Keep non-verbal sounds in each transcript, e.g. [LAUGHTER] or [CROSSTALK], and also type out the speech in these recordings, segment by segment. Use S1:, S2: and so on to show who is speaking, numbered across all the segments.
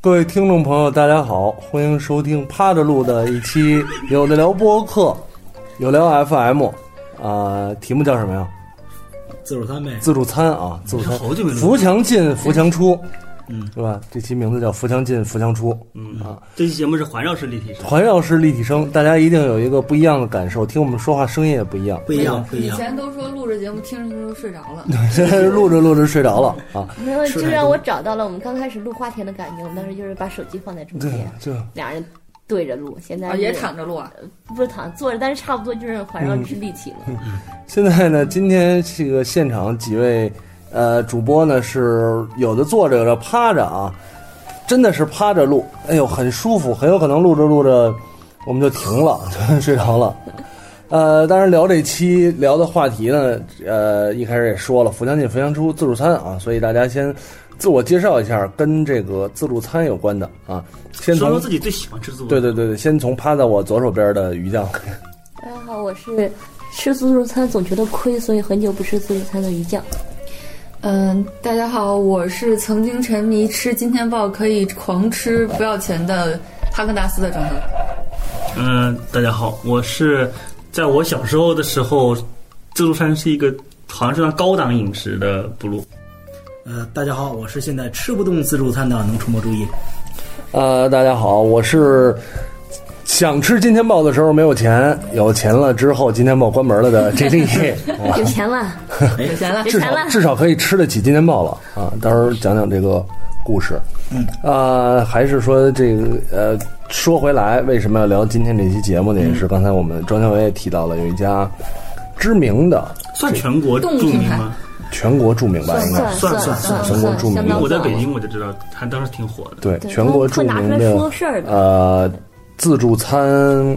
S1: 各位听众朋友，大家好，欢迎收听趴着录的一期有的聊播客，有聊 FM，啊，题目叫什么呀？
S2: 自助餐呗。
S1: 自助餐啊，自助餐。
S2: 好久没录
S1: 扶墙进，扶墙出，
S2: 嗯，
S1: 是吧？这期名字叫扶墙进，扶墙出，
S2: 嗯
S1: 啊，
S3: 这期节目是环绕式立体声，
S1: 环绕式立体声，大家一定有一个不一样的感受，听我们说话声音也不一样。 [LAUGHS]
S2: 不一样，不一
S4: 以
S2: 样。
S4: 前都说录着节目听着听着睡着了，
S1: 现在是录着录着睡着了啊，
S5: 没有，
S2: 是
S5: 就
S2: 的
S5: 让我找到了我们刚开始录花田的感觉。我们当时就是把手机放在中
S1: 对
S5: 间，，
S1: 就
S5: 俩人对着录。现在
S3: 哦
S4: 啊
S5: 是
S4: 也躺着录啊，
S5: 不是躺坐着，但是差不多就是环绕之立体了。
S1: 现在呢，今天这个现场几位呃主播呢是有的坐着，有的趴着啊，真的是趴着录，哎呦，很舒服，很有可能录着录着我们就停了， [LAUGHS] 就睡着了。呃，当然聊这期聊的话题呢，呃，一开始也说了，福将进福将出自助餐啊，所以大家先自我介绍一下，跟这个自助餐有关的啊，先
S3: 说
S1: 从
S3: 说自己最喜欢吃自助。
S1: 对对对对，先从趴在我左手边的于酱，
S5: 大家好，我是吃自助餐总觉得亏，所以很久不吃自助餐的鱼酱。
S4: 嗯，大家好，我是曾经沉迷吃《今天报》可以狂吃不要钱的哈根达斯的张哥。
S3: 嗯、大家好，我是在我小时候的时候，自助餐是一个好像是算高档饮食的补录。
S2: 呃，大家好，我是现在吃不动自助餐的能出没注意。
S1: 呃，大家好，我是想吃金钱豹的时候没有钱，有钱了之后金钱豹关门了的
S5: [LAUGHS]
S1: J D，哇
S5: 有钱了，
S4: 有钱了，
S5: 有
S1: 至
S5: 钱
S1: 少
S5: 了，
S1: 至少可以吃得起金钱豹了啊！到时候讲讲这个故事。嗯，呃，还是说这个呃，说回来，为什么要聊今天这期节目呢？也是刚才我们庄小伟也提到了，有一家知名的
S3: 算全国著名吗？
S1: 全国著名吧，应该
S5: 算算
S1: 是
S3: 算
S5: 算，
S1: 全国著名
S5: 相
S3: 因为
S5: 当
S3: 我在
S5: 早
S3: 北
S5: 了
S3: 京我就知道，它当时挺火的。
S1: 对
S5: 对
S1: 全国著
S5: 会拿出
S1: 名
S5: 来
S1: 的
S5: 说事儿的。
S1: 呃，自助餐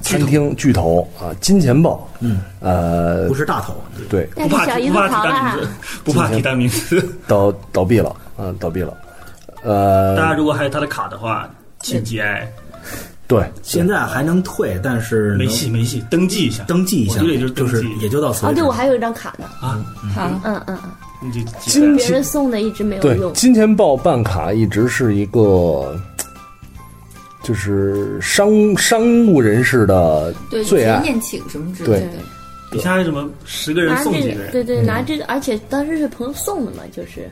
S1: 餐厅巨头啊，金钱豹，嗯，呃
S2: 不，是大头，
S1: 对，
S5: 但是
S3: 不怕
S5: 小姨啊
S3: 提
S5: 子
S3: 不怕
S5: 跑
S3: 提单名
S5: 了
S3: 字，，不怕提单名字。
S1: 倒倒闭了，啊、倒闭了，
S3: 大家
S1: 呃，
S3: 如果还有他的卡的话，请节哀，
S1: 对，
S2: 现在还能退，但
S1: 嗯
S2: 是
S3: 没
S2: 能
S3: 戏没戏，登记一下，
S2: 登记一下，
S3: 我觉得也就是
S2: 就
S3: 登
S2: 是
S3: 记
S2: 也就到此
S5: 哦，
S2: 为止。
S5: 对我还有一张卡呢，
S3: 啊，
S4: 好，
S5: 嗯嗯嗯，
S3: 你就节哀
S1: 金
S5: 别
S1: 钱
S5: 人送的一直没有
S1: 对
S5: 用，
S1: 金钱豹办卡一直是一个。就是商商务人士的
S4: 对，以
S1: 最爱
S4: 前宴请什么之
S1: 啊
S4: 类
S1: 对
S4: 的，
S3: 底下什么十个人
S5: 拿
S3: 送
S5: 这
S3: 几
S5: 个，
S3: 人，嗯
S5: 对对，拿这个，而且当时是朋友送的嘛，就是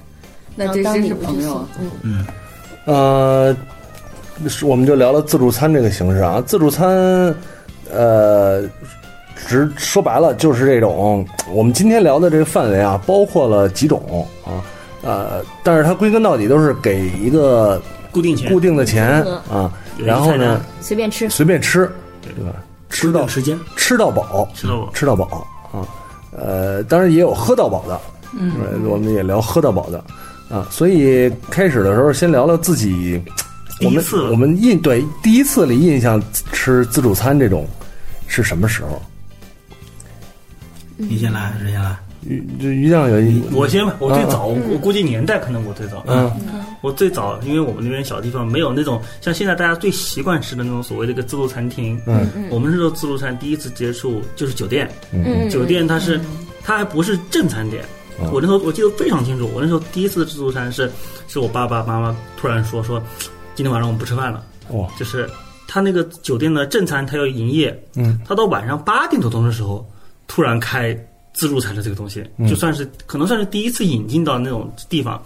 S4: 那
S5: 当
S4: 这
S5: 当
S4: 真
S5: 礼
S4: 是
S5: 物
S4: 朋
S5: 去
S4: 友
S5: 送
S4: 啊。，
S5: 嗯，
S1: 呃，是我们就聊聊自助餐这个形式啊。自助餐，呃，只说白了就是这种。我们今天聊的这个范围啊，包括了几种啊，呃，但是它归根到底都是给一个
S3: 固定钱
S1: 固，定的钱
S5: 嗯
S1: 啊，然后呢
S5: 随便吃，
S1: 随便吃，
S3: 对
S1: 对吧？吃到
S2: 时间，
S1: 吃到饱，
S3: 知道吧？
S1: 吃到饱啊，呃，当然也有喝到饱的，嗯，我们也聊喝到饱的啊，所以开始的时候先聊聊自己，
S3: 第
S1: 我
S3: 一
S1: 们
S3: 次
S1: 我们印对第一次里印象吃自助餐这种是什么时候？
S2: 你先来，谁先来？
S1: 于这于酱有一
S3: 我先吧，我最
S1: 嗯
S3: 早，我我估计年代可能我最早，
S1: 嗯，
S3: 我最早，因为我们那边小地方没有那种像现在大家最习惯吃的那种所谓的一个自助餐厅。
S1: 嗯
S3: 我们那时候自助餐第一次接触就是酒店，
S5: 嗯，
S3: 酒店它是它还不是正餐点。
S1: 哦
S3: 我那时候我记得非常清楚，我那时候第一次自助餐是是我爸爸妈妈突然说说，今天晚上我们不吃饭了，
S1: 哇，
S3: 就是他那个酒店的正餐他要营业，
S1: 嗯，
S3: 他到晚上八点多钟的时候突然开自助餐的这个东西，
S1: 嗯
S3: 就算是可能算是第一次引进到那种地方，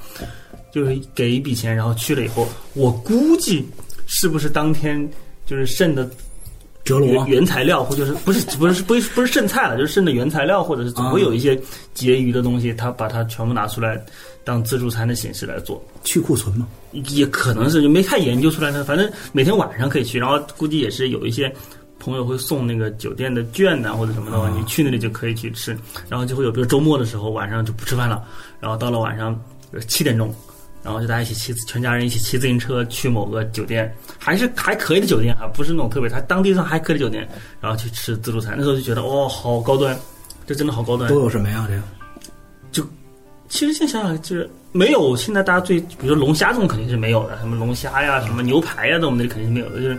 S3: 就是给一笔钱，然后去了以后，我估计是不是当天就是剩的
S2: 哲罗
S3: 原，原材料，或就是不是不是不是不是剩菜了，就是剩的原材料，或者是总会有一些结余的东西，他把它全部拿出来当自助餐的形式来做。
S2: 去库存嘛。
S3: 也可能是就没太研究出来呢。反正每天晚上可以去，然后估计也是有一些朋友会送那个酒店的券呐、或者什么的话，你去那里就可以去吃。然后就会有，比如周末的时候晚上就不吃饭了，然后到了晚上七点钟，然后就大家一起骑，全家人一起骑自行车去某个酒店，还是还可以的酒店啊，不是那种特别，它当地算还可以的酒店，然后去吃自助餐。那时候就觉得哦，好高端，这真的好高端。
S2: 都有什么呀？这个
S3: 其实现在想想，就是没有现在大家最，比如说龙虾这种肯定是没有的，什么龙虾呀、什么牛排呀，这种我们那里肯定是没有的，就是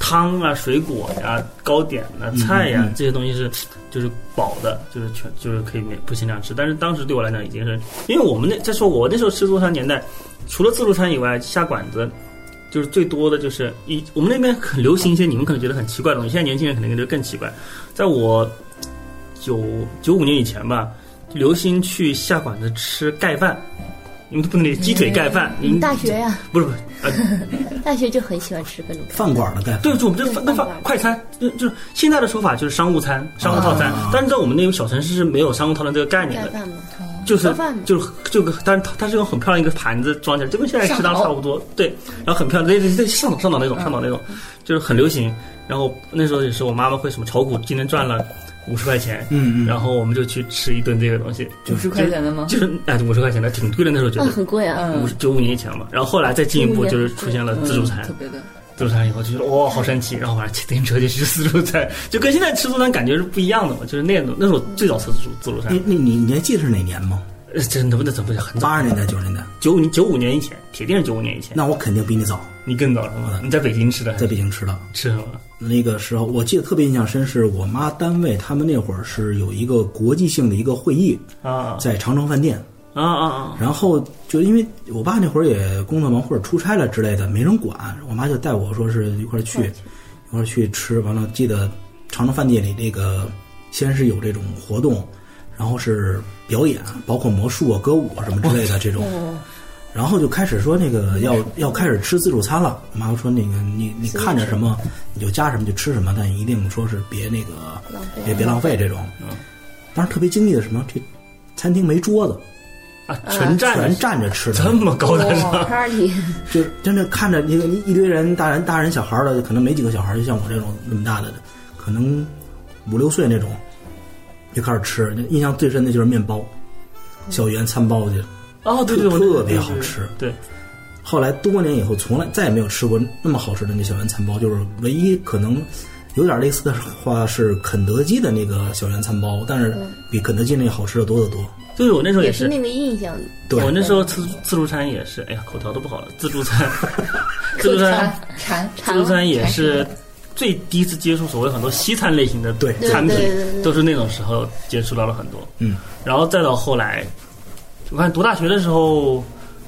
S3: 汤啊、水果呀、糕点啊、菜呀、这些东西是就是饱的，就是全就是可以免不限量吃。但是当时对我来讲已经是，因为我们那再说我那时候吃自助餐年代，除了自助餐以外，下馆子。就是最多的就是一，我们那边很流行一些你们可能觉得很奇怪的东西，现在年轻人肯定觉得更奇怪。在我九九五年以前吧，流行去下馆子吃盖饭，你们都不能理解鸡腿盖饭。你们
S5: 嗯大学呀、
S3: 不是不是，呃，
S5: 大学就很喜欢吃各种
S2: 饭馆的盖饭，
S3: 对，就我们这饭那饭快餐，就
S5: 嗯
S3: 就是现在的说法就是商务餐、商务套餐，
S5: 哦
S3: 但是在我们那个小城市是没有商务套餐这个概念
S5: 盖
S3: 的，
S5: 饭嘛。
S3: 就是
S5: 盒饭
S3: 就是就个，但是它它是用很漂亮一个盘子装起来，就跟现在食堂差不多，对，然后很漂亮，类似类似上岛上岛那种上岛
S5: 嗯
S3: 那种，就是很流行。然后那时候也是我妈妈会什么炒股，今天赚了五十块钱，
S2: 嗯嗯，
S3: 然后我们就去吃一顿这个东西，
S4: 五十块钱的吗？
S3: 就是哎五十块钱的挺贵的，那时候觉
S5: 那
S3: 得
S5: 很贵啊，
S4: 嗯
S3: 五，十九五年以前嘛，然后后来再进一步就是出现了自助餐
S4: 嗯，特别的，
S3: 自助餐以后就觉得哇、好神奇，然后晚上骑自行车就去吃自助餐，就跟现在吃自助餐感觉是不一样的嘛，就是那种那是我最早吃自助自助餐
S2: 你，
S5: 嗯
S2: 你你你还记得是哪年吗？
S3: 呃真的那怎么很早，
S2: 八十年代九十年代，
S3: 九五九五年以前，铁定是九五年以前，
S2: 那嗯我肯定比你早，
S3: 你更早是吗？你在北京吃的还
S2: 在
S3: 是
S2: 北京吃的。
S3: 吃什么？
S2: 那个时候，我记得特别印象深，是我妈单位他们那会儿是有一个国际性的一个会议，
S3: 啊
S2: 在长城饭店。
S3: 啊啊
S5: 哦
S3: 啊！
S2: 然后就因为我爸那会儿也工作忙或者出差了之类的，没人管，我妈就带我说是一块儿去，一块儿去吃。完了，记得长城饭店里那个先是有这种活动，然后是表演，包括魔术啊、歌舞啊什么之类的这种。
S5: 哦
S2: 然后就开始说那个要
S5: 嗯
S2: 要开始吃自助餐了。我妈说那个你你看着什么你就加什么就吃什么，但一定说是别那个
S5: 浪费嗯
S2: 别别浪费这种。当时特别惊异的是什么？这餐厅没桌子，
S3: 啊，全站着
S2: 全站着吃的，
S3: 这么高大上，
S5: 哇，party
S2: 就是真的看着一个一堆人，大人、大人、小孩儿的，可能没几个小孩儿，就像我这种那么大的，可能五六岁那种，就开始吃。印象最深的就是面包，小圆餐包去。
S3: [LAUGHS] 哦对对，我
S2: 特别好吃
S3: 对，
S2: 后来多年以后，从来再也没有吃过那么好吃的那小圆餐包，就是唯一可能有点类似的话是肯德基的那个小圆餐包，但是比肯德基那个好吃的多得多。
S3: 就是我那时候
S5: 也
S3: 是
S5: 是那个印象，
S2: 对
S3: 我那时候自自助餐也是，哎呀，口条都不好了。自助餐，自助餐，
S4: 馋 [LAUGHS]
S3: 自
S4: 馋
S3: 助餐也是最第一次接触所谓很多西餐类型的
S2: 对
S3: 产品
S5: 对对对，对
S3: 都是那种时候接触到了很多。
S2: 嗯，
S3: 然后再到后来，我看读大学的时候，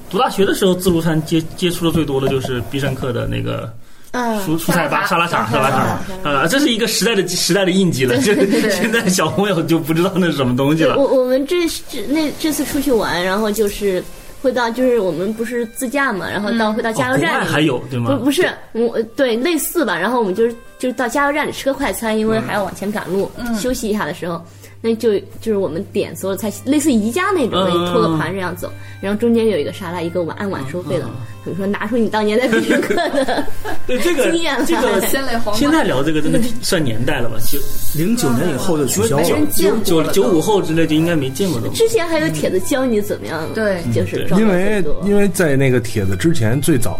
S3: 读大学的时候自助餐接接触的最多的就是必胜客的那个
S5: 嗯，
S3: 蔬蔬菜吧沙拉塔沙拉塔啊，这是一个时代的时代的印记了。就 [LAUGHS] 现在小朋友就不知道那是什么东西了。
S5: 我我们这这那这次出去玩，然后就是会到，就是我们不是自驾嘛，然后到、会到加油
S3: 哦国外
S5: 站里，
S3: 还有对吗？
S5: 不不是我对类似吧，然后我们就是就是到加油站里吃个快餐，
S3: 嗯
S5: 因为还要往前赶路，休息一下的时候。那就就是我们点所有菜，类似宜家那种的，
S3: 嗯
S5: 拖个盘这样走，然后中间有一个沙拉，一个碗按碗收费的，
S3: 嗯
S5: 比如说拿出你当年在必胜客
S3: [LAUGHS]
S5: 的
S3: 对这个
S5: 经验来，
S3: 这个
S4: 鲜类黄瓜
S3: 现在聊这个真的算年代了吧？就
S2: 零九年以后就取消了
S5: 没。人见
S3: 九
S5: 过
S3: 九
S5: 了都
S3: 九五后之类就应该没见过的东西。
S5: 之前还有帖子教你怎么样，
S4: 对
S5: 就是
S3: 嗯对
S5: 装
S1: 因
S5: 得
S1: 为
S5: 很多
S1: 因为在那个帖子之前，最早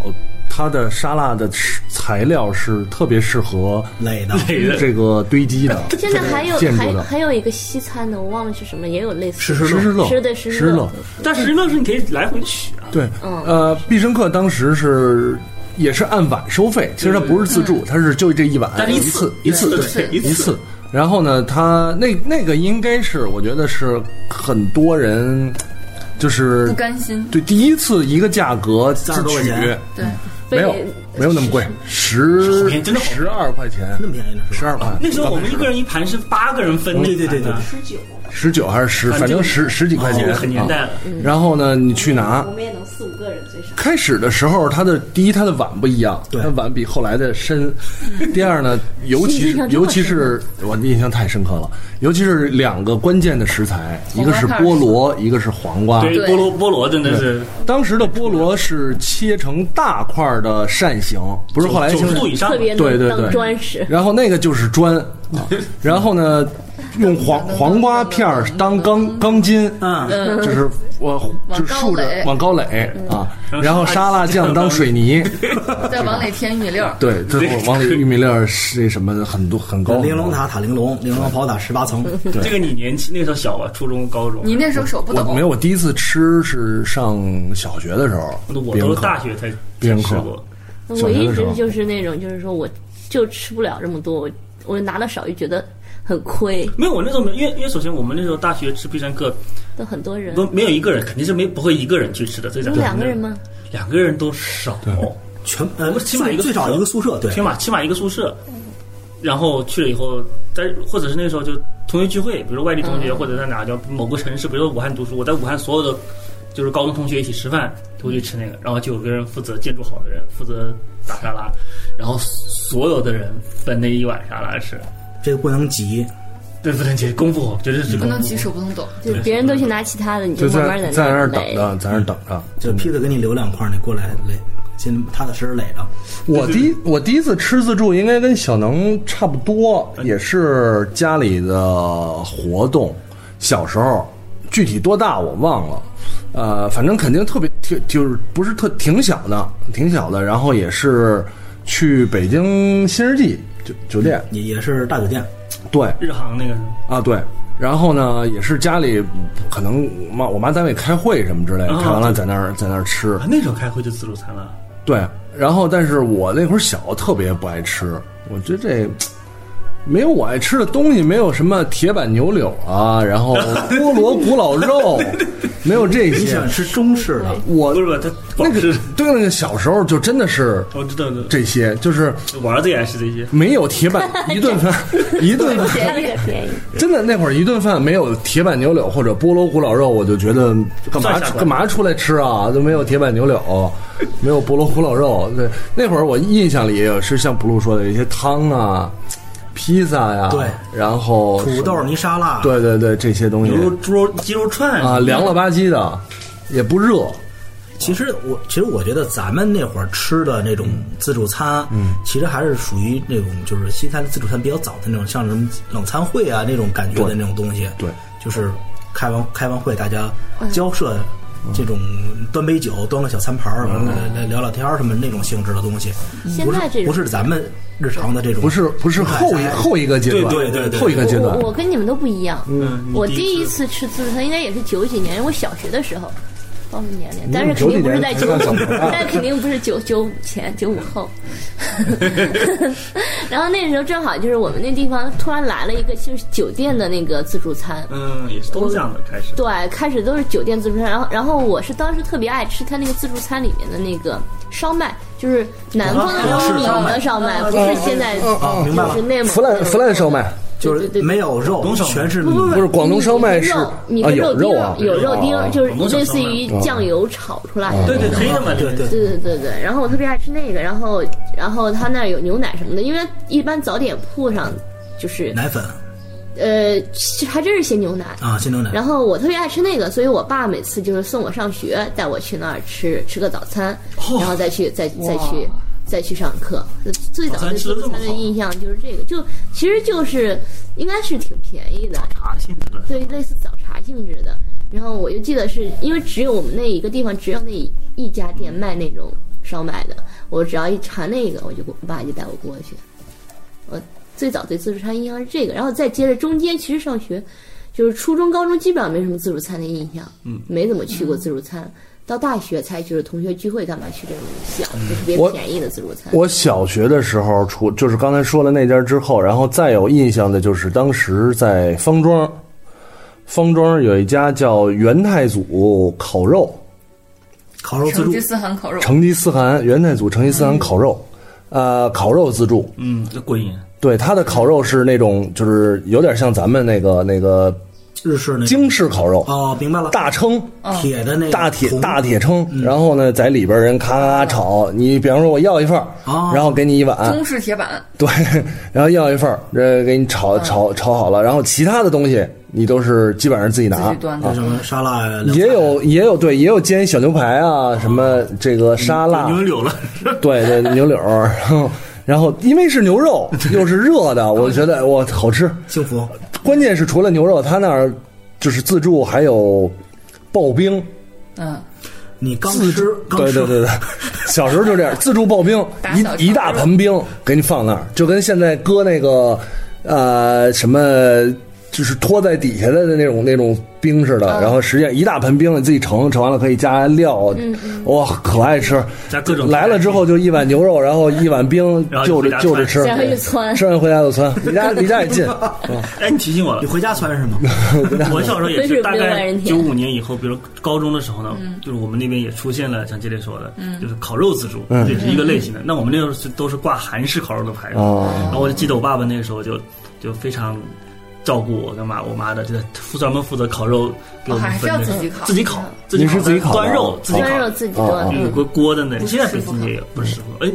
S1: 它的沙拉的食材料是特别适合
S2: 累
S3: [LAUGHS]
S2: 的，
S1: 这个堆积的，
S5: 现在还有
S1: 建筑
S5: 还有
S1: 的
S5: 还有一个西餐的，我忘了是什么，也有类似
S1: 吃吃乐
S5: 吃的吃
S1: 吃乐
S3: 但实际上是你可以来回取啊。
S1: 对，
S5: 嗯
S1: 呃，必胜客当时是也是按碗收费，其实它不是自
S4: 嗯
S1: 助，它是就这一碗，
S3: 但是一
S1: 啊一
S3: 次
S1: 一
S3: 一次
S1: 次
S3: 对一次
S1: 一次。然后呢，它那那个应该是我觉得是很多人就是
S4: 不甘心，
S1: 对第一次一个价格自
S2: 30多块
S1: 取，
S2: 钱
S4: 对，
S1: 没有
S5: 被
S1: 没有那么贵，十
S3: 便宜真的好
S1: 十二块钱，
S2: 那么便宜呢？是
S1: 十
S2: 吧？
S1: 二块。啊
S3: 那时候我们一个人一盘是八个人分那
S2: 对对对
S3: 一盘啊
S1: 十九还是十，
S3: 反
S1: 反
S3: 正
S1: 正十十几块
S3: 这
S1: 钱，
S3: 个很年代
S1: 啊。
S3: 了。嗯
S1: 然后呢，你去
S4: 嗯
S1: 拿。
S6: 们也能四五个人最少。
S1: 开始的时候，它的第一，它的碗不一样，
S2: 对
S1: 它碗比后来的深。第二
S4: [LAUGHS]
S1: 呢，尤其
S5: 印象真
S1: 是
S5: 的
S1: 尤其是我印象太深刻了，尤其是两个关键的食材，一
S4: 黄瓜
S1: 个是
S4: 片儿
S1: 菠萝，一个是黄瓜。
S3: 对，
S4: 对
S3: 菠萝菠萝真的是
S1: 当时的菠萝是切成大块儿的扇形，不是后来
S3: 九
S1: 就
S3: 十
S1: 是
S3: 度以上
S5: 特
S3: 嘛，
S5: 别
S1: 对
S5: 能
S1: 对
S5: 当
S1: 对
S5: 砖石，
S3: [LAUGHS]
S1: 然后那个就是砖，啊然后呢，用黄黄瓜片儿当钢钢筋，
S2: 嗯，
S1: 就是我就竖着往
S4: 往
S1: 高垒啊，然后沙拉酱当水
S3: [LAUGHS]
S1: 泥，
S4: 再往里添玉米粒儿，
S1: 对，最后往里玉米粒儿是什么的很多很高，
S2: 玲珑塔塔玲珑，玲珑跑塔十八层，
S3: 这个你年轻那时候小吧，啊初中、高中，
S4: 你那时候手不
S1: 我
S4: 抖，
S1: 没有，我第一次吃是上小学的时候，
S3: 我
S1: 别人
S3: 都
S1: 烤
S3: 是大学才
S1: 别人
S3: 吃
S1: 烤
S3: 过。
S5: 我一直就是那种，就是说我就吃不了这么多，我我拿的少就觉得很亏，
S3: 没有，我那时候没有，因为因为首先我们那时候大学吃必胜客，
S5: 都很多人
S3: 不。没有一个人，肯定是没不会一个人去吃的，这
S5: 有两个人？吗？
S3: 两个人都少，
S2: 全呃
S3: 我们起码一个
S2: 最少一个宿舍，对，
S3: 起码起码一个宿舍，然后去了以后，但是或者是那时候就同学聚会，比如说外地同
S4: 嗯
S3: 学，或者在哪叫某个城市，比如说武汉读书，我在武汉所有的就是高中同学一起吃饭都去吃那
S4: 嗯
S3: 个，然后就有个人负责建筑好的人负责打沙拉，然后所有的人分那一碗沙拉吃，
S2: 这个不能急，
S3: 对，不能急，功夫活，绝对是
S4: 不
S3: 功
S4: 能
S3: 夫
S4: 急
S3: 活。
S4: 手不能抖。
S5: 就别人都去拿其他的，你
S1: 就
S5: 慢慢
S1: 在
S5: 地
S1: 在那儿
S5: 垒
S1: 等着，在那儿等着。
S2: 就
S3: 嗯
S2: 披子给你留两块，你过来垒，先踏踏实实垒着。
S1: 我第一我第一次吃自助应该跟小能差不多，
S3: 呃
S1: 也是家里的活动。小时候具体多大我忘了，呃，反正肯定特别挺就是不是特挺小的，挺小的。然后也是去北京新世纪酒酒店，
S3: 嗯
S2: 也也是大酒店，
S1: 对，
S3: 日航那个
S1: 啊，对。然后呢，也是家里可能妈我妈单位开会什么之类的，
S3: 啊
S1: 开完了在那儿在那儿吃
S3: 啊，。那时候开会就自助餐了，
S1: 对，然后但是我那会儿小，特别不爱吃，我觉得这没有我爱吃的东西，没有什么铁板牛柳啊，然后菠萝古老肉，没有这
S2: 你
S1: 些
S2: 想。吃中式的，
S1: 我
S3: 不是不是，他
S1: 那个
S3: 是
S1: 对那个小时候就真的是
S3: 我知道的，
S1: 这些，就是
S3: 我儿子也爱吃这些。
S1: 没有铁板一顿饭，一顿饭
S5: 便宜 [LAUGHS] 便宜，
S1: 真的那会儿一顿饭没有铁板牛柳或者菠萝古老肉，我就觉得干嘛
S3: 算下吧
S1: 干嘛出来吃啊？都没有铁板牛柳， [LAUGHS] 没有菠萝古老肉。对，那会儿我印象里也有是像布鲁说的一些汤啊、披萨呀、
S2: 对
S1: 然后
S2: 土豆泥沙拉，，
S1: 对对对，这些东西
S3: 牛肉、猪肉、鸡肉串
S1: 啊，
S2: 嗯
S1: 凉了吧唧的，也不热。
S2: 其实我其实我觉得咱们那会儿吃的那种自助餐，嗯，其实还是属于那种就是西餐自助餐比较早的那种，像什么冷餐会啊那种感觉的那种东西，
S1: 对，
S2: 就是开完开完会大家交涉。这种端杯酒，端个小餐盘儿，完了来来聊聊天儿什么那种性质的东西，
S5: 嗯现
S2: 不是
S5: 在这种
S2: 不是咱们日常的这种，
S1: 不是不是后一后一个阶段，
S2: 对对对对
S1: 后一个阶段
S5: 我我跟你们都不一样。
S3: 嗯
S5: 我第一次吃自助餐应该也是九几年，我小学的时候，暴露年龄，但是肯
S1: 九几
S5: 定不
S1: 年
S5: 是在九
S1: 才算小，啊孩
S5: 但肯定不是九九五前九五后。 [LAUGHS] 然后那时候正好就是我们那地方突然来了一个就是酒店的那个自助餐，
S3: 嗯，也是都这样的开始。
S5: 对，开始都是酒店自助餐，然后然后我是当时特别爱吃他那个自助餐里面的那个烧麦，就是南方的
S2: 是
S5: 米的烧麦，不是现在
S2: 啊，
S1: 哦
S2: 明白了
S5: 就是，内蒙
S1: 腐烂
S5: 的
S1: 腐烂烧麦，
S2: 就
S5: 对对
S2: 是
S5: 对
S2: 没有肉，全是米，
S1: 不是广东烧麦是
S5: 米
S1: 啊
S5: 和
S1: 有
S5: 肉
S1: 肉
S5: 丁
S1: 啊
S5: 儿，有肉丁儿，
S1: 哦
S5: 就是
S3: 广东小
S5: 类似
S3: 烧麦
S5: 于酱油炒出来的。
S3: 对对，黑的嘛，
S2: 对对，
S5: 对对对对，然后我特别爱吃那个，然后然后他那儿有牛奶什么的，因为一般早点铺上就是
S2: 奶粉
S5: 呃，其实还真是些牛奶。
S2: 啊，鲜牛奶，
S5: 然后我特别爱吃那个，所以我爸每次就是送我上学，带我去那儿吃吃个早餐，然后再去再再去再去上课。最早对自助餐的印象就是这个，就其实就是应该是挺便宜的，
S3: 茶性质啊的。
S5: 对，类似早茶性质的。然后我就记得是因为只有我们那一个地方只有那一家店卖那种烧麦的，我只要一馋那个，我就我爸就带我过去。我最早对自助餐印象是这个，然后再接着中间其实上学，就是初中、高中基本上没什么自助餐的印象，嗯，没怎么去过自助餐。到大学才就是同学聚会干嘛去这种小就特别
S1: 嗯我
S5: 便宜的自助餐，
S1: 我小学的时候出，就是刚才说了那家之后，然后再有印象的就是当时在方庄，方庄有一家叫元太祖烤肉，
S2: 烤肉自
S4: 成
S2: 助
S4: 吉，思汗烤肉，
S1: 成吉思汗元太祖成吉思汗烤肉，呃，烤肉自助，
S3: 嗯，这过瘾。
S1: 对，它的烤肉是那种就是有点像咱们那个那个
S2: 日式那
S1: 京式烤肉，
S2: 哦，明白了，
S1: 大称。
S2: 铁的那个
S1: 大铁
S2: 铜
S1: 大铁铛，然后呢，在里边人咔咔咔炒。你比方说，我要一份儿，
S2: 哦
S1: 然后给你一碗，
S4: 中式铁板，
S1: 对， [LAUGHS] 然后要一份儿，这给你炒
S4: 嗯
S1: 炒炒好了，然后其他的东西你都是基本上自己
S4: 自
S1: 拿啊
S4: 己，端
S2: 那
S4: 的
S2: 什。么沙拉呀
S1: 嗯也有也有对，也有煎小牛排啊，什么这个沙拉，
S3: 牛柳了，
S1: 嗯对对牛柳儿， [LAUGHS] 然后然后因为是牛肉又是热的，我觉得我好吃，
S2: 幸福，
S1: 关键是除了牛肉，他那儿就是自助还有刨冰，
S4: 嗯，
S2: 你刚吃刚
S1: 对
S2: 吃
S1: 对对 [LAUGHS] 对，小时候就这样，自助刨冰
S4: 打扫
S1: 一一大盆冰给你放那儿，就跟现在搁那个呃什么。就是拖在底下的那种那种冰似的，
S4: 哦
S1: 然后实际上一大盆冰你自己盛，盛完了可以加料，哇、
S4: 嗯
S1: 可爱吃！
S3: 加各种
S1: 来了之后就一碗牛肉，然后一碗冰
S3: 然，后
S1: 就
S3: 就
S1: 着
S3: 回家
S1: 就着吃，
S5: 然后就窜
S1: 吃完回家就窜，离家离家也
S3: [LAUGHS]
S1: 近，
S3: 哎，你提醒我了
S2: 你，回家窜是
S1: [LAUGHS]
S2: 吗？
S3: 我小时候也
S5: 分数
S3: 是，大
S5: 不用万
S3: 概
S5: 人
S3: 九
S5: 填
S3: 五年以后，比如高中的时候呢，
S4: 嗯
S3: 就是我们那边也出现了像杰烈说的，就是烤肉自助，
S1: 嗯
S3: 这也是一个类型的。那我们那时候是都是挂韩式烤肉的牌子，
S1: 哦
S3: 然后我就记得我爸爸那个时候就就非常。照顾我跟妈我妈的，就在负专门负责烤肉给我
S4: 哦
S3: 们
S4: 还是
S3: 分
S4: 要
S3: 那
S4: 自
S3: 个
S4: 己烤
S3: 自己烤
S4: 嗯，
S3: 自己
S1: 你是自己烤的哦
S3: 端肉，自己烤
S5: 端肉自己做，
S3: 有
S5: 嗯，
S3: 个锅的那个，
S4: 不是
S3: 现在
S4: 师
S3: 北
S4: 傅
S3: 京也有，不是师傅，哎，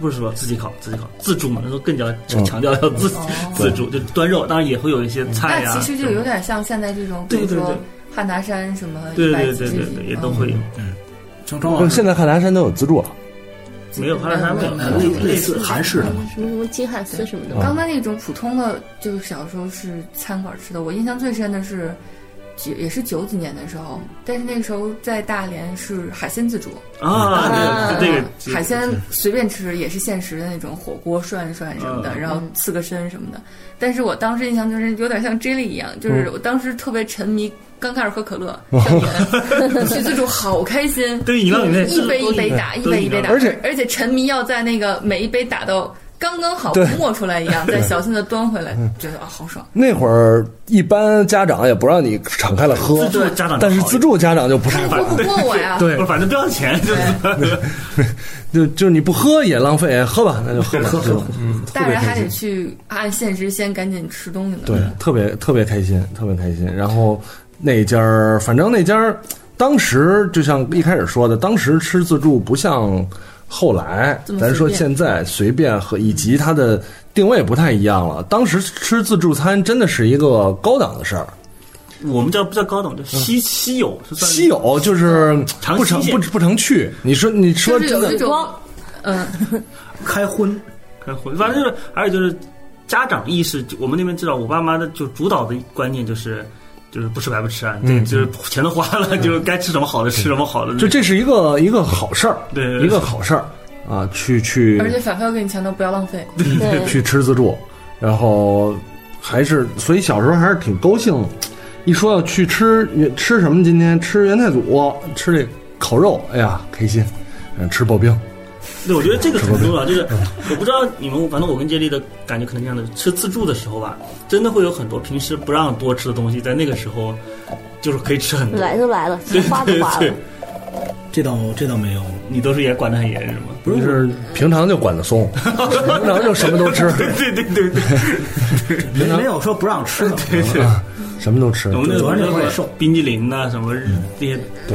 S3: 不是师傅，自己烤，自己烤，自助嘛，那时候更加
S1: 嗯
S3: 强调要自自助，就端肉，当然也会有一些菜呀
S4: 哦嗯那，其实就有点像现在这种，比
S3: 对
S4: 如
S3: 对
S4: 说
S3: 对
S4: 汉拿山什么
S3: 对
S4: 一百
S3: 对
S4: 几
S3: 对
S4: 十
S3: 对
S4: 平
S3: 对，
S4: 嗯
S3: 也都会有，
S1: 不是
S3: 啊
S2: 张啊张老师
S1: 嗯现在汉拿山都有自助了，
S3: 没有汉拿山没有
S4: 没有
S2: 呃类
S1: 嗯
S2: 类似韩式的嘛，
S5: 什么什么金汉斯什么的
S4: 刚才那种普通的，就是小时候是餐馆吃的。我印象最深的是，九也是九几年的时候，但是那个时候在大连是海鲜自助，
S3: 啊，对，
S4: 嗯
S3: 这个
S4: 海鲜随便吃也是现实的那种火锅涮一涮什么的，
S3: 嗯
S4: 然后刺个身什么的。但是我当时印象就是有点像 Jelly 一样，就是
S3: 嗯
S4: 我当时特别沉迷，刚开始喝可
S3: [LAUGHS]
S4: 乐，上瘾，去自助好开心，
S3: 对饮料里面
S4: 一杯一杯打，一
S3: 都
S4: 杯
S3: 是饮料
S4: 一杯打，
S1: 而且
S4: 而且沉迷要在那个每一杯打到。刚刚好
S1: 对嗯
S4: 磨出来一样，再小心的端回来，觉得啊好
S1: [LAUGHS]
S4: 爽。
S1: 那会儿一般家长也不让你敞开了喝
S3: 自，助家长
S1: 但是自助家长就不是，
S4: 过不过我呀？
S1: 对
S3: 不是，反正不要钱，就是
S1: 就就你不喝也浪费，喝吧，那就
S4: [LAUGHS]
S1: 喝吧，喝喝，嗯，特
S4: 大
S1: 别
S4: 人
S1: 开
S4: 还
S1: 心
S4: 得，去按限时先赶紧吃东西呢。
S1: 对，特别特别开心，特别开心。然后那家儿，反正那家儿，当时就像一开始说的，当时吃自助不像后来
S4: 这，么
S1: 咱说
S4: 随便
S1: 现在随便和以及它的定位不太一样了。当时吃自助餐真的是一个高档的事儿，
S3: 我们叫不叫高档，叫稀稀有，是算
S1: 嗯稀有就是
S3: 尝
S1: 不成
S3: 新鲜
S1: 不不成趣。你说你说
S4: 就是
S1: 真
S4: 有一
S1: 的，
S4: 种，嗯，
S2: 开荤
S3: 开荤，反正就是，还有就是家长意识，我们那边知道，我爸妈的就主导的观念就是。就是不吃白不吃啊，对，就是钱都花了，就是该吃什么好的吃什么好的。
S1: 嗯就这是一个一个好事儿，
S3: 对对对
S1: 一个好事儿啊，去去
S4: 而且反复要给你钱都不要浪费。
S5: 对，
S1: [LAUGHS] 去吃自助，然后还是所以小时候还是挺高兴的。一说要去吃吃什么，今天吃元太祖，吃这烤肉，哎呀开心。嗯，吃刨冰，
S3: 对，我觉得这个很重要，就是我不知道你们，反正我跟杰力的感觉可能一样的，吃自助的时候吧，真的会有很多平时不让多吃的东西，在那个时候就是可以吃很多。
S7: 来都来了，
S3: 对
S7: 钱花都
S3: 对
S7: 花
S3: 对
S7: 了，，
S2: 这倒这倒没有，
S3: 你都是也管得很严是吗？
S1: 不是平常就管得
S3: [LAUGHS]
S1: 松，平常就什么都吃，
S3: 对对对对，
S2: 没没有说不让
S3: [LAUGHS]
S2: 吃的，
S1: 什么都吃
S3: 我。们那
S2: 主要是
S3: 时候
S2: 怪兽
S3: 冰激凌呐、什么那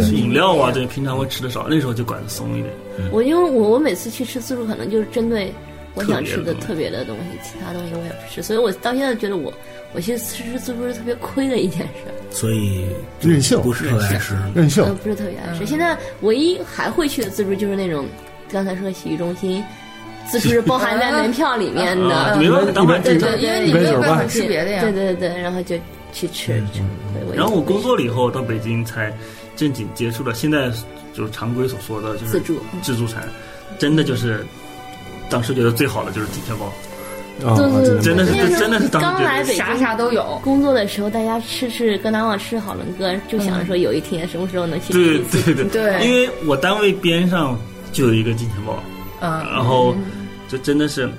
S3: 些饮料啊，对，平常会吃的少，那时候就管得松一点。
S5: 我因为我我每次去吃自助，可能就是针对我想吃的
S3: 特
S5: 特别的东西，其他东西我也不吃，所以我到现在觉得我我去吃自助是特别亏的一件事，
S2: 所以
S1: 任性
S2: 不是特别爱吃。
S1: 任性
S5: 呃，不是特别爱
S3: 嗯
S5: 吃。现在唯一还会去的自助就是那种刚才说的洗浴中心，自助是包含在门票里面
S3: 啊，
S5: 的，嗯
S3: 没办法，当晚
S5: 对
S3: 正常。
S5: 对，
S4: 因为
S5: 对
S4: 你
S1: 没
S4: 没
S1: 有
S4: 有
S1: 办
S4: 办
S1: 法
S4: 法吃别的呀
S5: 对。对对，然后就去吃。去
S3: 嗯然后我工作了以后到北京才正经接触了，现在就是常规所说的就是
S5: 自助
S3: 自助餐，真的就是当时觉得最好的就是底片包，
S1: 啊！
S4: 嗯
S5: 对
S3: 真的是
S5: 那时候
S3: 真的是当时
S5: 刚
S3: 觉
S5: 来
S3: 得
S5: 北京
S4: 啥啥都有，
S5: 工作的时候，大家吃吃跟哪往吃好了歌，就想着说有一天什么时候能去吃
S3: 嗯对
S5: 一次。
S3: 对对
S4: 对
S3: 因为我单位边上就有一个金钱豹，然
S4: 嗯，
S3: 后就真的是，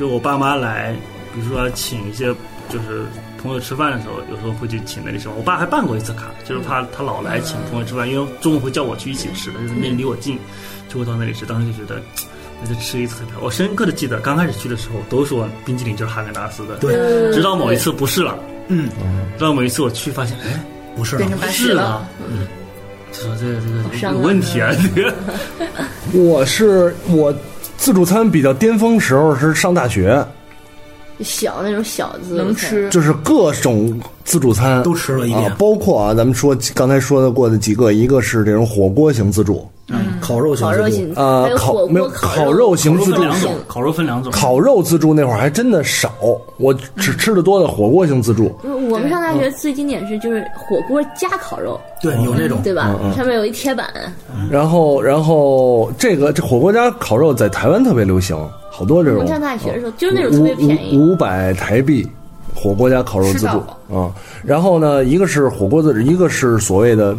S3: 就我爸妈来，比如说要请一些就是朋友吃饭的时候，有时候会去请那个什么，我爸还办过一次卡，就是怕他老来请朋友吃饭，因为中午会叫我去一起吃的，就是那离我近，就会到那里吃，当时就觉得。那就吃一次吧。我深刻的记得，刚开始去的时候都说冰激凌就是哈根达斯的，
S2: 对，
S3: 直到某一次不是了，
S2: 嗯，
S3: 直到某一次我去发现，哎，
S2: 不是
S4: 变
S2: 的
S4: 成白
S3: 是
S4: 痴
S3: 了
S4: 了。，
S2: 嗯
S3: 就说这个这
S5: 伤
S3: 个
S5: 了
S3: 有问题啊，这
S2: [LAUGHS]
S3: 个
S1: 我是我自助餐比较巅峰时候是上大学，
S5: 小那种小自助
S4: 能
S5: 餐
S4: 吃，
S1: 就是各种自助餐
S2: 都吃了一遍
S1: 啊，包括啊，咱们说刚才说的过的几个，一个是这种火锅型自助，嗯，
S2: 烤肉型
S5: 烤
S2: 自
S5: 肉
S2: 助
S5: 型，
S1: 呃
S5: 还有
S1: 烤
S5: 火
S1: 没有
S5: 锅
S1: 烤肉型
S3: 烤肉
S1: 自
S3: 分
S1: 助
S3: 两种，烤肉分两种，
S1: 烤肉自助那会儿还真的少，我只吃的多的火锅型自助。
S5: 不是我们上大
S1: 嗯
S5: 学最经典是就是火锅加烤肉，
S2: 对，有那种
S5: 对吧？
S1: 嗯
S5: 上面有一铁板，
S2: 嗯
S1: 然后，然后这个这火锅加烤肉在台湾特别流行，好多这
S5: 我
S1: 种
S5: 们上大学的时候就是那种特别便宜，
S1: 五五百台币火锅加烤肉自
S4: 吃到
S1: 助
S4: 饱
S1: 嗯。然后呢，一个是火锅自助，一个是所谓的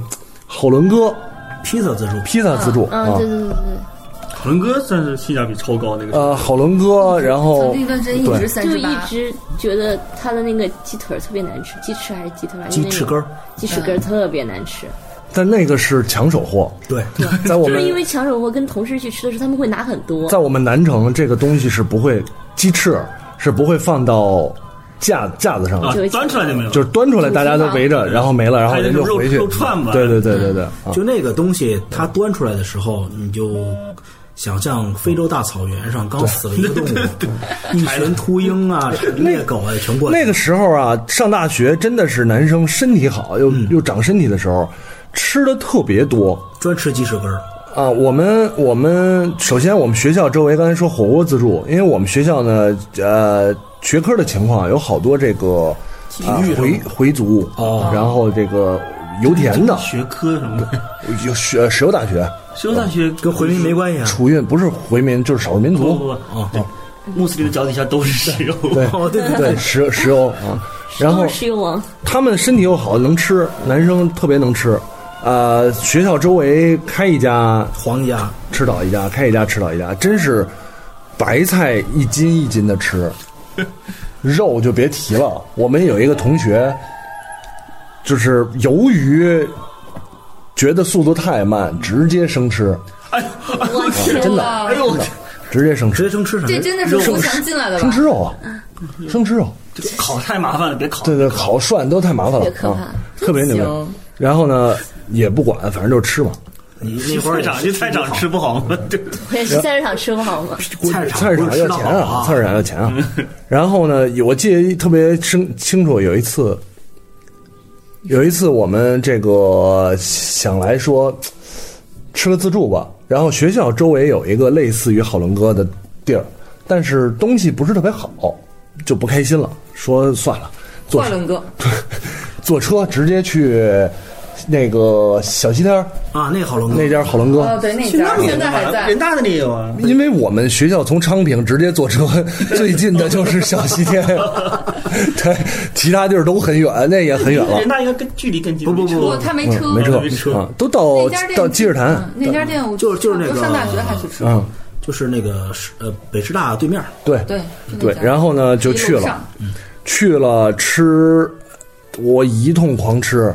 S1: 后轮哥
S2: 披萨自助，
S1: 披萨自助啊
S5: 嗯，，对对对对。
S3: 烤轮哥算是性价比超高的一个。
S1: 呃，好轮
S5: 嗯
S1: 哥，然后
S4: 曾经一段时间一
S1: 对
S4: 直三
S5: 就
S4: 十
S5: 一
S4: 八，
S5: 直觉得他的那个鸡腿儿特别难吃，鸡翅还是鸡腿儿，
S2: 鸡翅根儿，
S5: 鸡翅
S4: 嗯
S5: 根儿特别难吃。
S1: 但那个是抢手货，
S2: 对，
S1: 在我
S5: 就是
S1: 们
S5: 因为抢手货跟同事去吃的时候，他们会拿很多
S1: 在。我们南城这个东西是不会鸡翅是不会放到架架子上
S3: 啊
S1: 的，
S5: 就，
S3: 端出来就没有，
S1: 就是端出来大家都围着，然后没了，然后
S3: 还有
S1: 人
S3: 那
S1: 就
S3: 种肉
S1: 回去
S3: 肉串吧
S1: 对对对对对，啊
S2: 就那个东西，它端出来的时候，你就想象非洲大草原上刚死了一个动
S1: [LAUGHS]
S2: 物，一群秃鹰啊、猎狗啊全过来。
S1: 那个时候啊，上大学真的是男生身体好又、又长身体的时候，吃的特别多
S2: 专吃鸡翅根儿，
S1: 啊。我们我们首先我们学校周围刚才说火锅自助，因为我们学校呢呃学科的情况啊有好多这个啊回回族
S5: 啊
S2: 哦
S1: 然后这个油田的
S3: 学科什么
S1: [LAUGHS]
S3: 的。
S1: 有石石油大学
S3: 石油大学
S2: 跟回民没关
S5: 嗯
S2: 系啊。
S1: 楚运不是回民就是少数民
S3: 不
S1: 族，
S5: 哦
S3: 不不，对穆斯林的脚底下都是石油。
S1: 啊
S3: [LAUGHS]
S1: 对
S2: 哦，对对对，
S1: 对石
S5: [LAUGHS]
S1: 石油啊，然后
S5: 都是石油王，
S1: 他们身体又好，能吃，男生特别能吃。呃，学校周围开一家
S2: 黄家
S1: 吃倒一家，开一家吃倒一家，真是白菜一斤一斤的吃， [LAUGHS] 肉就别提了。我们有一个同学，就是由于觉得速度太慢，直接生吃，啊
S3: 哎呦，
S5: 我天
S1: 真的，
S4: 哇
S3: 哎呦，我天
S1: 直接生
S2: 直
S1: 吃
S2: 接，生吃什么
S4: 这
S2: 呀？
S4: 真的是
S1: 肉
S4: 红墙进来的
S1: 生
S4: 吧
S1: 吃？肉啊，生吃肉。
S3: 这烤太麻烦了，别烤。
S1: 对对，烤涮都太麻烦了，
S5: 特别可怕
S1: 啊、特别牛
S4: 行
S1: 逼。然后呢，也不管，反正就吃嘛。
S2: 你
S3: 你
S2: 那会儿
S3: 菜场，你菜场吃不好吗？对，
S5: 我也是菜市场吃不好吗？
S2: 菜市
S1: 菜市
S2: 不
S1: 场
S2: 是
S1: 要
S2: 吃到
S1: 钱
S2: 饱
S1: 啊，菜市场要钱啊。然后呢，有我记得特别清清楚，有一次，有一次我们这个想来说吃个自助吧，然后学校周围有一个类似于好伦哥的地儿，但是东西不是特别好，就不开心了，说算了，坐
S4: 换伦哥，
S1: 坐车直接去那个小西天儿
S2: 啊，那好龙
S1: 那家好伦哥。
S2: 呃
S4: 哦，对，那家现在还在
S3: 人。大的那也有啊。
S1: 因为我们学校从昌平直接坐车， [LAUGHS] 最近的就是小西天，对，其他地儿都很远，那也很远了
S3: 人，大应该更距离更近。
S2: 不不
S4: 不，
S2: 不，
S4: 哦他没车，
S1: 嗯没车
S3: 没车
S1: 啊，都到
S4: 那家店
S1: 到积水潭
S4: 嗯，那家店我
S2: 就是就是那个
S4: 我上大学还去吃，
S1: 嗯，
S2: 就是那个是呃北师大对面儿，
S1: 对
S4: 对
S1: 对，然后呢就去了，去了吃，我一通狂吃，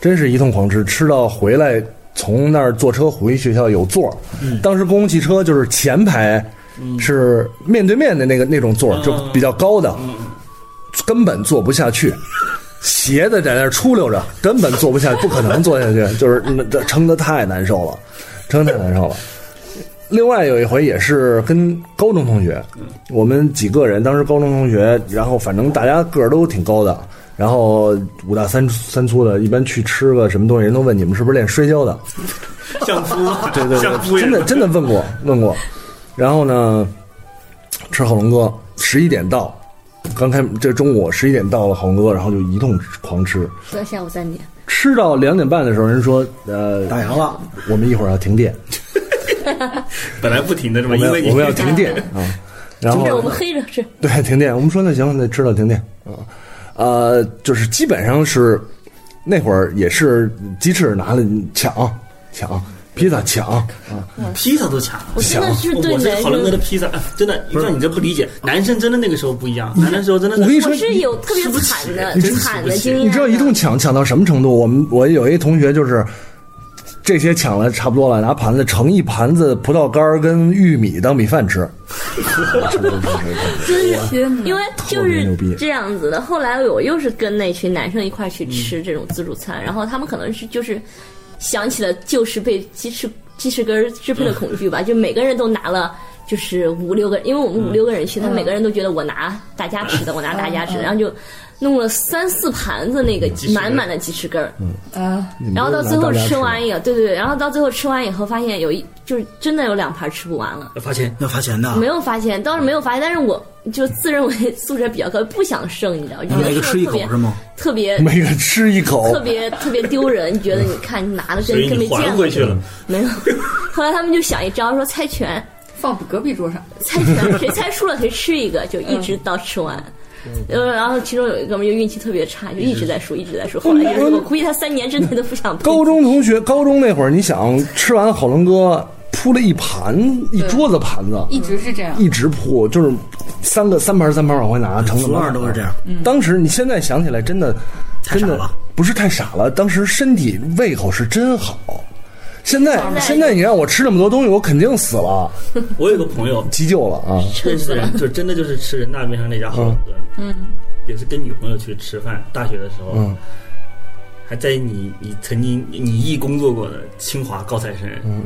S1: 真是一通狂吃，吃到回来从那儿坐车回学校有座儿，当时公共汽车就是前排是面对面的那个那种座儿，就比较高的，根本坐不下去。斜的在那儿出溜着，根本坐不下，不可能坐下去，就是嗯这撑得太难受了，撑得太难受了。另外有一回也是跟高中同学，我们几个人当时高中同学，然后反正大家个儿都挺高的，然后五大三三粗的，一般去吃个什么东西，人都问你们是不是练摔跤的，
S3: 相扑，
S1: [LAUGHS]
S3: 对
S1: 对
S3: 相扑
S1: 对，真的真的问过问过。然后呢，吃好龙哥，十一点到，刚开这中午十一点到了好龙哥，然后就一通狂吃，
S5: 到下午三点，
S1: 吃到两点半的时候，人说呃，
S2: 打烊了，
S1: 我们一会儿要停电，
S3: 本来不停的是吧？
S1: 我
S3: 因为
S1: 们
S3: 你
S1: 我们要停电啊。然后
S5: 这我们黑着吃，
S1: [LAUGHS] 对，停电。我们说那行，那知道停电啊，呃，就是基本上是那会儿也是鸡翅拿了抢抢，披萨抢，
S3: 披萨都抢。
S5: 我真的是对
S3: 我这
S5: 男
S3: 好伦哥的
S5: 生，
S3: 披萨，哎真的，像你这不理解，男生真的那个时候不一样，男生时候真的是。
S1: 我跟你说
S5: 我是有特别惨的
S3: 你真是
S5: 惨
S3: 不
S5: 的经
S3: 行
S5: 验的。
S1: 你知道一通抢抢到什么程度？我们我有一同学就是。这些抢了差不多了，拿盘子盛一盘子葡萄干儿跟玉米当米饭吃，
S5: 因为就
S1: 特别牛逼
S5: 是这样子的。后来我又是跟那群男生一块去吃这种自助餐，然后他们可能是就是想起了旧时被鸡翅鸡翅根儿支配的恐惧吧，就每个人都拿了就是五六个，因为我们五六个人去，他每个人都觉得我拿大家吃的，我拿大家吃的，然后就弄了三四盘子那个满满的鸡翅根儿，
S4: 啊，
S5: 然后到最后吃完
S1: 也
S5: 以后，对对对，然后到最后吃完以后，发现有一就是真的有两盘吃不完了。
S3: 罚钱。
S2: 要罚钱的，
S5: 没有发现，倒是没有发现，但是我就自认为素质比较高，不想剩，你知道，就觉
S2: 每
S5: 得
S2: 个吃一
S5: 特
S2: 口
S5: 别
S2: 是吗？
S5: 特别
S1: 每个吃一口，
S5: 特别特别丢人，觉得你看你拿的
S3: 所
S5: 跟
S3: 以
S5: 跟没
S3: 你还
S5: 见
S3: 回
S5: 过，
S3: 去了，
S5: [LAUGHS] 没有。后来他们就想一招，说猜拳，
S4: 放隔壁桌上，
S5: 猜拳， [LAUGHS] 谁猜输了谁吃一个，就一直到吃完。
S3: 嗯
S5: 呃，然后其中有一哥们儿就运气特别差，就一直在输，一直在输。后来
S3: 嗯
S5: 就是我估计他三年之内都不想碰
S3: [LAUGHS]
S1: 高中同学，高中那会儿，你想吃完火龙哥铺了一盘一桌子盘子，
S4: 一直是这样。
S1: 一直铺，就是三个三盘三盘往回拿，成
S2: 所有人都是这样。
S4: 嗯
S1: 当时你现在想起来，真的
S2: 太
S1: 真
S2: 傻
S1: 的
S2: 了
S1: 不是太傻了，当时身体胃口是真好。现在
S5: 在
S1: 现在你让我吃那么多东西，我肯定死了，
S3: 我有个朋友，
S1: 急救了啊！
S3: 认识的人就真的就是吃人大边上那家好哥，嗯，也是跟女朋友去吃饭，大学的时候，
S1: 嗯，
S3: 还在你你曾经你一工作过的清华高材生，嗯，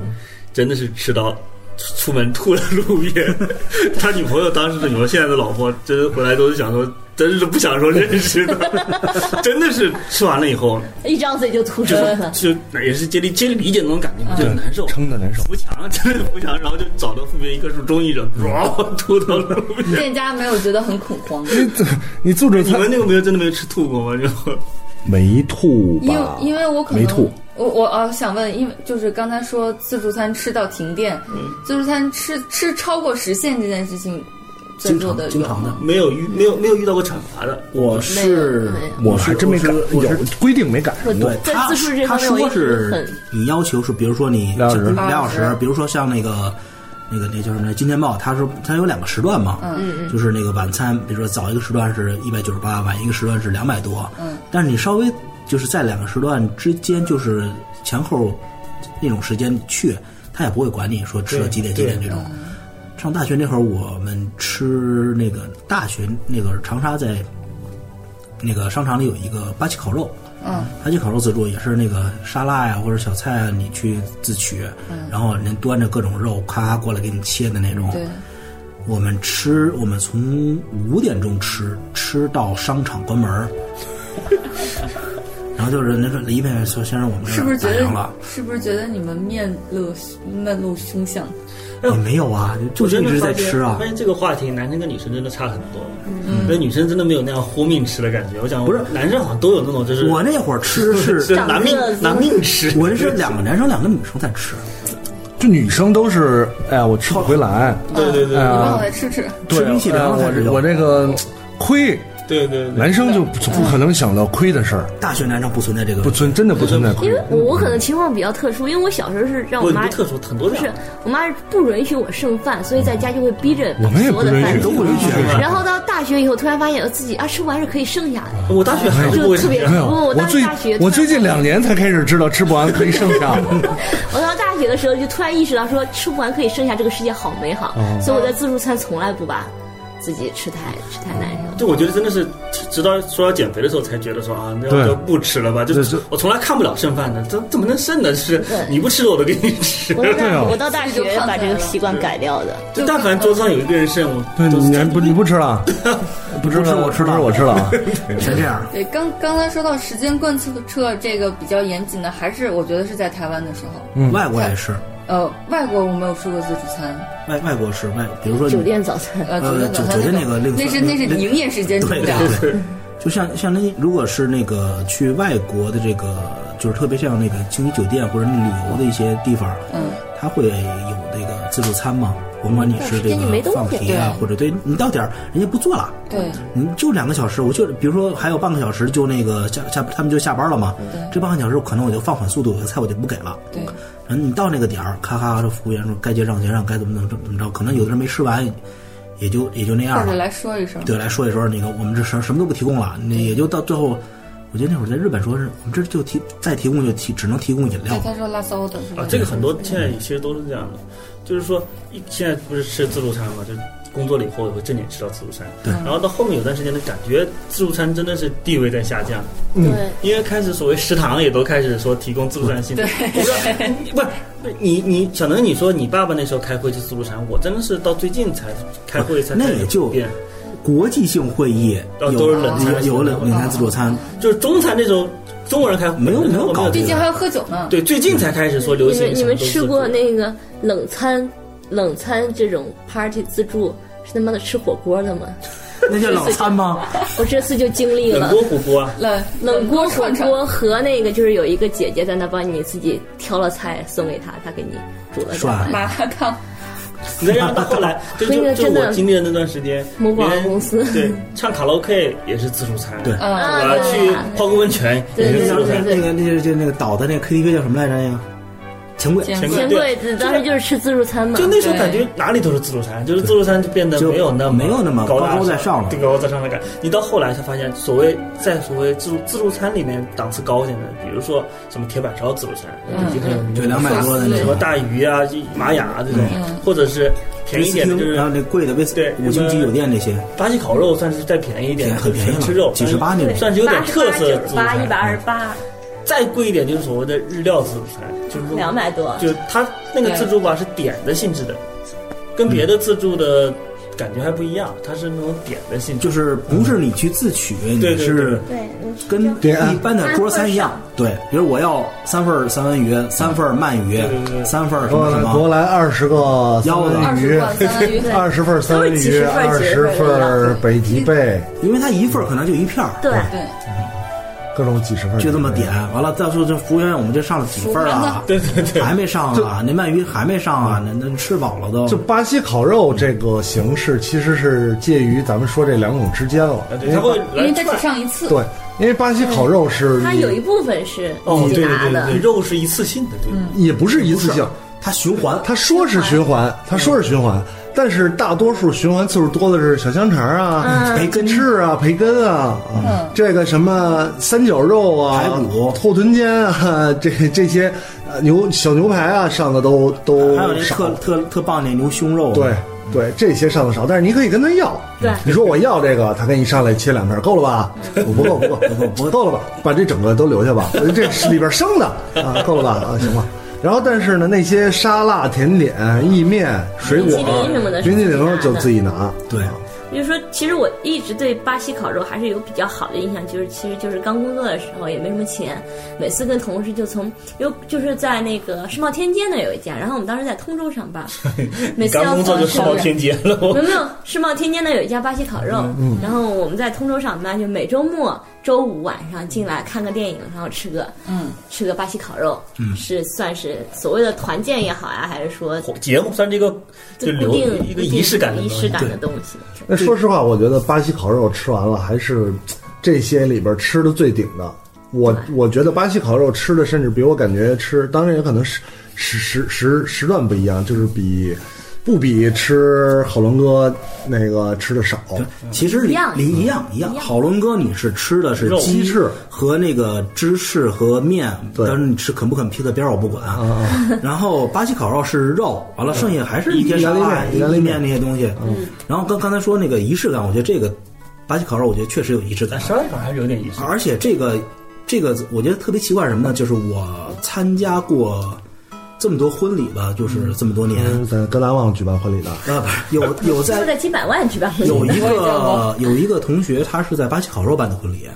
S3: 真的是吃到。出出门吐了路边， [LAUGHS] 他女朋友当时的女朋友，现在的老婆，真的回来都是想说，真是不想说认识的， [LAUGHS] 真的是吃完了以后，
S5: [LAUGHS] 一张嘴就吐出
S3: 就
S5: 来
S3: 是
S5: 了。
S3: 就也是接力接力理解那种感觉嘛，就是难受，
S1: 撑的难受。
S3: 扶墙，真的扶墙，然后就找到路边一棵树，终于忍不住，嗷吐到路边。
S4: 店家没有觉得很恐慌，
S1: [LAUGHS] 你坐着
S3: 你
S1: 餐
S3: 们那个没有真的没有吃吐过吗？就
S1: 没吐
S4: 因
S1: 吧？
S4: 因为我可能
S1: 没吐。
S4: 我我呃想问，因为就是刚才说自助餐吃到停电，
S1: 嗯
S4: 自助餐吃吃超过时限这件事情，在
S2: 经
S4: 座
S2: 常
S4: 的
S2: 经常的
S4: 有吗
S3: [LAUGHS] 没有遇没有没有遇到过惩罚的，
S2: 我
S5: 没
S2: 是
S5: 有
S1: 我还真没赶，有
S2: 我是
S1: 规定没赶
S5: 我
S1: 上过。
S5: 在
S2: 他
S5: 自述这
S2: 他
S5: 方面，我
S2: 说
S5: 一直
S2: 是
S5: 很
S2: 你要求是，比如说你
S1: 俩小时
S2: 俩小
S4: 八小
S2: 时
S4: 时，
S2: 比如说像那个那个那叫什么《金钱豹》，它是它有两个时段嘛，
S4: 嗯
S2: 就是那个晚餐，比如说早一个时段是一百九十八，晚一个时段是两百多，
S4: 嗯，
S2: 但是你稍微就是在两个时段之间，就是前后那种时间去，他也不会管你说吃了几点几点这种。
S5: 嗯
S2: 上大学那会儿，我们吃那个大学那个长沙在那个商场里有一个八旗烤肉，
S4: 嗯，
S2: 八旗烤肉自助也是那个沙拉呀或者小菜啊，你去自取，然后人端着各种肉咔过来给你切的那种。
S4: 嗯对，
S2: 我们吃，我们从五点钟吃，吃到商场关
S4: [LAUGHS]
S2: 门儿。然后就是那个李妹妹说：“先生，我们这
S4: 是不是觉
S2: 打烊
S4: 得
S2: 嗯了
S4: 是不是觉得你们面露面露凶相？？”哎
S2: 也没有啊，就
S3: 我
S2: 就
S3: 真的
S2: 一直
S3: 发
S2: 在
S3: 现
S2: 吃啊
S3: 发。现这个话题，男生跟女生真的差很多。嗯，那女生真的没有那样豁命吃的感觉。我想
S2: 不是
S3: 男生好像都有那种就是
S2: 我那会儿吃
S3: 是
S4: [LAUGHS]
S2: 是，
S3: 拿命
S5: 长个子
S3: 拿命吃，
S2: 我这是两个男生两个女生在吃，
S1: 就女生都是，哎呀，我吃不回来，
S3: 对对对
S1: 哎
S4: 你帮我
S1: 呀，
S4: 来吃吃，
S1: 对
S2: 吃冰淇淋
S1: 哎呀
S2: 才知道
S1: 我我这个亏，
S3: 对对对，
S1: 男生就不不可能想到亏的事儿，
S2: 大学男生不存在这个
S1: 不存真的不存在亏
S5: 因为。我我可能情况比较特殊，因为我小时候是让
S3: 不
S5: 我
S3: 你
S5: 妈
S3: 不特殊，很多
S5: 不
S3: 这
S5: 是
S3: 样的，
S5: 我妈是不允许我剩饭，所以在家就会逼着
S1: 我
S5: 把
S1: 们
S5: 所
S1: 也
S5: 有
S1: 不
S5: 的
S1: 允
S5: 饭
S1: 许，
S5: 吃
S1: 不
S5: 完
S1: 允许。
S5: 然后到大学以后，突然发现我自己啊，吃不完是可以剩下的，
S3: 我大学还
S5: 就
S3: 不会
S5: 特
S3: 这
S5: 别
S3: 样
S1: 没有，
S5: [LAUGHS] 不我
S1: 我
S5: 当
S1: 最
S5: 时大学
S1: 我
S5: 突然
S1: 最近
S5: 发现
S1: 两年才开始知道吃不完可以剩下。
S5: 我到大学的时候就突然意识到说，吃不完可以剩下，这个世界好美好。
S1: 哦
S5: 所以我在自助餐从来不把自己吃太吃太难受。
S3: 就我觉得真的是，直到说要减肥的时候才觉得说啊，那
S1: 对
S3: 要就不吃了吧。就
S1: 对
S3: 是
S1: 这
S3: 我从来看不了剩饭的，这怎么能剩呢？是
S5: 对
S3: 你不吃我都给你吃。
S5: 我
S1: [LAUGHS] 对啊
S5: 到我到大学把这个习惯改掉的，
S3: 就但凡桌上有一个人剩，我
S1: 对，
S3: 都
S1: 你还不你不吃 [LAUGHS] 了，不吃
S2: 不吃
S1: 了，
S2: 我吃
S1: 不
S2: 了
S1: 我吃了啊。
S2: 全这样。
S4: 对，刚刚才说到时间贯彻彻这个比较严谨的，还是我觉得是在台湾的时候，
S1: 嗯
S2: 外国也是，
S4: 呃，外国我没有吃过自助餐，
S2: 外外国是外，比
S1: 嗯
S2: 如说你
S5: 酒店早餐。
S4: 呃，
S2: 呃
S4: 酒店早餐
S2: 酒店
S4: 那种
S2: 那个另
S4: 那是那是
S2: 另
S4: 营业时间
S2: 对
S4: 吃的，
S2: 对对，就像像那如果是那个去外国的这个，就是特别像那个青旅酒店或者旅游的一些地方，
S4: 嗯，
S2: 它会有那个自助餐嘛，甭管你是这
S5: 但是你没
S2: 个
S5: 东西
S2: 放题啊，
S4: 对
S2: 或者对你到点儿人家不做了。
S4: 对，
S2: 你就两个小时，我就比如说还有半个小时，就那个下下他们就下班了嘛。这半个小时可能我就放缓速度，我的菜我就不给了。
S4: 对，
S2: 然后你到那个点儿，咔咔，这服务员说该结账结账，该怎么怎么怎么着，可能有的人没吃完，也就也就那样了。
S4: 或者来说一声，
S2: 对来说一说那个我们这什么什么都不提供了，那也就到最后，我记得那会儿在日本说是我们这就提再提供就提只能提供饮料
S4: 对，，他说拉骚
S3: 啊
S4: 的是吧
S3: 啊，这个很多现在其实都是这样的，就是说一现在不是吃自助餐嘛，就工作了以后也会正点吃到自助餐。对，然后到后面有段时间的感觉，自助餐真的是地位在下降，
S1: 嗯
S5: 对，
S3: 因为开始所谓食堂也都开始说提供自助餐性质。对，不是不是你你小能你说你爸爸那时候开会是自助餐，我真的是到最近才开会才
S2: 哦那也就
S3: 变，
S2: 国际性会议
S3: 哦
S2: 有
S3: 都是冷餐
S2: 有有冷冷餐自助餐，
S3: 就是中餐那种中国人开会
S2: 没有没有
S3: 我
S2: 搞
S3: 有
S2: 这
S4: 最
S3: 听
S4: 近
S3: 过
S4: 还要喝酒呢。
S3: 对，最近才开始说流
S5: 你
S3: 行
S5: 们你
S3: 什么
S5: 们
S3: 都
S5: 吃
S3: 自
S5: 过
S3: 助
S5: 那个冷餐冷餐这种 party 自助是他妈的吃火锅的吗？
S2: 那叫冷餐吗？
S4: [LAUGHS]
S5: 我这次就经历
S3: 冷
S5: 了
S3: 锅。火锅啊？
S4: 冷
S5: 冷
S4: 锅
S5: 锅火
S4: 串串
S5: 锅和那个就是有一个姐姐在那帮你自己挑了菜送给她，她给你煮了
S2: 是吧
S5: 菜。
S4: 麻辣烫，
S2: [LAUGHS]
S3: [LAUGHS] 你再让到
S5: [LAUGHS]
S3: 后来，就
S5: 那
S3: 就
S5: 个
S3: 就
S5: 真的
S3: 我经历的那段时间，
S5: 某广告
S3: 连
S5: 公司
S3: 对唱卡拉 OK 也是自助餐，
S2: 对
S4: 嗯，
S5: 啊
S3: 我要去泡个温泉也
S5: 对
S3: 是
S5: 对
S3: 自助
S5: 对
S3: 餐，
S5: 对
S2: [LAUGHS]
S5: 对，
S2: 那个那个就那个岛的那个 KTV 叫什么来着呀？钱柜。
S4: 见
S3: 钱
S4: 过
S3: 柜
S5: 钱柜子当时就是吃自助餐嘛。
S3: 就那时候感觉哪里都是自助餐，就是自助餐就变得
S2: 就
S3: 没有那么
S2: 没有那么
S3: 高
S2: 高高在上了
S3: 对高高在上的感觉。你到后来才发现，所谓在所谓自助自助餐里面档次高一点的，比如说什么铁板烧自助餐，
S5: 嗯
S3: 已经很有名
S2: 就两百多的那
S3: 什么
S2: 种，
S3: 大鱼啊、就玛雅啊这种
S4: 嗯，
S3: 或者是便宜一点的，就
S2: 然后
S3: 是
S2: 那贵的威斯
S3: 对
S2: 五星级酒店那些，
S3: 巴西烤肉，算是再便宜一点，
S2: 便宜很便宜
S3: 纯
S2: 了
S3: 吃肉，
S2: 几十八那种
S3: 算是有点特色的自助
S5: 八
S3: 餐。
S5: 一百二十八，
S3: 再贵一点就是所谓的日料自助餐，就是那种
S5: 两，百多。
S3: 嗯就是它那个自助吧是点的性质的，
S2: 嗯
S3: 跟别的自助的感觉还不一样，它是那种点的性质，
S2: 就是不是你去自取，
S3: 嗯对
S2: 你
S3: 对
S2: 是
S5: 对，嗯
S2: 跟
S1: 啊
S2: 一般的桌餐一样。对，比如我要三份儿三文鱼，三份儿鳗鱼
S3: 对对对，
S2: 三份儿什
S1: 给 [LAUGHS] 我
S2: 么
S1: 来
S2: 什
S1: 给我
S2: 么，
S1: 来二十个三
S4: 二
S1: 文
S4: 十
S1: 鱼，
S4: 罐三文鱼，对
S1: 二十份三文 [LAUGHS]
S5: 都是几
S1: 鱼，
S5: 十份
S1: 二
S5: 几十
S1: 十
S5: 份
S1: 份
S5: 的
S1: 儿北极贝，
S2: 因为它一份儿可能就一片儿，
S5: 对，
S4: 对，
S3: 嗯
S1: 各种几十份儿，
S2: 就这么点。完了，到时候这服务员，我们这上了几份
S3: [LAUGHS]
S2: 儿啊？对对对，还没上啊？那鳗鱼还没上啊？那那吃饱了
S1: 嗯
S2: 都
S1: 就。巴西烤肉这个形式，其实是介于咱们说这两种之间了
S3: 啊。对，
S1: 因
S3: 它
S1: 为
S3: 会
S4: 因为
S3: 来
S4: 它只上一次，
S1: 对，因为巴西烤肉是
S5: 它有一部分是
S3: 哦，
S5: 自
S3: 对
S5: 己
S3: 对
S5: 拿
S3: 对
S5: 的嗯
S3: 对，，肉是一次性的，对，
S1: 也不是一次性，
S2: 它循环，
S1: 他说是循环，他说是循环，但是大多数循环次数多的是小香肠啊、培根翅啊、培根啊，啊这个什么三角肉啊、
S2: 排骨
S1: 后臀尖啊，这这些呃牛小牛排啊上的都都
S2: 还有那
S1: 少，
S2: 特特特棒那牛胸肉，啊
S1: 对。对，这些上的少，但是你可以跟他要。
S5: 对
S1: 你说我要这个，他给你上来切两片，够了
S2: [LAUGHS]
S1: 吧？我不够，不够，不够，不够了吧？把这整个都留下吧，这是里边生的啊，够了吧？啊，行吧。然后，但是呢，那些沙拉、甜点、意面、水果、
S5: 冰淇淋什么的是
S1: 冰淇
S5: 自
S1: 淋
S5: 己拿的
S1: 就自己拿。
S2: 对，
S5: 就是说，其实我一直对巴西烤肉还是有比较好的印象，就是其实就是刚工作的时候也没什么钱，每次跟同事就从又就是在那个世贸天阶那有一家，然后我们当时在通州
S3: [LAUGHS]
S5: 上班，每次
S3: 刚
S5: 要
S3: 工作
S5: 放
S3: 就
S5: 学
S3: 世。贸天阶了，
S5: 没
S3: 我
S5: 有没有，世贸天阶那有一家巴西烤肉，
S3: 嗯
S5: 然后我们在通州上班，就每周末周五晚上进来看个电影，然后吃个
S4: 嗯，
S5: 吃个巴西烤肉，
S3: 嗯
S5: 是算是所谓的团建也好呀、还是说
S3: 节目算是一个就
S5: 就
S3: 流
S5: 固定
S3: 一
S5: 固
S3: 个
S5: 定
S3: 仪式感的
S5: 仪
S3: 东
S5: 式
S3: 西。
S5: 感的东西？
S1: 那说实话，我觉得巴西烤肉吃完了，还是这些里边吃的最顶的。我我觉得巴西烤肉吃的，甚至比我感觉吃，当然也可能时时时时时段不一样，就是比不比吃好伦哥那个吃的少。
S2: 其实
S5: 一
S2: 你
S5: 样
S2: 你一样一样。好伦哥，你是吃的是
S3: 肉
S2: 鸡
S1: 鸡翅
S2: 和那个芝士和面，
S1: 对
S2: 但是你吃肯不肯披萨边儿我不管。啊然后巴西烤肉是肉，完了剩下还是一些
S1: 意
S2: 沙
S1: 大利面
S2: 拉、意
S1: 意大利
S2: 面
S1: 面
S2: 那些东西。然后刚刚才说那个仪式感，我觉得这个巴西烤肉，我觉得确实有仪式
S3: 但
S2: 感。
S3: 沙拉馆还是有点仪式感，
S2: 而且这个这个，我觉得特别奇怪是什么呢？就是我参加过这么多婚礼吧，就是这么多年，
S1: 嗯在格拉旺举办婚礼的，
S2: 啊，不是有有在
S5: 就在几百万举办婚
S2: [LAUGHS] 有
S5: 礼，
S2: 一个有一个同学，他是在巴西烤肉办的婚礼，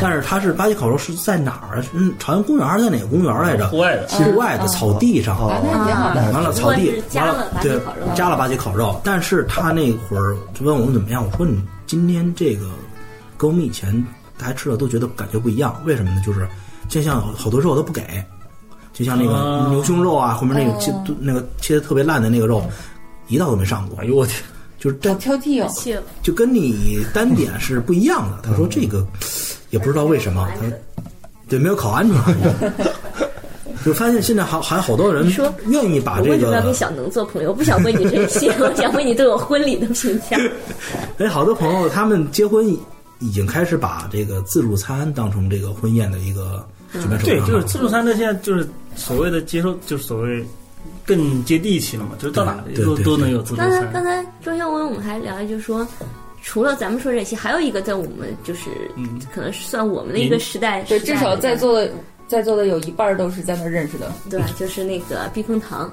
S2: 但是他是巴西烤肉是在哪儿啊？嗯，朝阳公园还是在哪个公园来着？
S3: 户外的
S2: 户外的草地上。
S4: 啊，那也挺好的，
S2: 完了，草
S5: 如
S2: 地
S5: 果是
S2: 完
S5: 加了巴西
S2: 对
S5: 烤肉，
S2: 加了巴西烤肉。但是他那会儿就问我们怎么样，我说你今天这个跟我们以前大家吃的都觉得感觉不一样，为什么呢？就是就像好多肉都不给，就像那个
S3: 哦
S2: 牛胸肉啊，后面那个切都那个切的特别烂的那个肉，一道都没上过
S3: 哎。呦我天，
S2: 就是这
S4: 好挑剔哦。
S5: 去
S2: 就跟你单点是不一样的。他说这
S5: [LAUGHS]
S2: 个也不知道为什么，他说对没有烤鹌鹑， [LAUGHS] 就发现现在好好像好多人
S5: 你说
S2: 愿意把
S5: 我
S2: 这
S5: 为什么要
S2: 个
S5: 跟，小能做朋友？我不想问你这些，我想问你对我婚礼的评价。
S2: 哎，好多朋友他们结婚已经开始把这个自助餐当成这个
S5: 嗯
S2: 婚宴的一个举办手
S3: 对，
S2: 段
S3: 就是
S2: 了。
S3: 自助餐的现在就是所谓的接受，就是所谓更接地气了嘛，就是到哪里
S2: 对
S3: 都
S2: 对
S3: 都能有自助
S5: [LAUGHS]
S3: [LAUGHS]
S5: 刚才
S3: 餐。
S5: 刚才中秋我们还聊，就是说，除了咱们说这些，还有一个在我们就是、可能是算我们的一个
S4: 您
S5: 时代，
S4: 对，
S5: 时
S4: 至
S5: 代
S4: 少
S5: 的
S4: 在座的在座的有一半儿都是在那儿认识
S2: 啊
S4: 的。
S5: 对吧？就是那个避坑糖，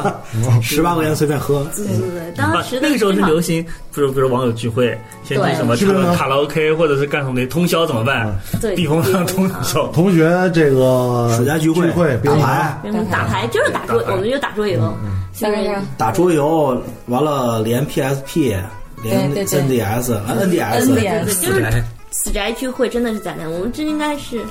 S5: [LAUGHS]
S2: 十八块钱随便喝，
S5: 对对对，当嗯时的
S3: 啊那个时候是
S5: 地方
S3: 流行，比如比如网友聚会，先去什么
S1: 对是的
S3: 唱卡拉 OK 或者是干什么的，通宵怎么办？
S5: 对
S3: 避风塘
S5: 避
S3: 通
S5: 风塘
S3: 宵。
S1: 同学这个
S2: 暑假聚会
S1: 聚会别
S2: 打
S1: 玩
S2: 牌、
S5: 嗯打牌嗯就是打桌，
S3: 打牌
S5: 我们就打桌游，
S4: 当然
S5: 就是
S4: 啊
S2: 打桌游，完了连 PSP，连
S4: 对对对
S2: NDS，啊 NDS，
S4: NDS
S5: 就是死宅聚会真的是灾难，我们真应该是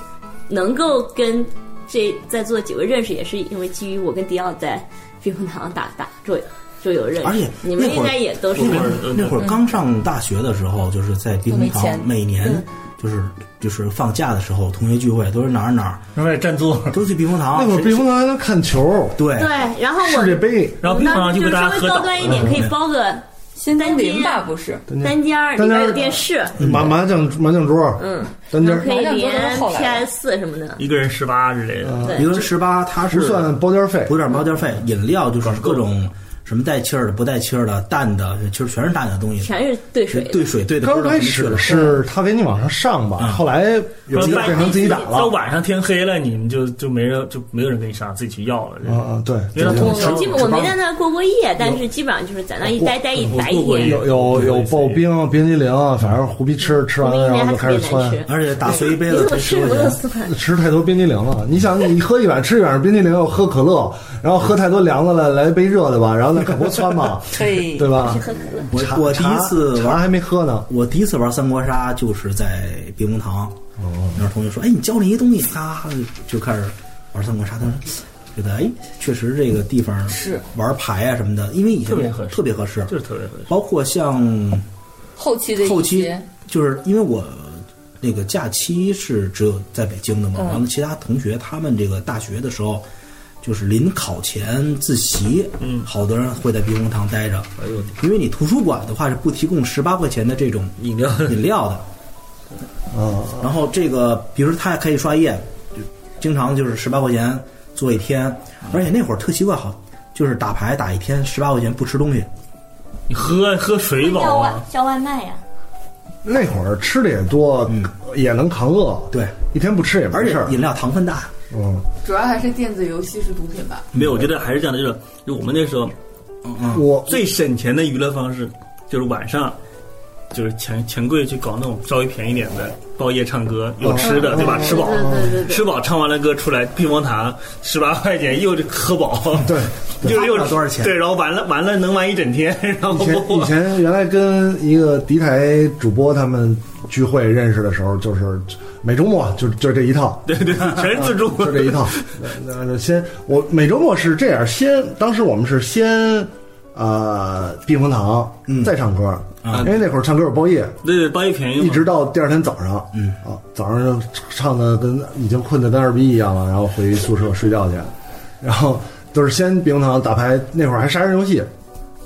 S5: 能够跟这在座几位认识，也是因为基于我跟迪奥在避风塘打打桌游桌游认识，
S2: 而且
S5: 你们
S2: 那
S5: 应
S2: 会儿
S5: 该也都是
S2: 那会
S3: 呃
S2: 儿那会
S5: 嗯
S2: 儿呃刚上大学的时候，就是在避风
S4: 都没
S2: 塘
S4: 钱，
S2: 每年就是就是放假的时候，同学聚会都是哪儿哪儿
S3: 然后也占座，
S2: 都去避风塘，
S1: 那会儿避风塘还能看球，
S2: 对
S5: 对，然后我
S1: 世界杯。
S3: 然后避
S5: 那
S3: 风塘就
S5: 就
S3: 被
S5: 是
S3: 大
S5: 稍
S3: 家
S5: 微
S3: 喝
S5: 高
S3: 倒。
S5: 端一点，可以包个
S4: 新丹林吧，不是？
S5: 单间儿，里面有电视，
S1: 麻麻将麻将桌，
S5: 嗯，
S1: 单间
S5: 然后
S1: 儿
S5: 可以连
S4: 后来
S5: PS 四什么的，
S3: 一个人十八之类的，
S2: 一
S5: 对，
S2: 个十八，它是
S1: 不算包间费
S2: 不，点包间费，饮料就是各种什么带气儿的、不带气儿的、淡的，其实全是淡的东西，
S5: 全是兑水的。
S2: 兑水兑的不
S1: 刚
S2: 知道
S1: 开
S2: 怎么去
S1: 始
S2: 了。
S1: 是他给你往上上吧，
S2: 嗯
S1: 后来有
S3: 嗯
S1: 一个变成自己打
S3: 到
S1: 了。
S3: 晚上天黑了，你们就就没人就没有人跟你上，自己去要了。
S1: 啊啊，对，
S3: 因为他
S5: 我
S3: 通宵
S5: 我基本我没在那儿过过夜，但是基本上就是在那儿一待待一白
S3: 我过过
S5: 夜
S3: 夜，
S1: 有有有刨冰、冰激凌，啊反正胡逼吃，吃完了然后就开始窜。
S2: 而且打碎一杯
S5: 你
S2: 子
S5: 怎么
S2: 才十
S5: 吃什
S2: 块
S5: 么都
S2: 钱，
S5: 四块？
S1: 吃太多冰激凌了，你想你喝一碗吃一碗冰激凌，又喝可乐，然后喝太多凉的了，来杯热的吧，然后那可不窜嘛，[LAUGHS]
S4: 对
S1: 对吧？
S5: 喝可乐。
S2: 我
S1: 茶
S2: 我第一次
S1: 茶茶
S2: 玩，
S1: 还没喝呢，
S2: 我第一次玩三国杀就是在避风塘，
S3: 哦
S2: 那儿同学说：“哎，你教你一东西，咔就开始玩三国杀。”他说。觉得哎，确实这个地方
S4: 是
S2: 玩牌啊什么的，因为以前
S3: 特别合适
S2: 特别合适，
S3: 就是特别合适。
S2: 包括像
S4: 后期的一些
S2: 后期就是因为我那个假期是只有在北京的嘛，
S4: 嗯
S2: 然后其他同学他们这个大学的时候，就是临考前自习，
S3: 嗯
S2: 好多人会在避风塘待着，
S3: 哎呦，
S2: 因为你图书馆的话是不提供十八块钱的这种
S3: 饮料
S2: 饮
S3: [LAUGHS]
S2: 料的，
S1: 嗯，
S2: 然后这个比如他还可以刷夜，就经常就是十八块钱做一天，
S3: 嗯
S2: 而且那会儿特奇怪好。就是打牌打一天十八块钱不吃东西，
S3: 你喝喝水
S5: 叫
S3: 饱
S5: 外
S3: 啊，
S5: 叫外卖呀，
S1: 那会儿吃的也多，也能扛饿，
S2: 嗯对，
S1: 一天不吃也没
S2: 而且
S1: 事儿
S2: 饮，料糖分大，
S1: 嗯，
S4: 主要还是电子游戏是毒品吧？
S3: 没有，我觉得还是这样的，就是就我们那时候
S1: 我
S3: 最省钱的娱乐方式就是晚上，就是钱钱柜去搞那种稍微便宜点的，包夜唱歌，有吃的，对吧？吃饱，
S5: 对对对
S3: 吃饱，唱完了歌出来，避风塘十八块钱又喝饱，
S1: 对，
S3: [LAUGHS] 又又
S2: 花不了多少钱
S3: 对，然后完了完了能玩一整天， [LAUGHS] 然
S1: 以前
S3: 后
S1: 以前原来跟一个敌台主播他们聚会认识的时候，就是每周末就就这一套，
S3: 对对，对全是自助，
S1: [LAUGHS] 就这一套。那那就先我每周末是这样，先当时我们是先呃避风塘，
S2: 嗯
S1: 再唱歌，
S2: 啊
S1: 因为那会儿唱歌有包夜，
S3: 对对，包夜便宜嘛
S1: 一直到第二天早上，
S2: 嗯
S1: 啊，早上就唱的跟已经困得跟二逼一样了，然后回宿舍睡觉去，然后都是先冰糖打牌，那会儿还杀人游戏，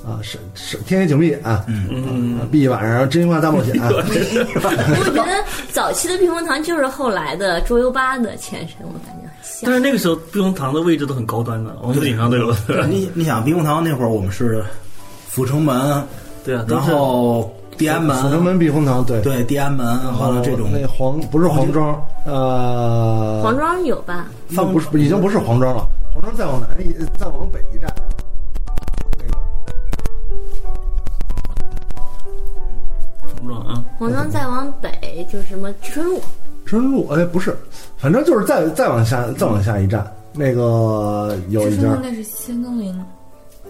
S1: 啊，是是天黑请闭啊，嗯，闭一晚上真心话大冒险，啊
S5: 我觉得早期的避风塘就是后来的桌游吧的前身，我感觉很像
S3: 但。是那个时候避风塘的位置都很高端的，我们顶上都有的， [LAUGHS]
S2: 你你想，避风塘那会儿我们是阜成门，
S3: 对啊，都
S2: 然
S3: 是
S2: 后地安门，
S1: 阜成门避风塘，对，
S2: 对地安门，完了这种
S1: 那黄不是黄庄，呃，
S5: 黄庄有吧？
S1: 那不是已经不是黄庄了，黄庄再往南一再往北一站，那个
S3: 重装啊，
S5: 黄庄再往北就是什么春路，
S1: 春路，哎，不是，反正就是再再往下，再往下一站，那个有一
S4: 是
S1: 家
S4: 那是仙踪林，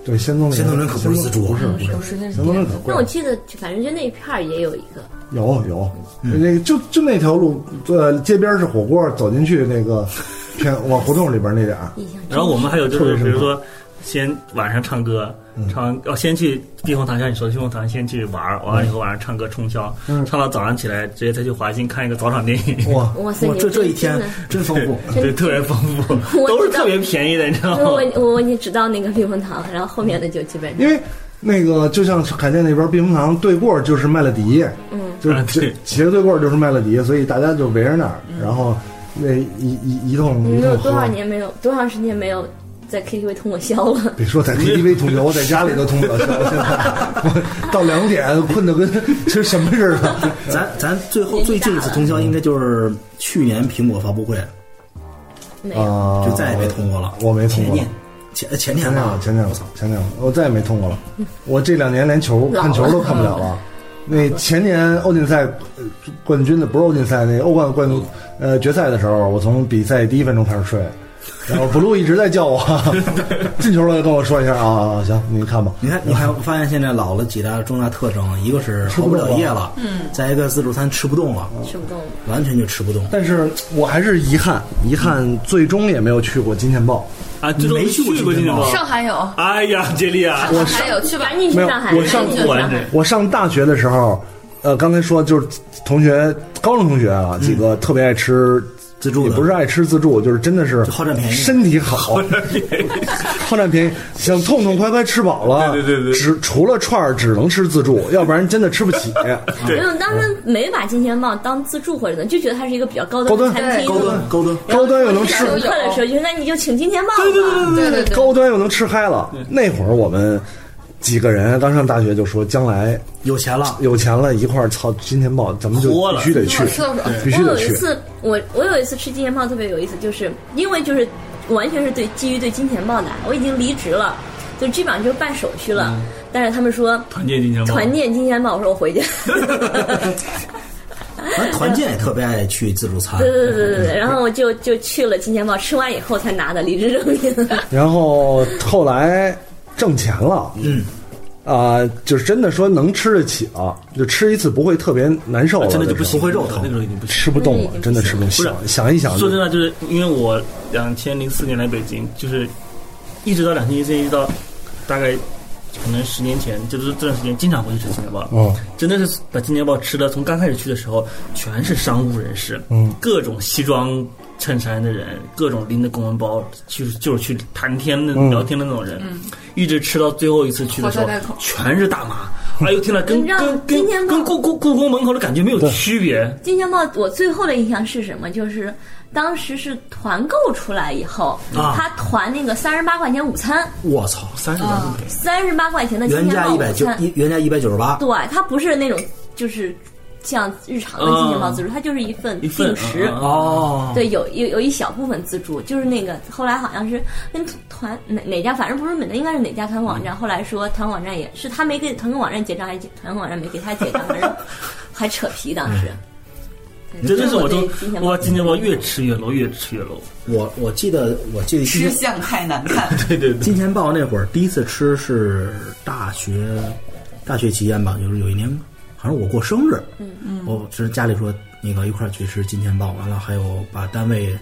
S1: 对仙踪林，
S2: 仙踪林可不是自助啊嗯
S1: 不是不是，
S4: 不是那是
S1: 仙踪林可贵
S5: 那我，记得反正就那一片儿也有一个，
S1: 有有，
S2: 嗯
S1: 那个就就那条路，呃，街边是火锅，走进去那
S2: [LAUGHS]
S1: 个偏往胡同里边那点儿，
S5: 印象真
S3: 然后我们还有就
S1: 特
S3: 是，
S1: 别
S3: 比
S1: 深刻
S3: 如说，先晚上唱歌，唱完哦，先去避风塘，像你说的避风塘，先去玩儿，玩完以后晚上唱歌通宵，唱到早上起来，直接再去华星看一个早场电
S1: [LAUGHS]
S3: 影，
S1: 哇，
S5: 哇塞，
S2: 我
S5: 你
S2: 这
S5: 们
S2: 这一天
S5: 真的
S2: 真丰富。
S3: [LAUGHS] 对，特别丰富，
S5: 我
S3: 都是
S5: 知道
S3: 特别便宜的，你知道
S5: 因为
S3: 吗？
S5: 我我我已经知道那个避风塘，然后后面的就基本上
S1: 因为那个就像海淀那边避风塘对过就是麦乐迪，
S5: 嗯，
S1: 就是
S3: 啊对
S1: 斜斜对过就是麦乐迪，所以大家就围着那儿，然后那一一一通
S5: 你
S1: 一
S5: 有
S1: 通
S5: 多
S1: 喝
S5: 少。年没有多长时间没有在 KTV 通过宵了。
S1: 别说在
S2: [LAUGHS]
S1: KTV 通宵，我在 [LAUGHS] 家里都通不了宵。现在我到两点困得跟 [LAUGHS] 其实什么似的。
S2: 咱咱最后最近一次通宵应该就是去年苹果发布会，
S5: 没有，
S1: 啊，
S2: 就再也没通过了。
S1: 我没通
S2: 前
S1: 过了
S2: 年。前前
S1: 前啊
S2: 年
S1: 天了
S2: 吧，，
S1: 前天了，前天了，我再也没通过了。我这两年连球
S5: 老了
S1: 看球都看不了
S5: [LAUGHS]
S1: 了。那前年欧锦赛呃冠军的不是欧锦赛，那欧冠冠军呃决赛的时候，我从比赛第一分钟开始睡，
S5: [LAUGHS]
S1: 然后 blue 一直在叫我， [LAUGHS] 进球了跟我说一下啊，行，你看吧。
S2: 你看，你看，我发现现在老了几大重大特征，一个是
S1: 嗯吃
S2: 熬
S1: 不
S2: 不
S1: 动了嗯
S2: 了夜了，嗯，再一个自助餐吃不动了，
S5: 吃不动了。
S2: 完全就吃不动。
S1: 但是我还是遗憾，遗憾最终也没有去过金钱豹。
S3: 啊，这都
S2: 没去过
S3: 去过
S2: 金
S3: 金
S2: 钱
S3: 钱
S2: 豹
S3: 豹。
S4: 上海有，
S3: 哎呀，杰利啊，
S4: 上海有去吧。
S5: 赶紧去
S1: 没有
S5: 上海，
S1: 我
S5: 赶
S3: 上
S5: 紧去
S3: 不
S5: 上
S3: 完
S5: 海
S3: 这。
S1: 我上大学的时候，呃，刚才说就是同学，高中同学啊，
S5: 嗯
S1: 几个特别爱吃
S2: 自助
S1: 也
S2: 的
S1: 不是啊爱吃自助，就是真的是
S2: 就好占便宜
S1: 身体好，好占便宜，想痛痛快快吃饱了，
S3: 对对对对
S1: 只除了串儿只能吃自助，要不然真的吃不起。
S5: 没有，当时没把金钱豹当自助或者怎么，就觉得它是一个比较高
S1: 高
S5: 端的
S1: 端
S5: 餐厅。
S2: 高端高端，
S1: 高端又能吃，
S5: 客的时候就说：“那你就请金钱豹吧。
S4: 对对对，
S1: 高端又能吃嗨了。那会儿我们几个人刚上大学就说，将来
S2: 有钱了，
S1: 有钱了，一块儿操金钱豹，咱们就
S3: 豁
S1: 必
S3: 了
S1: 须得去
S4: 我，吃到爽。
S1: 必”须
S5: 我
S1: 得
S5: 有一
S1: 去。
S5: 次，我我有一次吃金钱豹特别有意思，就是因为就是完全是对基于对金钱豹的爱，我已经离职了，就基本上就办手续了，但是他们说
S3: 团建金钱豹，
S5: 团建金钱豹，我说我回去。
S2: 咱团建也特别爱去自助
S5: 嗯
S2: 餐，
S5: 对对对对对，然后我就就去了金钱豹，吃完以后才拿的离职证明。
S1: 然后后来挣钱了，嗯，啊、就是真的说能吃得起了，就吃一次不会特别难
S3: 啊
S1: 受了，
S2: 真的就不
S1: 行
S2: 行，不会肉疼
S3: 那。时候已经不行。
S1: 吃不动了，真的吃不动。
S3: 是
S1: 想想一想，
S3: 说真的，就是因为我两千零四年来北京，就是一直到两千一四年，一直到大概可能十年前，就是这段时间经常会去吃金钱豹。
S2: 哦
S1: 嗯，
S3: 真的是把金钱豹吃的，从刚开始去的时
S2: 嗯
S3: 候，全是商务人士，
S1: 嗯，
S3: 各种西装衬衫的人，各种拎着公文包，去就是去谈天的、
S2: 嗯
S3: 聊天的那种人，一直吃到最后一次去的时候
S4: 火车带口，
S3: 全是大妈。哎呦天呐，跟
S5: 你知道
S3: 跟
S5: 金
S3: 跟
S5: 钱豹
S3: 跟故故故宫门口的感觉没有区别，
S5: 金钱豹，我最后的印象是什么？就是当时是团购出来以后，
S2: 啊
S5: 他团那个三十八块钱午餐，
S2: 我操，
S3: 三十多不给。
S5: 三十八块钱的金
S2: 原
S5: 钱
S2: 价
S5: 豹
S2: 一
S5: 午
S2: 百九
S5: 餐，
S2: 一原价一百九十八，
S5: 对，它不是那种就是像日常的金钱豹自助，它就是一份
S3: 一份
S5: 定时。
S3: 嗯嗯嗯
S2: 哦，
S5: 对，有有有一小部分自助，就是那个后来好像是跟团哪哪家，反正不是美的，应该是哪家团网站。后来说团网站也是他没给团购网站结账，还是团网站没给他结账，反正还扯皮当
S3: [LAUGHS]
S5: 时。
S2: 嗯
S5: 对
S3: 真的是我
S5: 这
S3: 都
S5: 对金钱豹
S3: 哇，金钱豹越吃越 low，越吃越 low。
S2: 我我记得我记得
S8: 吃
S2: 金
S8: 相太难
S1: [LAUGHS]
S8: 看。
S3: 对对对，
S2: 金钱豹那会儿第一次吃是大学大学期间吧，就是有一年好像我过生日，嗯嗯，我是家里说那个一块儿去吃金钱豹，完了还有把单位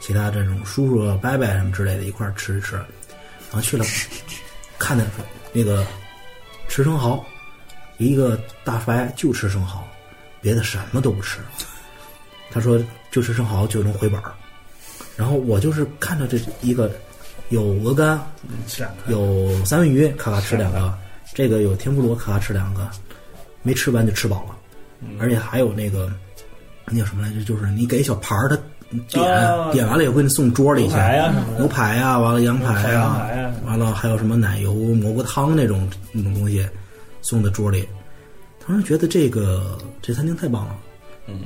S2: 其他这种叔叔啊伯伯什么之类的一块儿吃一吃，然后去了看的那个吃生蚝，一个大白就吃生蚝，别的什么都不吃。他说就吃生蚝就能回本儿。然后我就是看着这一个有鹅肝，啊有三文鱼，咔咔吃两个，这个有天妇罗，咔咔吃两个，没吃完就吃饱了，而且还有那个那叫什么来着？就是你给小盘儿，他点、
S3: 哦
S2: 点完了以后给你送桌里去，
S3: 牛排啊什么的
S2: 牛排啊，完了羊排
S3: 羊
S2: 啊
S3: 排啊，
S2: 完了还有什么奶油蘑菇汤那种那种东西送在桌里，当时觉得这个这餐厅太棒了。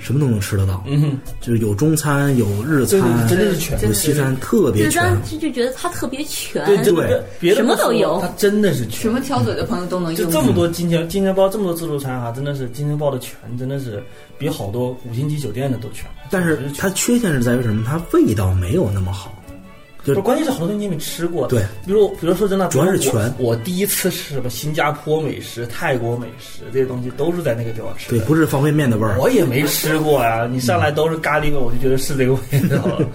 S2: 什么都能吃得到，嗯，就是有中餐，有日餐，
S9: 真的是全
S2: 有西餐，特别
S5: 就
S2: 全。
S5: 当时就觉得它特别全，
S3: 对，真的
S2: 对
S3: 别的
S5: 啊什么
S3: 不说
S5: 都有
S3: 它真的是
S8: 什
S3: 全。
S8: 么挑嘴的朋友都能
S3: 就
S8: 用。
S3: 这么多金钱金钱豹，这么多自助餐啊哈、真的是金钱豹的全真的是比好多五星级酒店的都全。
S2: 但是它缺陷是在于什么？它味道没有那么好。
S3: 不是，关键是好多东西你没吃过。
S2: 对，
S3: 比如比如说真的，
S2: 主要是
S3: 比如我
S2: 全
S3: 我第一次吃什么新加坡美食、泰国美食这些东西，都是在那个地方吃
S2: 对，
S3: 的。
S2: 不是方便面的味儿。
S3: 我也没吃过呀、你上来都是咖喱味，我就觉得是这个味道
S2: [LAUGHS]
S3: 了。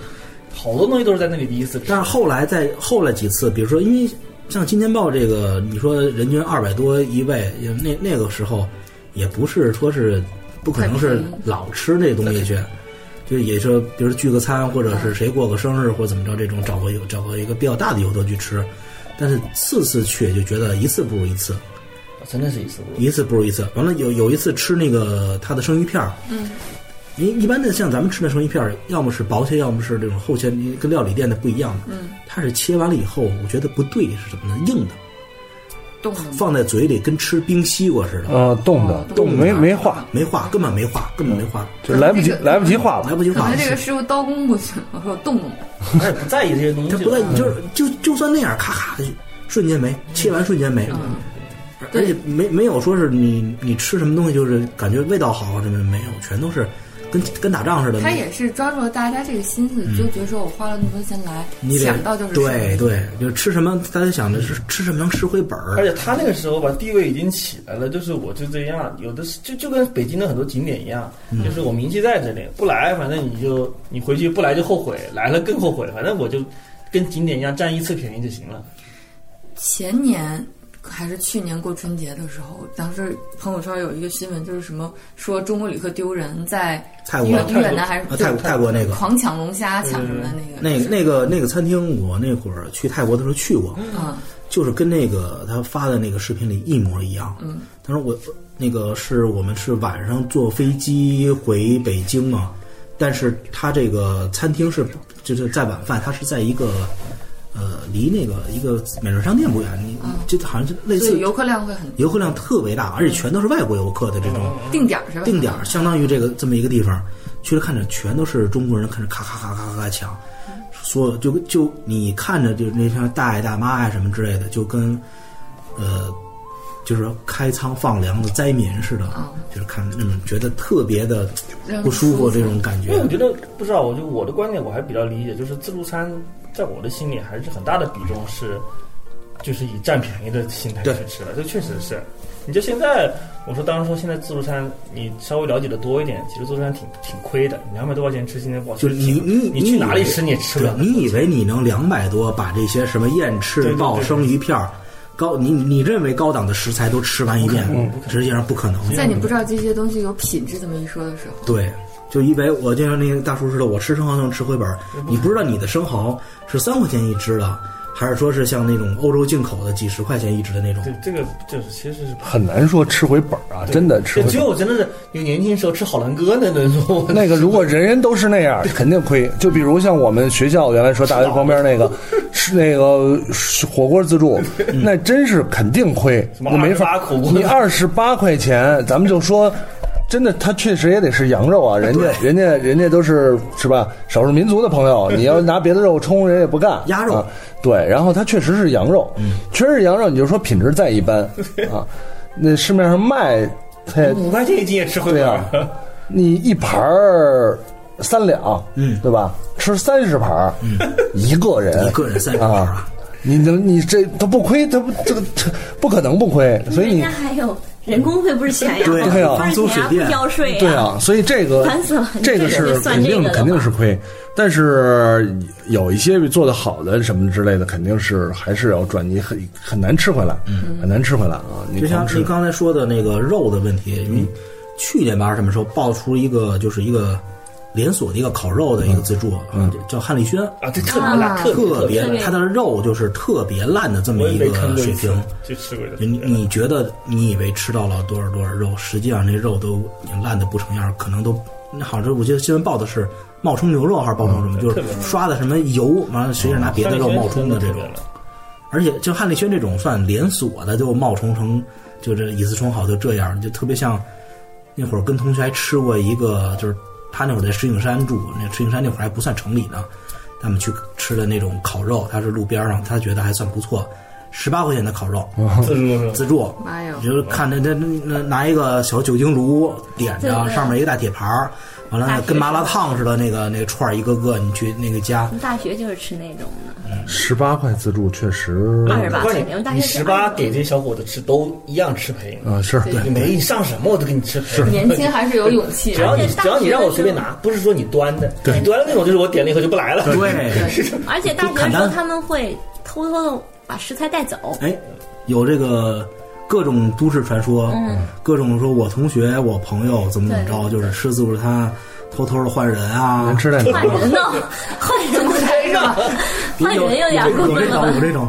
S3: 好多东西都是在那里第一次吃。
S2: 但是后来在后来几次，比如说，因为像金钱豹这个，你说人均二百多一位，也那那个时候也不是说是不可能是老吃这东西去，就也是比如聚个餐，或者
S3: 嗯
S2: 是谁过个生日或怎么着，这种找个有找个一个比较大的游客去吃。但是次次去就觉得一次不如一次，
S3: 真的是一次不如一次
S2: 一次不如一次。完了有有一次吃那个他的生鱼片儿，嗯，因为一般的像咱们吃那生鱼片儿，要么是薄切，要么是这种厚切，跟料理店的不一样的。
S4: 嗯，
S2: 它是切完了以后，我觉得不对是怎么呢？硬的，
S4: 冻的
S2: 放在嘴里跟吃冰西瓜
S4: 嗯
S2: 似的。
S1: 呃，冻的
S2: 冻
S1: 没没
S2: 化，没化，根本没化，根本没化，
S1: 就来不及来不及化
S2: 来不及
S4: 可
S2: 化
S4: 能。这个师傅刀工不行，我说我动动吧。
S2: [LAUGHS] 他也不在意这些东西，他嗯不在意，就是就就算那样，咔咔的，瞬间没，切完瞬间没，
S4: 嗯
S2: 而且没没有说是你你吃什么东西就是感觉味道好啊什么的没有，全都是跟跟打仗似
S1: 嗯
S2: 的。
S4: 他也是抓住了大家这个心思，
S2: 嗯
S4: 就觉得说我花了那么多钱来，
S2: 你得
S4: 想到就是
S2: 对对，就是吃什么，大家想的是吃什么能吃回本儿。
S3: 而且他那个时候吧，地位已经起来了，就是我就这样，有的是就就跟北京的很多景点一样，
S2: 嗯
S3: 就是我名气在这里，不来反正你就你回去不来就后悔，来了更后悔，反正我就跟景点一样占一次便宜就行了。
S4: 前年还是去年过春节的时候，当时朋友圈有一个新闻，就是什么说中国旅客丢人，在
S2: 泰国
S4: 越越南还是
S2: 啊泰国泰国那个嗯
S4: 狂抢龙虾抢什么的那个，
S2: 那个那个那个餐厅，我那会儿去泰国的时候去过，
S4: 嗯
S2: 就是跟那个他发的那个视频里一模一样。
S4: 嗯，
S2: 他说我那个是我们是晚上坐飞机回北京嘛，但是他这个餐厅是就是在晚饭，他是在一个呃离那个一个美食商店不远，你这好像就类
S4: 嗯所
S2: 似
S4: 以游客量会很
S2: 游客量特别大，而且全都是外国游客的这种。
S4: 定点
S3: 嗯
S4: 儿是吧？
S2: 定点儿，相当于这个这么一个地方，去了看着全都是中国人，看着咔咔咔咔咔抢，
S3: 嗯
S2: 所有就就你看着就是那像大爷大妈呀什么之类的，就跟呃就是开仓放粮的灾民似的，就是看那种觉得特别的
S3: 哦让
S2: 不舒服
S3: 人舒服
S2: 这种感
S3: 因为
S2: 觉
S3: 我。觉得不知道，我就我的观点我还比较理解，就是自助餐在我的心里还是很大的比重是，就是以占便宜的心态去吃的，这确实是。你就现在，我说当然说现在自助餐，你稍微了解的多一点，其实自助餐挺挺亏的，两百多块钱吃今天不好吃，
S2: 就是你你
S3: 你去哪里吃你也吃不了
S2: 对你以为你能两百多把这些什么燕
S3: 对
S2: 翅
S3: 对、对
S2: 鲍、生鱼片儿、高你你你认为高档的食材都吃完一遍
S3: 不可能不，
S2: 实际上不可能。
S4: 在你不知道这些东西有品质这么一说的时候，
S2: 对，就因为我就像那个大叔似的，我吃生蚝就能吃回本儿。
S3: 嗯
S2: 你不知道你的生蚝是三块钱一只的，还是说是像那种欧洲进口的几十块钱一只的那种
S3: 对，这个就是其实是
S1: 很难说吃回本儿啊，真的吃
S3: [LAUGHS] 对
S1: 回
S3: 只
S1: 本
S3: 有
S1: 儿。
S3: 我真的是有年轻时候吃好兰哥那那种， [LAUGHS]
S1: 那个如果人人都是那样，肯定亏。就比如像我们学校原来说大学旁边那个，是那个是火锅自助，那真是肯定亏，
S3: 么
S1: 那没法
S3: 28口。
S1: 你二十八块钱，咱们就说。真的，他确实也得是羊肉啊，人家人家人家都是是吧？少数民族的朋友，你要拿别的肉冲，人也不干。鸭肉、对，然后它确实是羊肉，确实是羊肉，你就说品质再一般啊，那市面上卖它也
S3: 五块钱一斤也吃回
S1: 本啊，你一盘儿三两，嗯，对吧？吃三十盘儿，一个人
S2: 嗯一个人30盘儿
S1: 啊。你能，你这他不亏，他不这个这不可能不亏，所以
S5: 人
S1: 你
S5: 家还有人工费不是钱呀，
S1: 对啊，
S5: 不是钱呀，不交税呀，
S1: 对啊，所以这个
S5: 烦死了
S1: 这个
S5: 这个
S1: 是
S5: 得算
S1: 肯定
S5: 这个的
S1: 肯定是亏，但是有一些做的好的什么之类的，肯定是还是要转移很很难吃回来，很难吃回来啊。你
S2: 嗯就像
S1: 光吃
S2: 您刚才说的那个肉的问题，
S3: 嗯
S2: 因为去年吧什么时候爆出一个就是一个连锁的一个烤肉的一个自助
S3: 嗯
S2: 啊，叫汉丽轩
S3: [LAUGHS] 啊，这特别烂特别
S2: 特
S3: 特别
S2: 它的肉就是特别烂的这么
S3: 我也
S2: 一
S3: 被
S2: 个
S3: 坑过
S2: 水
S3: 一次
S2: 平。，
S3: 就吃过一次。
S2: 你你觉得你以为吃到了多少多少肉，实际上那肉都已经烂的不成样儿，可能都那好像我记得新闻报的是冒充牛肉还是冒充什么，
S3: 嗯
S2: 就是
S3: 特别烂嗯
S2: 刷的什么油，完了实际上拿别的肉冒充的这种。而且就汉丽轩这种算连锁的，就冒充成就这以次充好就这样，就特别像那会儿跟同学还吃过一个，就是他那会儿在石景山住，那石景山那会儿还不算城里呢，他们去吃的那种烤肉，他是路边上，他觉得还算不错，十八块钱的烤肉，
S3: 自助
S2: 自助，
S4: 妈呀！
S2: 就是看着那那那拿一个小酒精炉点
S4: 对
S2: 着，
S4: 对
S2: 上面一个大铁盘儿，完
S5: 大
S2: 了
S5: 铁
S2: 跟麻辣烫似的那个那个串儿一个个，你去那个家
S5: 我，们大学就是吃那种的，
S1: 十八块自助确实
S5: 28
S3: 关键
S5: 肯定大
S3: 你
S5: 概
S3: 十
S5: 是
S3: 八给这些小伙子吃都一样吃赔
S1: 啊是
S3: 对你没你上什么我都给你吃赔。
S4: 年轻还是有勇气啊
S3: 只要你
S5: 而且大
S3: 只
S5: 学的时候
S3: 要你让我随便拿，不是说你端的，你端了那种就是我点了以后就不来了。
S2: 对
S3: [LAUGHS] 是
S5: 而且大
S2: 就砍
S5: 学说
S2: 单
S5: 他们会偷偷的把食材带走，
S2: [LAUGHS] 哎，有这个各种都市传说，
S5: 嗯
S2: 各种说我同学、我朋友怎么怎么着，就是吃自助他偷偷的换人啊，能
S1: 嗯吃
S2: 点 [LAUGHS]
S5: 换人呢，换人才是吧？换人有点
S2: 有
S5: 过
S2: 有
S5: 分
S2: 这
S5: 了
S2: 种有
S5: 吧？
S2: 这种，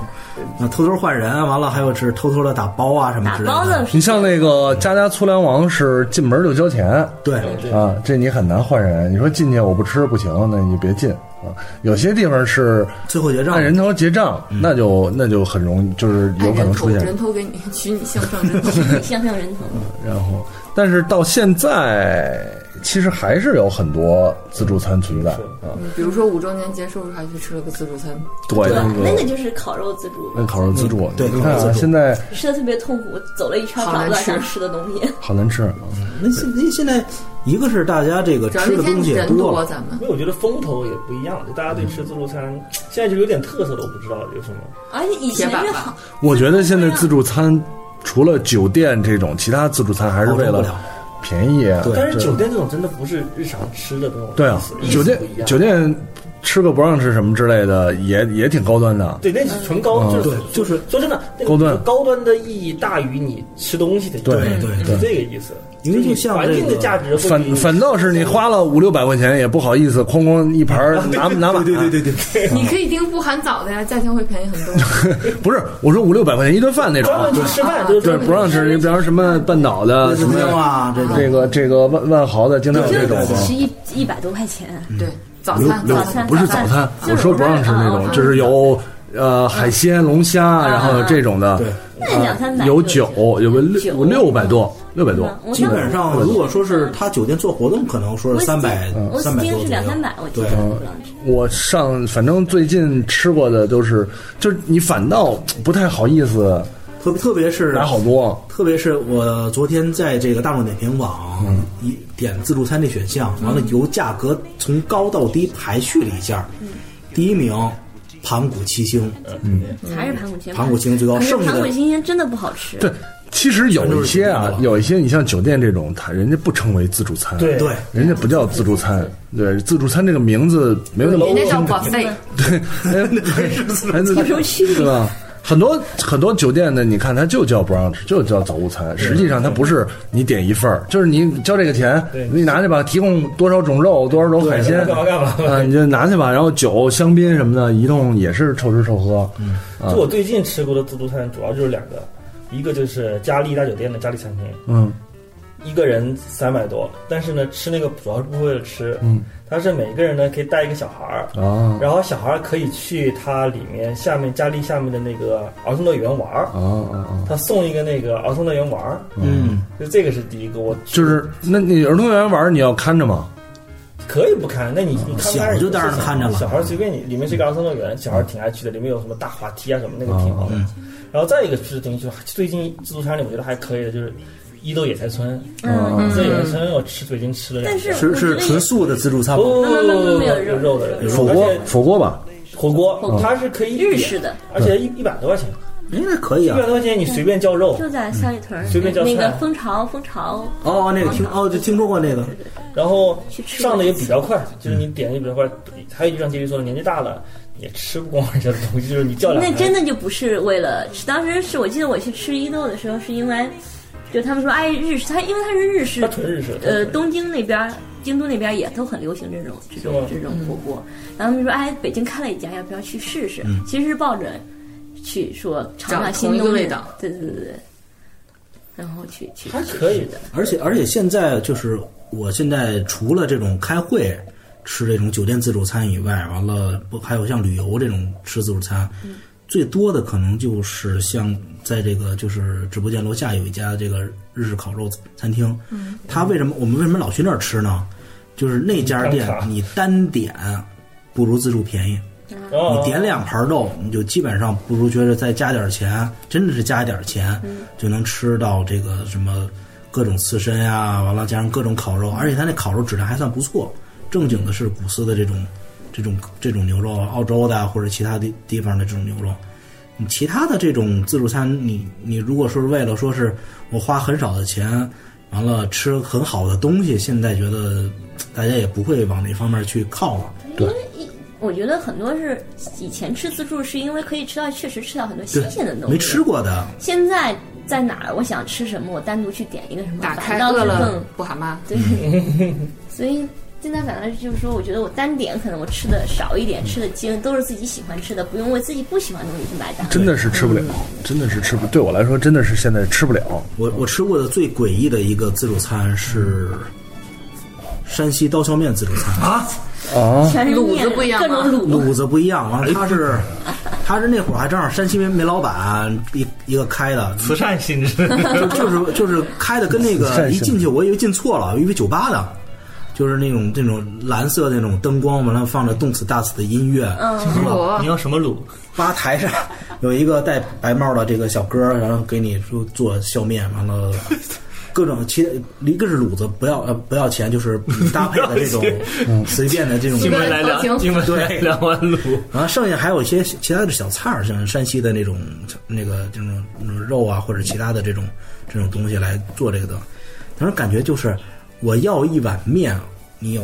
S2: 啊，偷偷换人，完了还有是偷偷的打包啊什么之类的。
S1: 你
S5: [LAUGHS]
S1: 像那个家家粗粮王是进门就交钱，
S2: 对
S5: 嗯
S1: 啊，这你很难换人。你说进去我不吃不行，那你就别进啊。有些地方是
S2: 最后结账，
S1: 按人头结账，
S2: 嗯
S1: 那就那就很容易，就是有可能出
S3: 哎
S1: 现。
S4: 哎人头给你， [LAUGHS] 取你相上人头，
S5: 相上人
S2: [LAUGHS]
S5: 头。
S1: 然后，但是到现在，其实还是有很多自助餐存在啊。
S4: 嗯比如说五周年结束，还去吃了个自助餐，
S1: 对
S5: 吧
S1: 那个
S5: 那个就是烤肉自助，
S1: 那烤肉自助，
S2: 嗯对
S1: 你看
S2: 烤肉
S1: 啊，
S2: 自助
S1: 现在
S5: 吃的特别痛苦，走了一圈
S4: 好
S5: 找
S4: 难
S5: 不到
S4: 吃
S5: 想吃的东西。
S1: 好难吃啊。
S2: 那现那现在一个是大家这个
S4: 主要
S2: 吃
S4: 那
S2: 的东
S4: 天
S2: 西
S4: 人
S2: 多
S4: 多，
S2: 了，
S4: 咱们
S3: 因为我觉得风头也不一样，就大家对吃自助餐现在就有点特色了，我不知道有什么。
S5: 而且以前
S4: 铁板
S5: 是
S4: 吧
S5: 好，
S1: 我觉得现在自助餐除了酒店这种，其他自助餐还是为
S2: 保证不
S1: 了
S2: 了
S1: 便宜啊。
S3: 但是
S1: 这
S3: 酒店这种真的不是日常吃的那种，
S1: 对啊，酒店酒店吃个不让吃什么之类的，也也挺高端的。
S3: 对，那是纯高，
S1: 嗯
S3: 就是就是说真的，那个
S1: 高端
S3: 高端的意义大于你吃东西的意义，
S1: 对对
S3: 是
S1: 对
S3: 这个意思。
S2: 因为就像
S3: 环境
S2: 这
S3: 的
S2: 个
S3: 价值会
S1: 反
S3: 比
S1: 反倒是你花了五六百块钱也不好意思，哐哐一盘儿拿
S2: [LAUGHS]
S1: 拿满。对对对对 [LAUGHS]
S4: 你可以订不含枣的呀，价钱会便宜很多。
S1: 啊不是，我说五六百块钱一顿饭那种
S3: 专
S1: 啊。
S3: 门去吃饭，就是
S1: 对，不让吃，比方什么半岛的，呃什么
S2: 京啊这种
S1: 这个这个万万豪的，经
S2: 嗯
S1: 常有这种啊。
S5: 只是一一百多块钱，
S4: 对，早
S1: 六
S4: 餐
S1: 六
S4: 早餐
S1: 不是早餐，我说不让吃那种，就是有呃海鲜、龙虾，然后有这种的，
S2: 嗯
S5: 那两三百
S1: 有酒，有个六
S5: 酒嗯
S1: 六百多，六百多，
S5: 我
S2: 基
S5: 上
S2: 本上如果说是他酒店做活动，可能说是三百
S1: 嗯
S5: 我
S2: 三百
S5: 记
S2: 多
S5: 得
S2: 左
S5: 是
S2: 右
S5: 两三百，我记
S2: 对
S5: 得，不让吃。
S1: 我上反正最近吃过的都是，就是你反倒不太好意思
S2: 特别特别是
S1: 拿好多，
S2: 特别是我昨天在这个大众点评网一点自助餐这选项，完了由价格从高到低排序了一下，
S5: 嗯
S2: 第一名盘古七星，嗯，
S5: 还是盘古青，
S2: 盘古青最高
S5: 可是
S2: 剩下
S5: 盘
S2: 的
S5: 古青鲜真的不好吃。
S1: 对。其实有一些
S2: 反
S1: 啊，有一些你像酒店这种，它人家不称为自助餐，
S3: 对对，
S1: 人家不叫自助餐，对，自助餐这个名字没有那么
S4: 人家叫
S1: 精 [LAUGHS] 准
S4: buffet，
S1: 哎那对吧？很多很多酒店呢，你看它就叫不让吃，就叫早午餐。实际上它不是你点一份儿，就是你交这个钱，你拿去吧，提供多少种肉，多少种海鲜，
S3: 干嘛
S1: [LAUGHS]
S3: 干嘛
S1: 啊，你就拿去吧。然后酒、香槟什么的，一通也是臭吃臭喝。啊
S3: 就，我最近吃过的自助餐，主要就是两个，一个就是嘉利大酒店的嘉利餐厅，
S1: 嗯，
S3: 一个人三百多，但是呢，吃那个主要是不为了吃，
S1: 嗯，
S3: 它是每个人呢可以带一个小孩儿，
S1: 啊
S3: 然后小孩儿可以去它里面下面嘉利下面的那个儿童乐园玩儿，
S1: 啊啊啊！
S3: 他送一个那个儿童乐园玩儿，
S2: 嗯，
S3: 就这个是第一个，我
S1: 就是那你儿童乐园玩儿你要看着吗？
S3: 可以不看，那你你看
S2: 小就当然看着了
S3: 小孩儿随便你，里面是一个儿童乐园，小孩儿挺爱去的，里面有什么大滑梯啊什么，那个挺好的。然后再一个是东西，就是最近自助餐里我觉得还可以的，就是伊豆野菜村，
S5: 嗯
S3: 伊豆野菜村我吃北京吃了两
S5: 但是
S3: 次，
S5: 我
S2: 嗯是
S5: 觉
S2: 是
S5: 得
S2: 纯素的自助餐吗，
S3: 不
S5: 没有没有没有
S3: 有肉的，有
S1: 火
S3: 哦肉
S1: 锅
S3: 而且
S1: 火锅吧，
S3: 火锅它是可以
S5: 日
S3: 点
S5: 式的，
S3: 而且一一百多块钱，
S2: 应该可以
S3: 一
S2: 啊
S3: 百。多块钱你随便叫肉，
S5: 就
S2: 嗯
S5: 在三里屯
S3: 随便叫菜
S5: 那个蜂巢蜂巢
S2: 哦，那个听哦，就听说过那个，
S3: 然后
S5: 去吃嗯
S3: 上的也比较快，就是你点的也比较快。还有就像杰里说的，年纪大了也吃不光人家的东西，就是你叫两
S5: 那
S3: 盘
S5: 真的就不是为了吃。当时是我记得我去吃伊豆的时候，是因为就他们说哎日式，它因为它是日式，
S3: 它纯日式
S5: 呃，东京那边儿、京都那边儿也都很流行这种这
S3: 是
S5: 种
S3: 吗
S5: 这
S2: 嗯
S5: 种火锅。然后他们说哎，北京开了一家，要不要去试试？
S2: 嗯
S5: 其实是抱着去说尝尝
S4: 找
S5: 新
S4: 同一个
S5: 东西
S4: 味道，
S5: 对对对对。然后去去
S3: 还
S5: 去
S3: 可以
S5: 吃的，
S2: 而且而且现在就是我现在除了这种开会吃这种酒店自助餐以外，完了不还有像旅游这种吃自助餐，最多的可能就是像在这个就是直播间楼下有一家这个日式烤肉餐厅，嗯，他为什么我们为什么老去那儿吃呢？就是那家店
S3: 看卡
S2: 你单点不如自助便宜，
S3: 哦
S2: 你点两盘肉，你就基本上不如觉得再加点钱，真的是加一点钱
S5: 嗯
S2: 就能吃到这个什么各种刺身呀、完了加上各种烤肉，而且它那烤肉质量还算不错，正经的是古斯的这种这种这种牛肉，澳洲的啊或者其他地地方的这种牛肉。你其他的这种自助餐，你你如果说是为了说是我花很少的钱，完了吃很好的东西，现在觉得大家也不会往这方面去靠了。
S5: 因为一我觉得很多是以前吃自助是因为可以吃到确实吃到很多新鲜的东西，
S2: 没吃过的，
S5: 现在在哪儿？我想吃什么，我单独去点一个什么，
S10: [LAUGHS]
S4: 打开
S5: 反倒
S4: 饿
S5: 是
S4: 了
S5: 更
S4: 不喊妈，
S5: 对。所以最大反倒是就是说，我觉得我单点可能我吃的少一点，吃的精都是自己喜欢吃的，不用为自己不喜欢的东西去买单。
S1: 真的是吃不了，真的是吃不。对我来说，真的是现在吃不了。
S2: 我我吃过的最诡异的一个自助餐是山西刀削面自助餐
S11: 啊
S2: 啊
S5: 全是
S10: 卤
S5: 面
S10: 子不一样
S5: 各
S10: 吗
S5: 种卤。
S2: 卤子不一样，完了他是他是那会儿还正好山西煤煤老板一一个开的
S3: 慈善性质
S2: 就就是就是开的跟那
S3: 慈善
S2: 个
S3: 性
S2: 一
S3: 质
S2: 进去我以为进错了，我以为酒吧呢。就是那种那种蓝色那种灯光，完了放着动次打次的音乐，
S5: 嗯
S2: 是吧
S4: 哦
S3: 你要什么卤？
S2: 吧台上有一个戴白帽的这个小哥，然后给你说做笑面，完了各种其一个是卤子不要呃不要钱，就是搭配的这种嗯随便的这种，
S3: 进门来两，进门来
S2: 对。
S3: 两碗卤，
S2: 然后啊剩下还有一些其他的小菜儿，像山西的那种那个这种那种肉啊，或者其他的这种这种东西来做这个的。但是感觉就是我要一碗面，你有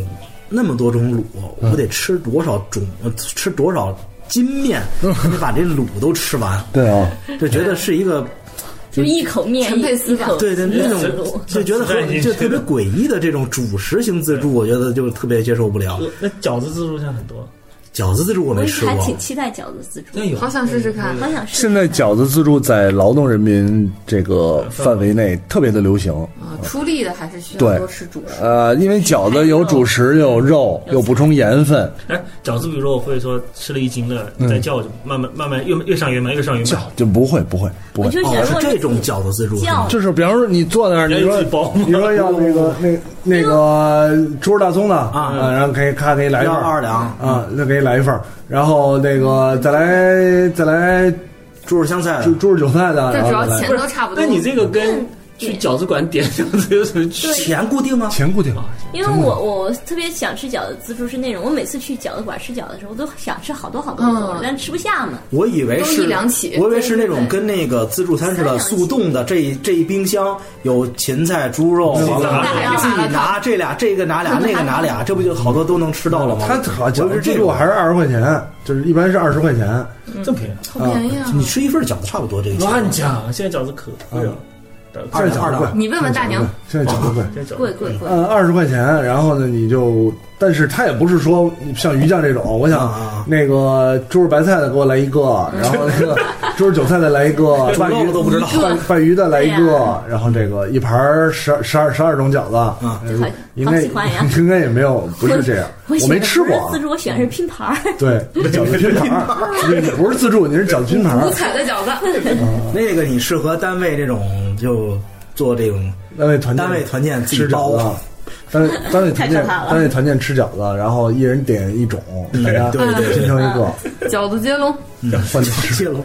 S2: 那么多种卤，我
S1: 嗯
S2: 得吃多少种，呃吃多少斤
S1: [LAUGHS]
S2: 面，得把这卤都吃完。
S1: 对啊，
S2: 就觉得是一个
S5: 就是一口面，
S10: 陈佩斯
S5: 一
S10: 吧
S5: 口
S2: 对对，那种就觉得和就特别诡异的这种主食型自助，我觉得就特别接受不了。
S3: 呃那饺子自助
S5: [LAUGHS]
S3: 餐很多，
S2: 饺子自助我
S5: 我
S2: 没
S5: 一
S2: 吃
S5: 直
S2: 过
S5: 还，挺期待饺子自助，
S3: 那有
S4: 好想试试看
S5: 好想试。
S1: 现在饺子自助在劳动人民这个范围内特别的流行。
S4: 啊，出力的还是需要
S1: 对
S4: 多吃主食。，
S1: 呃，因为饺子有主食，有肉，有补充盐分。
S3: 哎，饺子，比如说我会说吃了一斤了，
S1: 嗯
S3: 再叫我就慢慢慢慢越越上越慢，越上越慢。
S1: 就不会不会不会
S5: 我，就想
S2: 哦，是
S5: 问
S2: 这种饺子自助是吗，
S1: 就是比方说你坐那儿，你说
S3: 人家自己包吗
S1: [LAUGHS] 你说要那个那那个猪肉大葱的
S2: 哦啊
S1: 呃然后给咔给你来一份
S2: 要二
S1: 儿
S2: 两
S1: 啊，那给你来一份儿，然后那个再来再来
S2: 猪肉香菜
S1: 猪猪肉韭菜的，
S4: 这
S1: 然后
S4: 主
S1: 再
S4: 要
S1: 来
S4: 钱都差不多。
S3: 那你 [LAUGHS] 这个跟
S5: 嗯
S3: 去饺子馆点饺子有什么区别？
S2: 钱固定啊，
S1: 钱固定，
S5: 因为我我特别想吃饺子自助是那种，我每次去饺子馆吃饺子的时候，我都想吃好多好多好多，
S4: 嗯
S5: 但吃不下嘛。
S2: 我以为
S4: 都
S2: 是
S4: 一两起，
S2: 我以为是那种跟那个自助餐似的速冻的，这一这一冰箱有芹菜、猪肉，
S3: 自己拿
S4: 嗯
S2: 完了自己拿这俩，这个拿俩，那个拿俩，这不就好多都能吃到了吗？
S1: 它嗯好
S2: 我以
S1: 饺
S2: 为
S1: 子自
S2: 是这
S1: 助
S2: 种，
S1: 还是二十块钱，就是一般是二十块钱。
S3: 这么便宜？
S4: 好便宜啊！
S2: 你吃一份饺子差不多这个钱。
S3: 乱讲！现在饺子可贵了，啊
S2: 二
S1: 现
S2: 两
S1: 在饺子贵，
S4: 你问问大娘，
S1: 现在饺子贵。
S3: 现在饺
S5: 贵
S3: 子
S5: 贵贵！
S1: 嗯，二十块钱，然后呢，你就，但是他也不是说像鱼酱这种，我想
S2: 啊
S1: 那个猪肉白菜的给我来一
S2: [LAUGHS]
S1: 个，然后那个猪肉韭菜的来一个，
S2: 煮
S1: 拌
S2: 肉
S1: 鱼
S2: 都不
S1: [LAUGHS]
S2: 知道
S1: 拌拌鱼的来一
S5: 对
S1: 个，然后这个一盘儿十二十二十二种饺子，
S2: 嗯
S1: 呃
S5: 好
S1: 应
S5: 好
S1: 该
S5: 喜欢呀
S1: [LAUGHS] 应该也没有，不是这样，
S5: 我
S1: 我
S5: 喜欢
S1: 没
S5: 的
S1: 吃
S5: 不是
S1: 过啊
S5: 自，助，我喜欢是拼盘儿。
S1: 对，饺子拼
S2: [LAUGHS]
S1: 盘儿，你不是自助，你是饺子拼盘儿
S4: 五，彩的饺子，
S2: 那个你适合单位这种就做这种
S1: 单位团建
S2: 单位团建自己
S1: 吃饺
S2: 包
S1: 子。。单位单位
S5: 太
S1: 团
S5: 可
S1: 建，
S5: 怕了
S1: 单位团建吃饺子，然后一人点一种，大家
S2: 对对对
S5: 嗯
S1: 拼成一个。
S4: 饺子接龙，
S2: 嗯
S1: 换着吃
S2: 谢喽，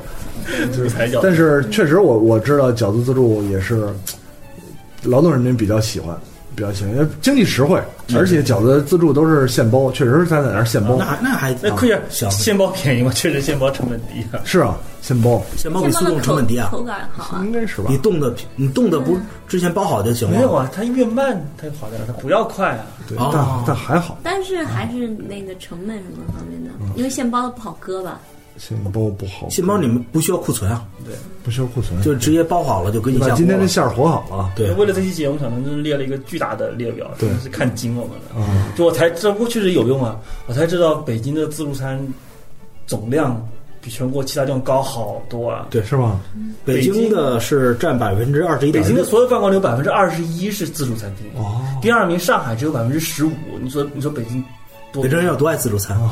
S3: 就是才饺子。
S1: 但是确实我，我知道饺子自助也是劳动人民比较喜欢，比较喜欢，因为经济实惠，而且饺子自助都是现包，确实是他在那儿现包。
S2: [LAUGHS] 嗯那那还
S3: 那亏呀，
S2: 小
S3: 现包便宜吗？ [LAUGHS] 确实现包成本低啊。
S1: 是啊，现包
S2: 先包比速
S5: 的
S2: 冻
S5: 口
S2: 成本低啊，
S5: 口感好啊
S1: 应。该是吧
S2: 你？冻的你冻的
S4: 嗯
S2: 不之前包好就行
S3: 没有
S2: 了。
S3: 啊，它越慢它越好点，它不要快啊。
S1: 对，
S2: 哦
S1: 但但还好，
S5: 但是还是那个成本什么方面的，因为现包的不好割吧。
S1: 现包不好，
S2: 现包你们不需要库存啊，
S1: 不需要库存，
S2: 就直接包好了就给你
S1: 把
S2: 下
S1: 今
S2: 锅
S1: 天这
S2: 了。
S1: 馅儿和好了。
S2: 对
S3: 为了这期节目，小能真是列了一个巨大的列表，真的是看惊我们了。就我才知道，不过确实有用啊，我才知道北京的自助餐总量比全国其他地方高好多啊。
S1: 对，是吧？
S2: 北京的是占百分之二十一
S3: 北
S2: 点
S3: 京的所有饭馆里有百分之二十一是自助餐厅，
S1: 哦，
S3: 第二名上海只有百分之十五。你说，你说北京多？
S2: 北京人有多爱自助餐啊？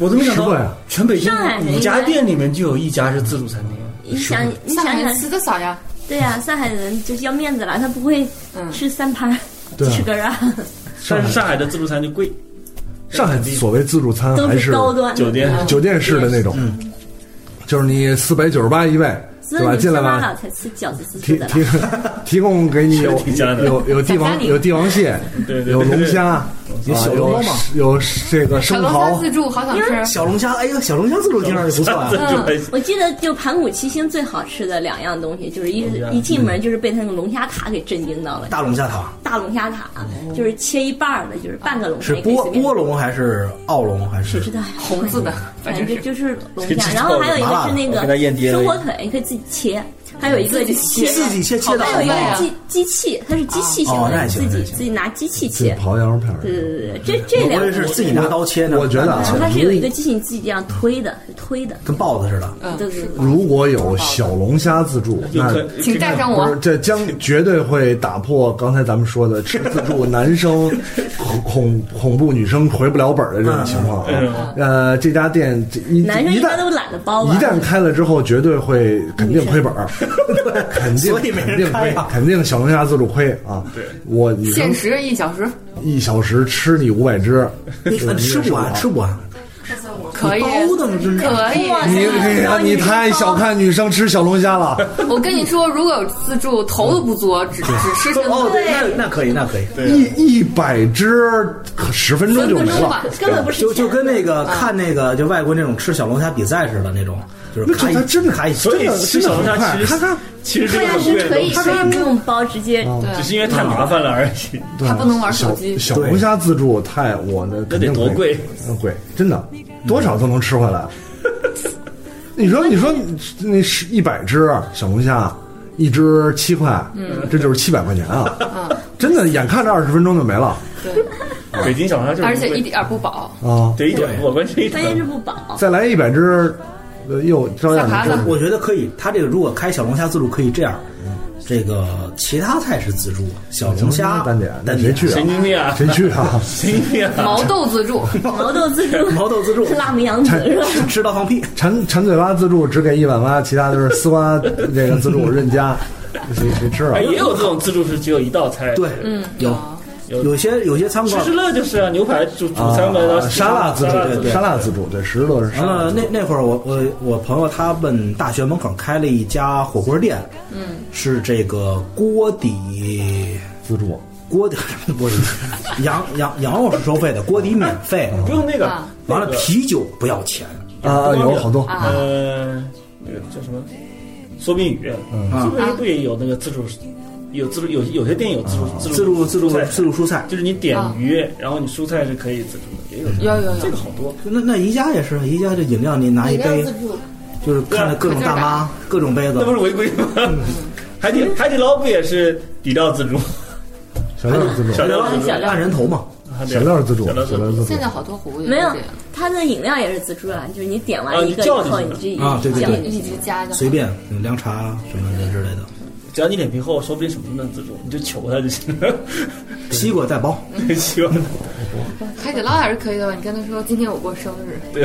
S3: 我都没想
S1: 吃过
S3: 到
S1: 呀，
S3: 全北京
S5: 上海人
S3: 五
S5: 应
S3: 家
S5: 该
S3: 店里面就有一家是自助餐厅。
S5: 你想，你
S4: 上
S5: 想
S4: 海人
S5: 想，
S4: 吃的少呀。
S5: 对呀、上海人就是要面子了，他不会
S4: 嗯
S5: 吃三盘儿
S1: 对啊
S5: 吃根儿啊，
S3: 但是上海的自助餐就贵，
S1: 上海所谓自助餐
S5: 都
S1: 还
S5: 是高端的
S3: 酒店
S1: 酒店式的那种，
S2: 嗯
S1: 就是你四百九十八一位，
S5: 所
S1: 对
S5: 以
S1: 吧？
S5: 你吃
S1: 进来
S5: 拉
S1: 吧，
S5: 了才吃饺子自助
S1: 提
S5: 的吧
S1: 提？
S5: [LAUGHS]
S1: 提供给你有
S3: 挺香的
S1: 有有帝
S4: 小虾
S1: 王
S4: 米
S1: 有帝王蟹，
S3: [LAUGHS] 对对
S1: 有
S3: 对
S1: 龙
S3: 对
S1: 虾，啊
S2: 有小龙
S1: 有
S2: 虾嘛
S1: 有这个
S4: 小
S1: 生
S4: 龙虾
S1: 蚝，
S4: 自助好想吃，
S2: 小龙虾，哎呀，小龙虾自助听上去不错啊 [LAUGHS]
S3: 自。助餐厅
S5: 我记得就盘古七星最好吃的两样东西，就是一
S3: 龙虾
S5: 一进门就是被他那个龙虾塔给震惊到了。
S2: 大龙虾塔
S5: 大龙虾塔就是切一半儿的，就是半个龙虾
S2: 是
S5: 也可以
S2: 波
S5: 随便
S2: 波龙还是澳龙还
S5: 不
S2: 是
S5: 知？道呀
S4: 红字的，
S5: 反正就就是龙
S3: 这知
S5: 虾，
S3: 道
S5: 然后还有一个是那个
S3: 我
S2: 麻辣
S3: 跟他验 DNA
S5: 生火腿，你可以自己切，还有一个就
S2: 自己自己切切的
S5: 还有一
S2: 好
S5: 个
S2: 棒
S5: 机机器，它是机器型
S2: 哦那
S5: 的，
S2: 也行
S5: 自己
S2: 那也行
S5: 自己拿机器
S2: 自己
S5: 切。
S2: 刨羊肉片儿
S5: 对对对，对这这
S2: 我
S5: 两
S2: 我
S5: 个
S2: 也是自己拿刀切呢。哦我觉啊
S5: 然后它是有一个机器，你自己这样推的，是推的。
S2: 跟豹子似的。
S5: 嗯，对对对。
S1: 如果有小龙虾自助，那
S3: 可
S5: 请带上我
S1: 不是这
S3: [LAUGHS]
S1: 将绝对会打破刚才咱们说的吃自助男
S3: [LAUGHS]
S1: 生恐恐恐怖女生回不了本儿的这种情况
S3: 嗯
S1: 啊。呃，这家店这一
S5: 男生一
S1: 一旦
S5: 般都懒得包吧
S1: 一。旦开了之后，绝对会肯定亏本儿， [LAUGHS] 肯定
S5: 所以没人
S1: 肯定
S5: 开
S1: 亏
S5: 啊，
S1: 肯定小龙虾自助亏啊。对，我女生
S4: 限时一小时，
S1: 一小时吃你五百只，
S2: 你
S1: 就是
S2: 吃不完，吃不完。
S4: 可以，啊
S2: 包的吗这是
S4: 可以。
S1: 你哎你你太小看女生吃小龙虾了。
S4: 我跟你说，如果有自助，头都不作，只只吃身
S2: 哦，对，
S4: 体。
S2: 那那可以，那可以，
S1: 啊
S2: 啊
S1: 一一百只可十分钟就没了，
S2: 就就跟那个看那个就外国那种吃小龙虾比赛似的那种，就是
S1: 那这
S2: 咔一
S1: 还真的还
S2: 所以
S3: 吃小龙虾其实其实这
S5: 看
S3: 个
S5: 下
S3: 很
S5: 是哎
S3: 贵的
S5: 可以
S3: 东西
S5: 可以不用包，直接
S4: 嗯
S3: 只是因为太麻烦了而已。
S1: 对啊小小龙虾自助太我那肯定
S3: 那得多贵，
S1: 嗯贵，真的，多少都能吃
S3: [LAUGHS]
S1: 回来。你说，你说，那是一百只小龙虾，一只七块，
S3: 嗯
S1: 这就是七百块钱啊！
S4: 嗯，
S1: 真的，眼看着二十分钟就没了
S4: 对，
S3: 北京小龙虾就是
S4: 而且一点儿不饱。
S1: 啊！
S3: 嗯对，一点不饱，关键一
S5: 关键是不饱。
S1: 再来一百只，呃，又照样能吃。
S2: 我觉得可以，他这个如果开小龙虾自助可以这样，这个其他菜是自助，小龙虾
S1: 单点，那
S2: 单
S1: 谁
S2: 点
S1: 去啊？谁去啊？
S4: 毛豆自助，
S5: 毛豆自助，
S2: 毛豆自
S3: [LAUGHS]
S2: 助，
S5: 辣目洋子
S1: 馋
S5: 是吧？
S2: 吃到放屁，
S1: 馋馋嘴巴自助只给一碗八，其他就是丝瓜这个自助任加，谁谁吃啊
S3: 哎，？也有这种自助是只有一道菜。
S2: 对，
S3: 嗯，
S2: 有有些有些餐
S3: 吃
S2: 馆
S3: 吃乐就是啊，牛排主主餐嘛，然
S1: 啊
S3: 后
S1: 沙拉自助，
S3: 对
S1: 沙拉自助，对，十多是沙
S2: 然
S1: 拉
S2: 后
S1: 自
S2: 那那会儿我我我朋友他们大学门口开了一家火锅店，
S4: 嗯，
S2: 是这个锅底
S1: 自助，
S2: 锅底 [LAUGHS] 什么锅底，羊羊羊肉是收费的，锅底免费，
S3: 不用那个
S5: 啊
S2: 完了
S3: 那个
S2: 啤酒不要钱
S1: 助啊，有好多
S3: 呃，那个叫什么？说明宇，
S5: 啊
S3: 说明宇不也有那个自助？有自助，有有些店有自助
S2: 自助自助
S3: 蔬菜
S2: 自助蔬菜，
S3: 就是你点
S5: 啊
S3: 鱼，然后你蔬菜是可以自助的，也有这种
S4: 有有有
S3: 这个好多。
S2: 那那宜家也是，宜家这饮料你拿一杯，
S4: 助，
S2: 就是看着各种大妈各种杯子
S3: 那，不是违规吗？ [LAUGHS] 海底海底捞不也是底料自助？
S1: 小料自助，
S3: 小料自助啊
S2: 按人头嘛，
S1: 小料自助，小料自助
S4: 现，在好多火锅也
S5: 没有
S4: 这样，
S5: 它的饮料也是自助啊，就是你点完一个
S3: 啊
S5: 以
S3: 你叫进
S5: 后，
S3: 去
S5: 你自己
S2: 啊对对
S5: 叫
S2: 对
S5: 进
S4: 一
S5: 去
S4: 直加就好
S2: 随。便有凉茶什么的之类的，
S3: 只要你脸皮厚，说不定什么都能自助，你就求他就行了。 [LAUGHS]
S2: 西瓜带包，
S3: 希望
S4: 海底捞还是可以的吧？你跟他说今天我过生日，
S3: 对，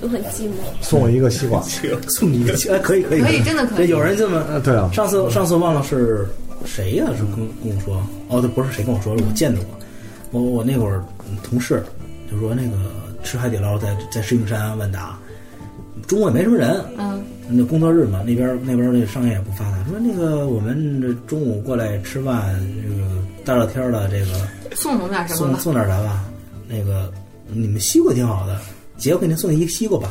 S5: 就很寂寞。
S1: 送我一个西瓜，
S2: 送你一个西瓜，哎 [LAUGHS] 可以可以
S4: 可以真的可以
S2: 对有人这么
S1: 呃，对啊，
S2: 上次上次忘了是谁呀、是跟跟我说，哦，对，不是谁跟我说了，我见着过，我我那会儿嗯同事就说那个吃海底捞在在石景山万达，中午也没什么人，
S4: 嗯，
S2: 那工作日嘛，那边那边那商业也不发达，说那个我们这中午过来吃饭，这个大热天的，这个
S4: 送我们点什么
S2: 送
S4: 吧？
S2: 送点啥吧？那个你们西瓜挺好的，姐我给您送一个西瓜吧。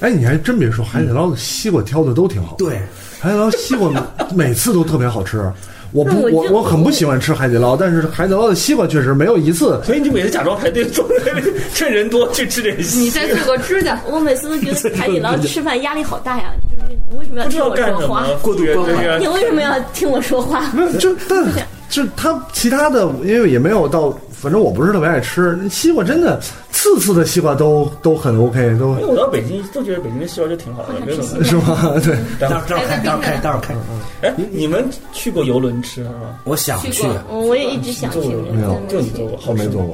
S1: 哎，你还真别说，海底捞的西瓜挑的都挺好。
S2: 对，
S1: 海底捞西瓜每次都特别好吃。我不，
S5: 那
S1: 我
S5: 我就
S1: 我很不喜欢吃海底捞，但是海底捞的西瓜确实没有一次
S3: 所以你每次假装排队，装在那里 [LAUGHS] 趁人多去吃点西
S4: 你再做个
S5: [LAUGHS]
S4: 指甲，
S5: 我每次都觉得海底捞吃饭压力好大呀，就是你为什么要
S3: 不知
S5: 听
S3: 道
S5: 我
S3: 干
S5: 说
S3: 什
S5: 话
S3: 么？，过度关怀
S5: 你为什么要听我说话？
S1: 没有，就但就它其他的，因为也没有到，反正我不是特别爱吃西瓜，真的次次的西瓜都都很 OK，都
S3: 因为我到北京都觉得北京的西瓜就挺好的，没有什么。
S1: 是吗？ [LAUGHS] 对，
S2: 待会儿待会儿开，待会儿开，待会儿开。
S3: 哎，你们去过游轮吃吗？
S2: 我想
S5: 去
S2: 去
S5: 过，我也一直想去
S3: 坐过，游
S5: 没有
S3: 轮，就你坐过，
S1: 我
S3: 好
S1: 没
S3: 吃
S1: 做
S3: 吗？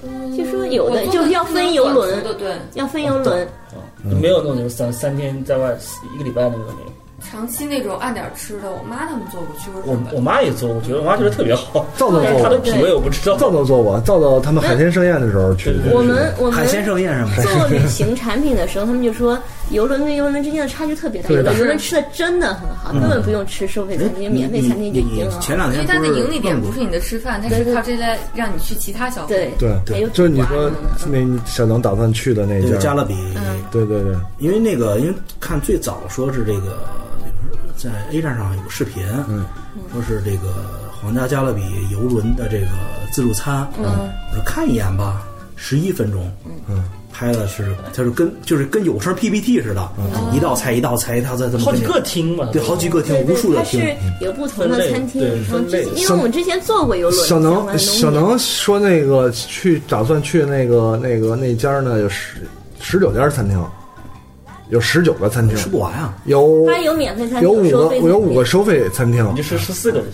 S1: 过。
S5: 就说有的
S4: 我做
S5: 就
S4: 的
S5: 是要分游轮，
S4: 对对，
S5: 要分游轮，
S3: 没
S2: 嗯
S3: 有那种就是三三天在外一个礼拜那种没有。
S4: 长期那种按点儿吃的，我妈他们做过去过日
S2: 嗯
S3: 我我
S4: 本，
S3: 妈也做，我觉得我妈觉得特别好，
S1: 皂皂
S3: [LAUGHS] 但
S1: 做
S3: 是她的
S1: 过，
S3: 品味我不知道。
S1: 皂皂做过，皂皂他们海鲜盛宴的时候去
S3: 对对
S1: 的。
S3: 对
S5: 我们我
S2: 海
S5: 们
S2: 鲜盛宴什么的。
S5: [LAUGHS]
S1: [LAUGHS]
S2: [LAUGHS]
S5: 做旅行产品的时候，他们就说游轮跟游轮之间的差距特别大，有的游轮吃的真的很好，
S1: 嗯
S5: 根本不用吃收费餐厅，免费餐
S1: 哎
S5: 厅就已经啊很好
S2: 前。两
S4: 因为
S2: 天
S4: 它的
S2: 不是
S4: 盈利点
S2: 问
S4: 不
S2: 过
S4: 是你的吃饭，它是靠这来让你去其他消费
S5: 对。
S1: 对
S5: 还有
S1: 就是你
S5: 赌啊
S1: 说
S5: 什么的
S1: 那你小能打算去的那
S2: 对
S1: 家
S2: 加勒比，
S1: 对对对，
S2: 因为那个，因为看最早说是这个，在 A 站上有个视频，嗯，说是这个皇家加勒比游轮的这个自助餐，嗯，我说看一眼吧，十一分钟，嗯，拍的是，它是跟就是跟有声 PPT 似的，一道菜一道菜一道菜这么
S3: 好几个厅嘛，
S2: 对，好几个厅，无数
S12: 它
S2: 的厅
S12: 是。有不同的餐厅，然后之前因为我们之前做过游轮，
S1: 小能小
S12: 相关的东西
S1: 能说那个去打算去那个那个那家呢有十十九家餐厅，有十九个餐厅，吃
S2: 不完啊！
S1: 有
S5: 它有免费餐厅，
S1: 有五
S5: 收
S1: 个
S5: 费餐
S1: 有
S5: 厅
S1: 五个收费餐厅，
S3: 你是十四个人，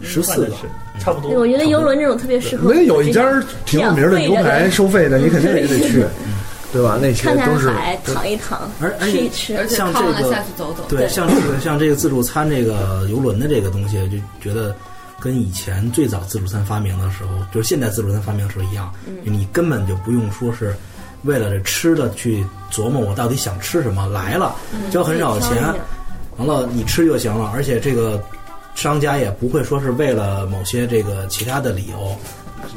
S2: 十四个
S3: 差不多。
S5: 对我觉得游轮这种特别适合。
S1: 那有一家挺有名的牛排收费的，你肯定也
S5: [LAUGHS]
S1: 得去，对吧？那些
S5: 看看
S1: 都是
S5: 海，躺一躺，
S2: 而而
S5: 吃
S2: 且
S5: 一吃，
S4: 而且
S2: 像
S4: 看完
S2: 这
S4: 了
S2: 个
S4: 下去走走。
S2: 对，像这个像这个自助餐这个游轮的这个东西，就觉得跟以前最早自助餐发明的时候，就是现代自助餐发明的时候一样，
S5: 嗯
S2: 就你根本就不用说是为了这吃的去琢磨我到底想吃什么，来了
S5: 嗯
S2: 交很少
S5: 自己
S2: 钱
S5: 挑一点，
S2: 完了你吃就行了，而且这个商家也不会说是为了某些这个其他的理由。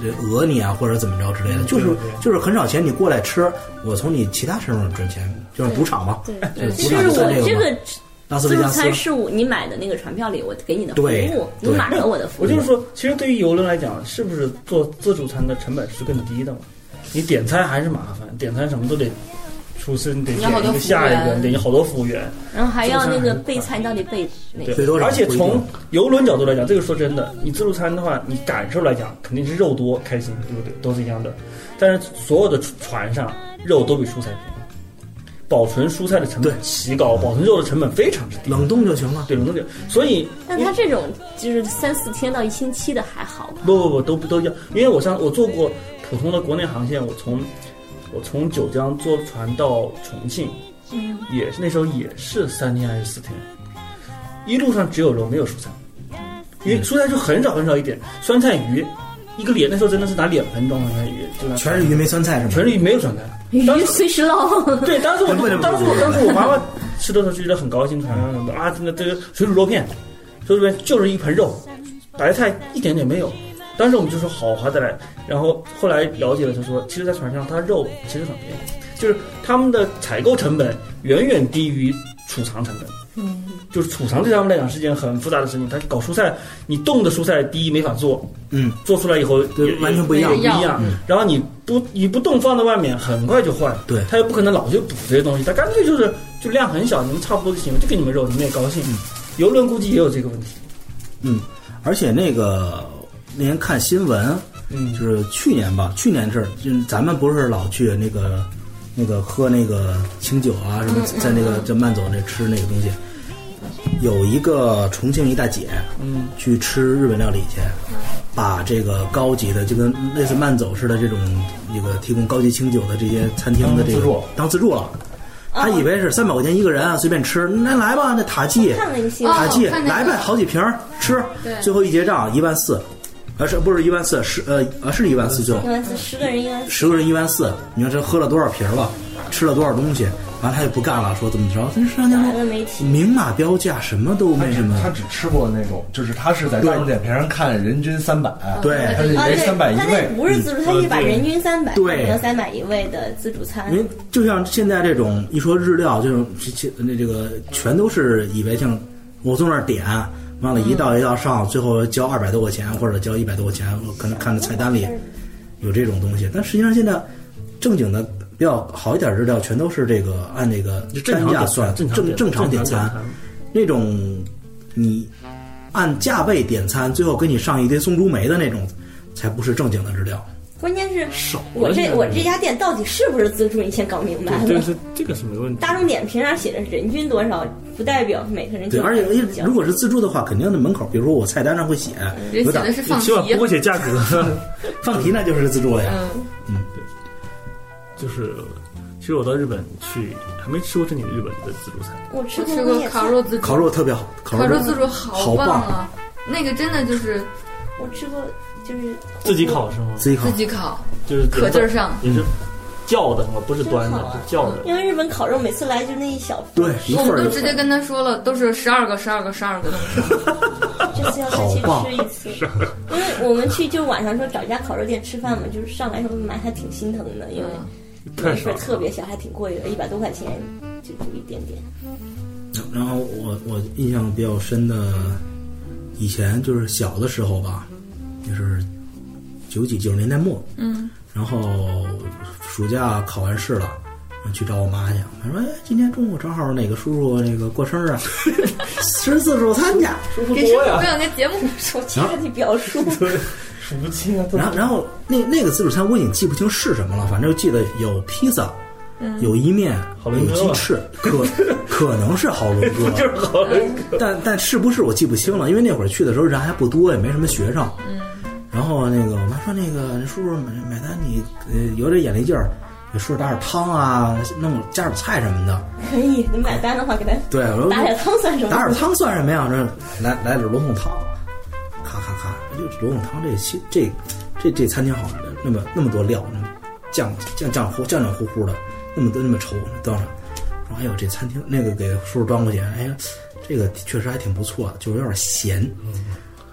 S2: 呃讹你啊，或者怎么着之类的，就是就是很少钱，你过来吃，我从你其他身上赚钱，就是赌场嘛，
S5: 对
S2: 就是
S5: 其
S2: 赌
S5: 实
S2: 场就
S5: 我
S2: 算这
S5: 这
S2: 个嘛。
S5: 个
S2: 拉斯
S5: 自
S2: 维
S5: 助
S2: 加斯
S5: 餐是我你买的那个船票里我给你的服
S2: 对
S5: 务，你
S2: 对
S5: 买了我的服务。
S3: 我就是说，其实对于游轮来讲，是不是做自助餐的成本是更低的嘛？你点餐还是麻烦，点餐什么都得厨师，你得
S5: 你要
S3: 点
S5: 好多
S3: 一个
S5: 服务
S3: 下一个，
S5: 员
S3: 你得有好多服务员，
S5: 然后还要那
S3: 自助餐
S5: 个
S3: 很
S5: 备菜，你到底备哪
S3: 对，
S5: 个？
S3: 而且从游轮角度来讲，这个说真的，你自助餐的话，你感受来讲肯定是肉多开心，对不对？都是一样的。但是所有的船上肉都比蔬菜便宜，保存蔬菜的成本极高，保存肉的成本非常之低，冷
S2: 冻就行了。
S3: 对，冷冻就。所以
S5: 但它这种就是三四天到一星期的还好吧？
S3: 不不不都不都一样，因为我上我坐过普通的国内航线，我从我从九江坐船到重庆，
S5: 嗯，
S3: 也是那时候也是三天还是四天，一路上只有肉没有蔬菜，
S5: 嗯
S3: 因为蔬菜就很少很少一点，酸菜鱼，一个脸那时候真的是拿脸盆装酸菜鱼，就拿
S2: 全是鱼没酸菜是吗？
S3: 全是鱼没有酸菜。
S5: 鱼随时 [LAUGHS] 捞。
S3: [LAUGHS] 对，当时我都当时我当时我妈妈吃的时候就觉得很高兴，好像啊，这个这个水煮肉片，水煮肉片就是一盆肉，白菜一点点没有。当时我们就说好，还再来。然后后来了解了，就说其实，在船上它肉其实很便宜，就是他们的采购成本远远低于储藏成本。
S5: 嗯，
S3: 就是储藏对他们来讲是件很复杂的事情。他搞蔬菜，你冻的蔬菜第一没法做，
S2: 嗯，
S3: 做出来以后也
S2: 完全不一样
S3: 也不一样
S2: 嗯。
S3: 然后你不你不冻放在外面，很快就坏。
S2: 对，
S3: 他又不可能老去补这些东西，他干脆就是就量很小，你们差不多就行了，就给你们肉，你们也高兴。游轮估计也有这个问题。
S2: 嗯，而且那个那天看新闻，
S3: 嗯，
S2: 就是去年吧，去年这儿就是咱们不是老去那个那个喝那个清酒啊什么
S3: 嗯，嗯
S2: 在那个
S3: 嗯
S2: 在慢走那吃那个东西，有一个重庆一大姐
S3: 嗯，
S2: 去吃日本料理去，把这个高级的就跟类似慢走似的这种这个提供高级清酒的这些餐厅的这个
S3: 嗯当自助哦
S2: 当自助了。他以为是三百块钱一个人啊，随便吃，那来吧，那塔记，
S5: 看了一些
S2: 塔记
S5: 哦看那
S2: 来
S5: 个
S2: 呗，好几瓶儿吃
S5: 对，
S2: 最后一结账一万四，呃是不是一万四十呃呃是一万四就
S5: 一万四十个人一万四，
S2: 十个人一万四，你说这喝了多少瓶儿了，吃了多少东西，完了他就不干了，说怎么着，真是
S5: 完了没提。
S2: 明码标价，什么都没什么。
S1: 他只吃过那种，就是他是在大众点评上看人均三百，
S2: 对
S1: 他是以
S5: 啊
S1: 为
S5: 对，
S1: 三百一
S5: 但
S1: 位嗯
S5: 那，不是自助，它是把人均三百
S2: 对
S5: 和三百一位的自助餐
S2: 因。为就像现在这种一说日料，这种这这那这个全都是以为像我从那儿点，完了，一道一道上，最后交二百多块钱或者交一百多块钱，我可能看着菜单里有这种东西，但实际上现在正经的比较好一点的日料，全都是这个按这个
S3: 就正
S2: 单
S3: 常
S2: 价
S3: 点
S2: 算，
S3: 正常
S2: 正
S3: 点正
S2: 常
S3: 常
S2: 点
S3: 点
S2: 餐
S3: 餐，
S2: 那种你按价位点餐，最后给你上一堆松竹梅的那种，才不是正经的日料。
S5: 关键是，我这我这家店到底是不是自助，你先搞明白
S3: 对，这
S5: 了
S3: 个。是这个是没问题。
S5: 哎 [LAUGHS] 大众点评上写的人均多少，不代表每个人
S2: 对，
S5: 就
S2: 而且如果是自助的话，肯定的门口，比如说我菜单上会写，
S4: 人嗯写
S2: 有点
S4: 的是放题，
S3: 写价 [LAUGHS] 格，
S2: 放题那就是自助了呀。
S4: 嗯，
S3: 就是其实我到日本去还没吃过正经日本的自助餐，
S5: 我吃
S4: 过过烤肉自助，
S2: 烤肉特别好，
S4: 烤
S2: 肉
S4: 肉自助
S2: 好
S4: 棒
S2: 棒，
S4: 啊！那个真的就是
S5: 我吃过，就是
S3: 自己烤是吗？
S2: 自己烤
S4: 自己烤，
S3: 就是
S4: 可劲儿上
S3: 也是叫的嘛，不是端的，是叫的。
S5: 因为日本烤嗯肉每次来就那一小份，
S2: 对
S4: 我们都直接跟他说了，都是十二个、十二个、十二个东西。
S5: 这次要再去吃一次。因为我们去就晚上说找一家烤肉店吃饭嘛，就是上来时候买还挺心疼的，因为那一份特别小，还挺贵的，一百多块钱就就一点点。
S2: 然后我我印象比较深的，以前就是小的时候吧，就是九几九十年代末，
S4: 嗯，
S2: 然后暑假考完试了，然后去找我妈去。我妈说：“哎，今天中午正好哪个叔叔那个过
S4: [LAUGHS]
S2: 生日啊，十四寿餐去。”
S4: 给师傅分享那节目的时候，
S2: 行
S4: 千万得表述。
S3: 数不清啊。
S2: 然后，然后那那个自助餐我已经记不清是什么了，反正就记得有披萨，
S4: 嗯
S2: 有一面，有
S3: 伦哥
S2: 鸡
S3: 吧
S2: 翅，可
S3: [LAUGHS]
S2: 可能是好伦哥，
S3: 就是好伦哥
S2: 但但是不是我记不清了，因为那会儿去的时候人还不多，也没什么学生。
S4: 嗯，
S2: 然后那个我妈说那个叔叔买买单你呃有点眼力劲儿，给叔叔打点汤啊，弄加点菜什么的。
S5: 可以，你买单的话给他
S2: 对，我说
S5: 打点汤算什么？
S2: 打点汤算什么呀？这来来点罗宋汤，咔咔咔，这罗宋汤这西这这这餐厅好，那么那么多料，那么酱酱酱糊酱酱糊糊的，那么多那么稠，端上，说哎呦这餐厅那个给叔叔端过去，哎呀这个确实还挺不错，就是有点咸。 [LAUGHS]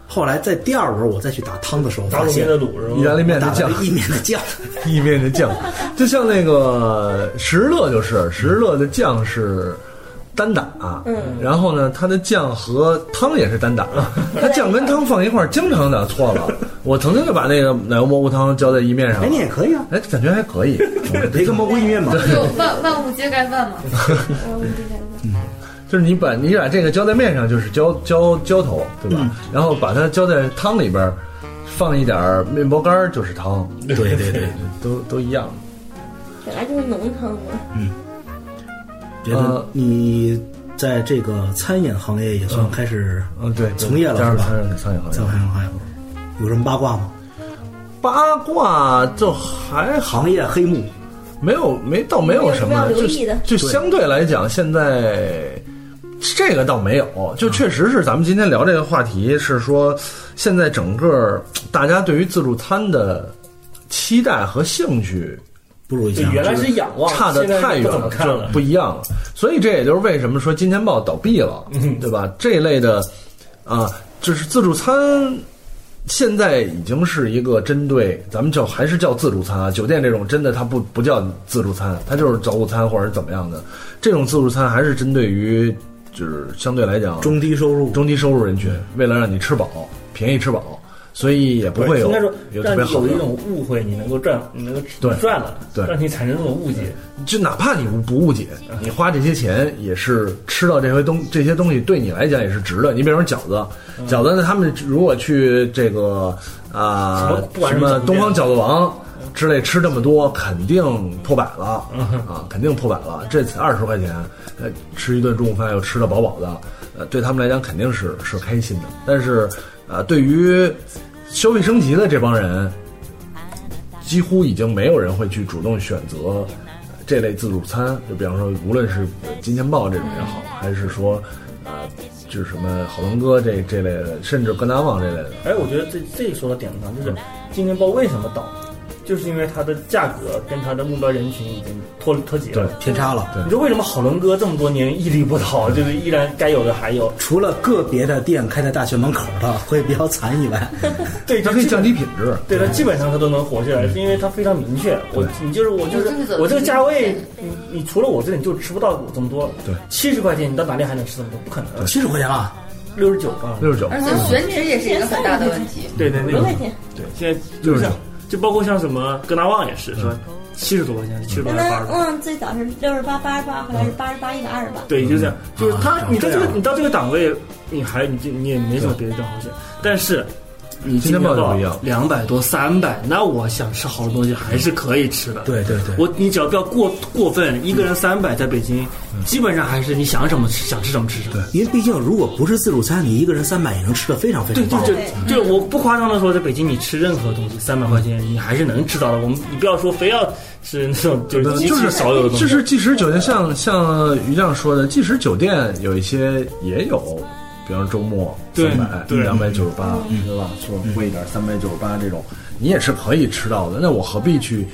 S2: 后来在第二轮我再去打汤的时候，
S1: 打
S2: 发现
S1: 卤面的卤是吗意大利面的酱
S2: 我打了一面的
S1: [LAUGHS]
S2: 酱，
S1: 意面
S5: [LAUGHS]
S1: 的酱，就像那个石乐就是石乐的酱是单打，啊
S5: 嗯
S1: 然后呢，它的酱和汤也是单打，啊它酱跟汤放一块儿，经常打错了。我曾经就把那个奶油蘑菇汤浇在意面上，
S2: 哎你也可以啊，
S1: 哎，感觉还可
S5: [LAUGHS]
S1: 以，
S2: 培根蘑菇意面嘛，
S4: 有万万物皆盖饭嘛，
S5: 嗯
S4: 万物皆盖饭。
S1: 就是你把你把这个浇在面上，就是浇浇浇头，对吧？然后把它浇在汤里边儿，放一点儿面包干儿就是汤，
S2: 对对对，
S1: [LAUGHS] 都都一样。
S5: 本来就是浓汤嘛。
S2: 觉
S1: 呃
S2: 得你在这个餐饮行业也算开始
S1: 嗯对
S2: 从业了
S1: 加入
S2: 是吧？
S1: 餐饮餐饮行业
S2: 餐饮行业有什么八卦吗？
S1: 八卦就还
S2: 行业黑幕，
S1: 没有没倒没有什么，
S5: 没有留
S1: 就
S5: 意的
S1: 就
S5: 对
S1: 相对来讲，现在这个倒没有，就确实是咱们今天聊这个话题是说，现在整个大家对于自助餐的期待和兴趣。
S2: 不如以啊
S1: [LAUGHS]
S3: 前原来是仰望
S1: 差的太远
S3: 现在就不怎么看了
S1: 就不一样了。所以这也就是为什么说金钱豹倒闭了，
S3: 嗯
S1: 对吧？这一类的啊，就是自助餐现在已经是一个针对咱们叫还是叫自助餐啊，酒店这种真的它不不叫自助餐，它就是早午餐或者怎么样的，这种自助餐还是针对于就是相对来讲
S2: 中低收入
S1: 中低收入人群，为了让你吃饱，便宜吃饱，所以也不会有
S3: 应该说
S1: 有特
S3: 让
S1: 别
S3: 你
S1: 好
S3: 有
S1: 的
S3: 一种误会，你能够赚，你能够
S1: 对
S3: 赚了，
S1: 对
S3: 让你产生这种误解。
S1: 就哪怕你不误解，你花这些钱也是吃到这回东这些东西对你来讲也是值的。你比如说饺子，
S3: 嗯
S1: 饺子呢，他们如果去这个
S3: 什
S1: 啊
S3: 么不管
S1: 什
S3: 是
S1: 么
S3: 饺子
S1: 东
S3: 店
S1: 方饺子王之类吃这么多，肯定破百了
S3: 嗯
S1: 啊，肯定破百了。这才二十块钱，呃，吃一顿中午饭又吃的饱饱的，呃，对他们来讲肯定是是开心的。但是，呃，对于消费升级的这帮人，几乎已经没有人会去主动选择呃这类自助餐，就比方说，无论是呃金钱豹这种也好，还是说，呃，就是什么好伦哥这这类的，甚至格达旺这类的，
S3: 哎，我觉得这这一说到点子上，就是今年包为什么倒，就是因为它的价格跟它的目标人群已经脱脱节了，
S2: 偏差了对
S3: 你说为什么好伦哥这么多年屹立不倒，就是依然该有的还有？
S2: 除了个别的店开在大学门口的会比较惨以
S1: [LAUGHS]
S2: 外，
S3: 对，
S1: 它可以降低品质。
S3: 对，它基本上它都能活
S1: 嗯
S3: 下来，是因为它非常明确。我你就是我就
S4: 我就是
S3: 是
S4: 走
S3: 我这个
S4: 这个
S3: 价位
S4: 路，
S3: 你你除了我这里就吃不到我这么多。
S1: 对，
S3: 七十块钱你到哪里还能吃这么多？不可能。
S2: 七十块钱啊，
S3: 六十九吧，
S1: 六十九
S4: 而且选址也是一个很大的问题。
S3: 对对对，
S5: 五块钱。
S3: 对，现在就是这样，就包括像什么格达旺也是，是吧？
S1: 嗯
S3: 七十多块钱，七十多
S5: 刚
S3: 还是八十
S5: 刚
S3: 多？
S5: 嗯，最早是六十八、八十八，后来是八十八，一百二十八。
S3: 对，就这样，就是他
S2: 啊，
S3: 你到这个
S2: 这样
S3: 你到这个档位，你还你这你也没什么别的更好选，但是。你
S1: 今天报就不一样
S3: 两百多、三百，那我想吃好的东西还是可以吃的。
S2: 对对对，
S3: 我你只要不要过过分，一个人三百，在北京，基本上还是你想什么吃想吃什么吃什么。
S2: 因为毕竟如果不是自助餐，你一个人三百也能吃的非常非
S3: 对
S2: 常
S3: 对
S2: 棒。
S3: 对对，我不夸张的说，在北京你吃任何东西，三百块钱你还是能吃到的。我们你不要说非要吃那种就是极
S1: 就是
S3: 其少有的东西，
S1: 就是即使酒店，像像于酱说的，即使酒店有一些也有，比方说周末
S3: 对
S1: 三百、
S3: 对
S1: 两百九十八，对吧？说贵一点，三百九十八这种，你也是可以吃到的。那我何必去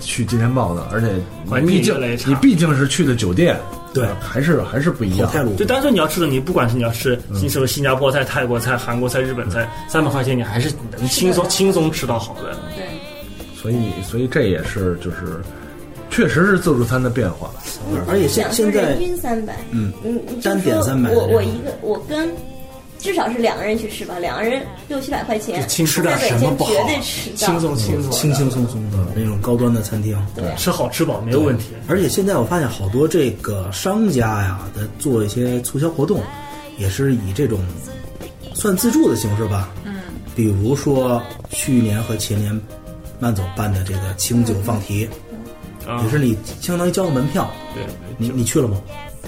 S1: 去金钱豹呢？而且
S3: 环
S1: 你
S3: 境
S1: 毕竟
S3: 越来越差
S1: 你毕竟是去的酒店，
S2: 对，
S1: 还是还是不一样。
S3: 就单纯你要吃的，你不管是你要吃你什么新加坡菜、泰国菜、韩国菜、日本菜，三百块钱你还是能轻松轻松吃到好的。
S4: 对，
S1: 所以所以这也是就是，确实是自助餐的变化。
S2: 而且现
S5: 想说
S2: 现在
S5: 人均三百，
S2: 嗯
S5: 你你就
S2: 单点
S5: 说
S2: 300
S5: 我
S2: 这
S5: 我
S2: 样
S5: 一个我跟至少是两个人去吃吧，两个人六七百块钱，
S2: 轻吃点
S5: 在北
S2: 什么
S5: 京
S2: 不好
S5: 绝对吃到
S3: 啊轻松轻松
S2: 轻轻松松的那种高端的餐厅，
S3: 对吃好吃饱没有问题。
S2: 而且现在我发现好多这个商家呀，在做一些促销活动，也是以这种算自助的形式吧。
S13: 嗯，
S2: 比如说去年和前年慢走办的这个清酒放题，也是你相当于交个门票。
S3: 啊对，
S2: 你你去了吗？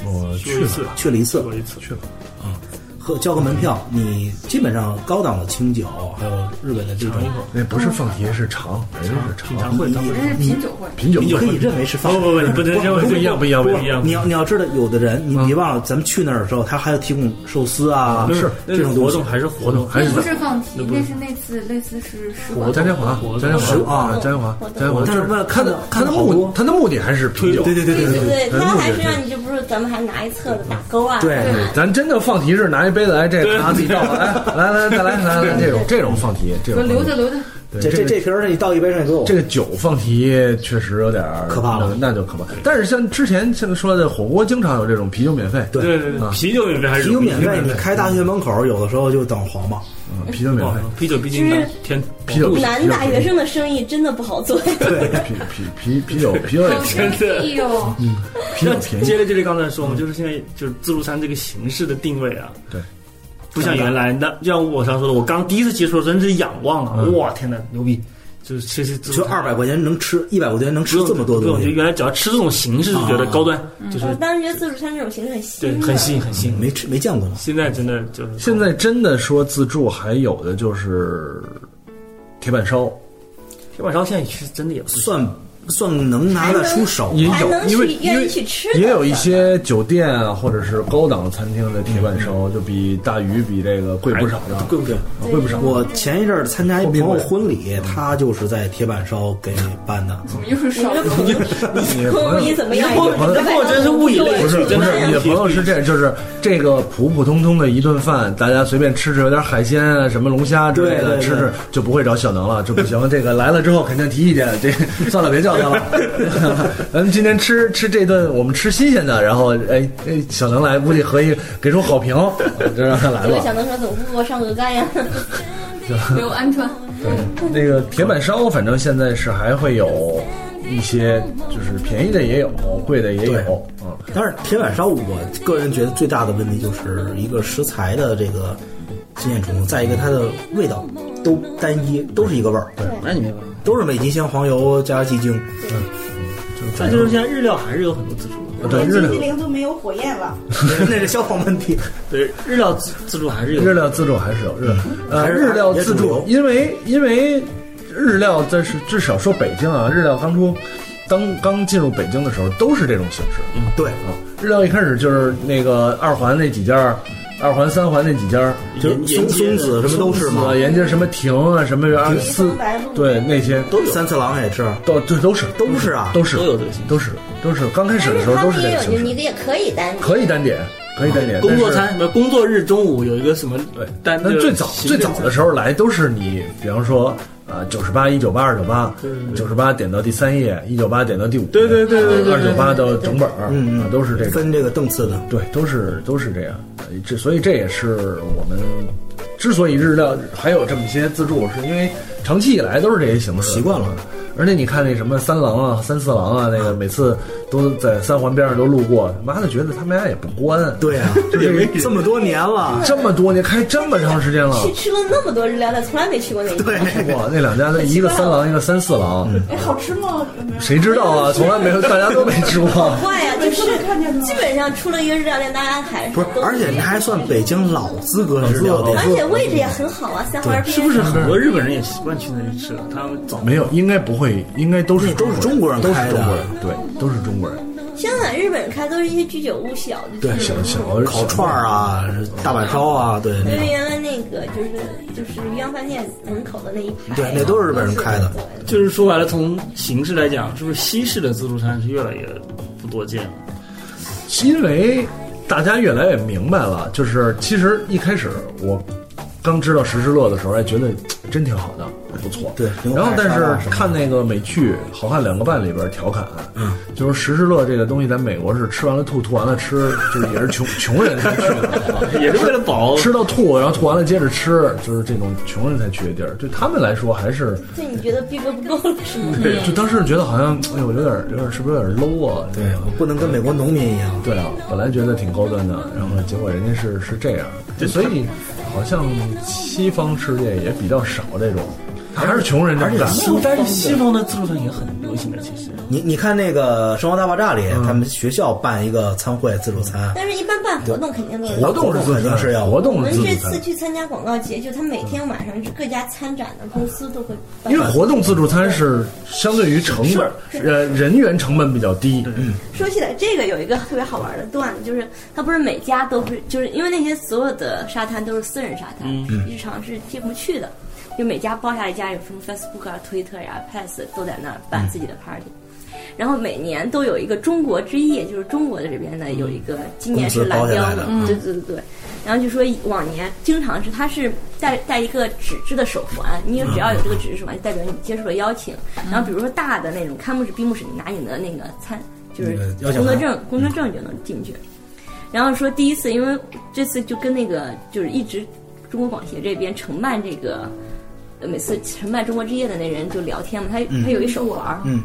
S1: 我
S3: 去了
S2: 去了一次，
S3: 一次
S1: 去了。
S2: 啊，和交个门票，你基本上高档的清酒，还有日本的这种，
S1: 那不是放题，是尝，人家是尝，
S2: 品尝会咱们是品酒
S4: 会
S1: 品酒
S2: 你
S1: 会
S2: 可以认为是放
S3: 不不不你不能认为不一样不一样不一样
S2: 你要你要知道，有的人你别忘了，咱们去那儿的时候，他还要提供寿司啊，
S3: 是
S2: 这种
S3: 活动还是活动，还
S4: 那
S3: 是
S4: 不是放题，
S3: 那不
S4: 那是那次类似是使
S1: 我
S4: 馆
S1: 张天华，张天华啊，张天华，张天华。
S2: 但是为了
S1: 看的看的目，他的目的还是品酒。对对对
S5: 对对，
S1: 他的
S5: 他
S1: 目
S5: 还
S1: 的
S5: 是让你就不是咱们还拿一册子打勾啊，吧
S1: 嗯咱真的放题是拿一杯子来这拿自己倒，来来来再来来来这种这种放题，这种放题
S4: 留着，
S1: 对
S2: 这
S1: 这
S2: 这
S1: 个
S2: 这瓶儿你倒一杯上给我，
S1: 这个酒放题确实有点儿
S2: 可怕了
S1: 那那就可怕。但是像之前像说的火锅，经常有这种啤酒免费，
S2: 对
S3: 对对对
S1: 啊
S3: 啤酒免费还是
S2: 啤酒免
S3: 啤酒
S2: 费，
S3: 免费
S2: 你开大学门口，有的时候就等黄嘛。
S1: 嗯，啤酒免费，
S3: 哦啤酒毕竟
S5: 是
S3: 天
S1: 啤酒
S5: 男大学生的生意真的不好做。
S1: 啤啤啤啤酒啤酒也 [LAUGHS]
S3: 真
S14: 哎
S3: 的
S4: 哟，
S1: 啤酒便宜
S3: 接着就是刚才说嘛，就是现在就是自助餐这个形式的定位啊，
S1: 对，
S3: 不像原来那，就像我常说的，我刚第一次接触的时候真是仰望啊，
S2: 嗯
S3: 哇天哪，牛逼！就是其实
S2: 就二百块钱能吃，一百块钱能吃这么多
S3: 对，我
S2: 东
S3: 觉得
S2: 西，
S3: 原来只要吃这种形式就觉得
S1: 啊
S3: 高端，就是
S5: 我当时觉得自助餐这种形式很新
S3: 对
S5: 颖，
S3: 很新颖很新颖，
S2: 没吃没见过吗？
S3: 现在真的就是
S1: 现在真的说自助，还有的就是铁板烧，
S3: 铁板烧现在其实真的也不
S2: 算算能拿得出手
S1: 也
S2: 吧，
S1: 有，因为因为也有一些酒店啊，或者是高档餐厅的铁板烧，就比大鱼比这个贵不少啊的，
S2: 贵不贵？
S1: 贵不少。
S2: 我前一阵儿参加一朋友婚礼，他就是在铁板烧给办的。
S4: 又是烧酒，
S1: 你的
S5: 朋
S1: 朋
S5: 友
S1: 友
S5: 你怎么样？
S1: 你的朋友
S3: 真是物以类
S1: 不是
S5: 哎
S1: 不是，你的朋友是这样，就是这个普普通通的一顿饭，大家随便吃吃，有点海鲜啊，什么龙虾之类
S2: 对对
S1: 的，
S2: 对
S1: 吃吃就不会找小能了，这不行。这个来了之后肯定提意见，这算了，别 [LAUGHS] 叫他了。咱们今天吃吃这顿，我们吃新鲜的，然后哎哎，小能来，估计合一给出好评，就让他来
S5: 这个
S1: 了。
S5: 小能说怎么不给我上鹅肝呀？
S4: 有鹌鹑，
S1: 对，那个铁板烧，反正现在是还会有一些，就是便宜的也有，贵的也有，嗯。
S2: 但是铁板烧，我个人觉得最大的问题就是一个食材的这个经验重复，再一个它的味道都单一，都是一个味儿，
S3: 那你没办法。
S2: 都是美极鲜黄油加鸡精。
S3: 但就是现在日料还是有很多自助的，
S1: 对日料
S14: 零都没有 [LAUGHS] 火焰了，
S2: 那是消防问题。
S3: 对日料自自助还是有
S1: 日料自助还是有日，呃，
S3: 还是
S1: 日料自
S3: 也主
S1: 助
S3: 流，
S1: 因为因为日料在是至少说北京啊，日料当初当刚进入北京的时候都是这种形式。
S3: 嗯，
S2: 对
S1: 啊，日料一开始就是那个二环那几家儿。二环、三环那几家儿，
S2: 就是松松子什么都是嘛
S1: 松子啊沿街什么亭啊，什么啊四，对那些
S2: 都有三次郎也吃，
S1: 都这都是
S2: 都是啊，
S1: 都是
S3: 都有这个形式，
S1: 都是都是刚开始的时候
S5: 他
S1: 都
S5: 们
S1: 是这
S5: 也
S1: 个
S5: 有，
S1: 形
S5: 就
S1: 式，
S5: 你也可以单点。
S1: 可以单点，可以单点。
S3: 工作
S1: 但是
S3: 餐，什么工作日中午有一个什么单
S1: 那最早最早的时候来都是你，比方说啊，九十八、一九八、二九八，九十八点到第三页，一九八点到第五，对对对
S3: 对对
S1: 二九八到整本儿，
S2: 嗯
S1: 啊，都是这个
S2: 分这个档次的，
S1: 对，都是都是这样。呃这所以这也是我们之所以日料还有这么些自助，是因为长期以来都是这些形式，习惯了。而且你看那什么三郎啊、三四郎啊，那个每次都在三环边上都路过，妈的，觉得他们家也不关。
S2: 对啊，这么多
S1: [LAUGHS]
S2: 年了，
S1: 这么多年开这么长时间
S5: [LAUGHS]
S1: 了，
S5: 去吃了那么多日料，但从来没去过那一家。
S1: 哇，那两家的一个三郎，一个三四郎，
S14: 哎，好吃吗？
S1: 谁知道啊？从来没有，大家都没吃过。
S5: 坏呀，就是基本上出了一个日料店，大家还
S2: 不是，而且您还算北京老资格日料店，
S5: 而且位置也很好啊，三环边
S3: 是不是很多日本人也习惯去那里吃了？他们早
S1: 没有，应该不会，应该都是
S2: 都是中国人
S1: 都
S2: 开
S1: 是
S2: 的
S1: 中国人，对，都是中国人。
S5: 香港、日本开都是一些居酒屋小的。
S1: 小小
S2: 烤串儿啊，大阪烧啊，对，
S5: 因
S2: 那
S5: 为
S2: 种
S5: 原来那个就是就是渔阳饭店门口的那一排，啊
S2: 对，那都是日本人开的。
S3: 就是说白了，从形式来讲，是不是西式的自助餐是越来越不多见了？
S1: 因为大家越来越明白了，就是其实一开始我刚知道时时乐的时候，哎，觉得真挺好的，不错。
S2: 对，
S1: 然后但是看那个美剧《好汉两个半》里边调侃，
S2: 嗯，
S1: 就是时时乐这个东西在美国是吃完了吐，吐完了吃，就是也是穷穷人才去的，
S3: 也是为了饱，
S1: 吃到吐，然后吐完了接着吃，就是这种穷人才去的地儿。对他们来说还是，
S5: 对，你觉得逼格不够了是吗？
S1: 就当时觉得好像，哎呦，有点有点是不是有点 low 啊？
S2: 对，不能跟美国农民一样。
S1: 对啊，本来觉得挺高端的，然后结果人家是是这样，所以好像西方世界也比较少这种。还是穷人，
S2: 而且西方
S3: 但是西方的自助餐也很流行的，其实。
S2: 你你看那个《生活大爆炸》里，
S1: 嗯
S2: 他们学校办一个餐会自助餐，
S5: 但是，一般办活动肯定都是
S2: 活动是肯定是要
S1: 活
S5: 我
S1: 动
S5: 们
S1: 是自
S5: 这
S1: 助餐
S5: 次，去参加广告节，就他每天晚上是各家参展的公司都会办，
S1: 因为活动自助餐是相对于成本，呃，人员成本比较低。嗯，
S5: 说起来，这个有一个特别好玩的段子，就是它不是每家都是，就是因为那些所有的沙滩都是私人沙滩，
S15: 嗯
S5: 日常是进不去的，就每家包下来家有什么 Facebook 啊、Twitter 呀、Pass 都在那儿办自己的 party。然后每年都有一个中国之夜，就是中国的这边的有一个，今年是蓝
S15: 公司包下
S5: 标
S15: 来的嗯
S5: 对对对对。然后就说往年经常是他是带带一个纸质的手环，你只要有这个纸质手环，就代表你接受了邀请。然后比如说大的那种开幕式、闭幕式，你拿你的那个餐就是
S15: 那个邀请
S5: 工作
S15: 函
S5: 证，工作证就能进去。然后说第一次，因为这次就跟那个就是一直中国广协这边承办这个，呃每次承办中国之夜的那人就聊天嘛，他
S15: 嗯
S5: 他有一手环儿，
S15: 嗯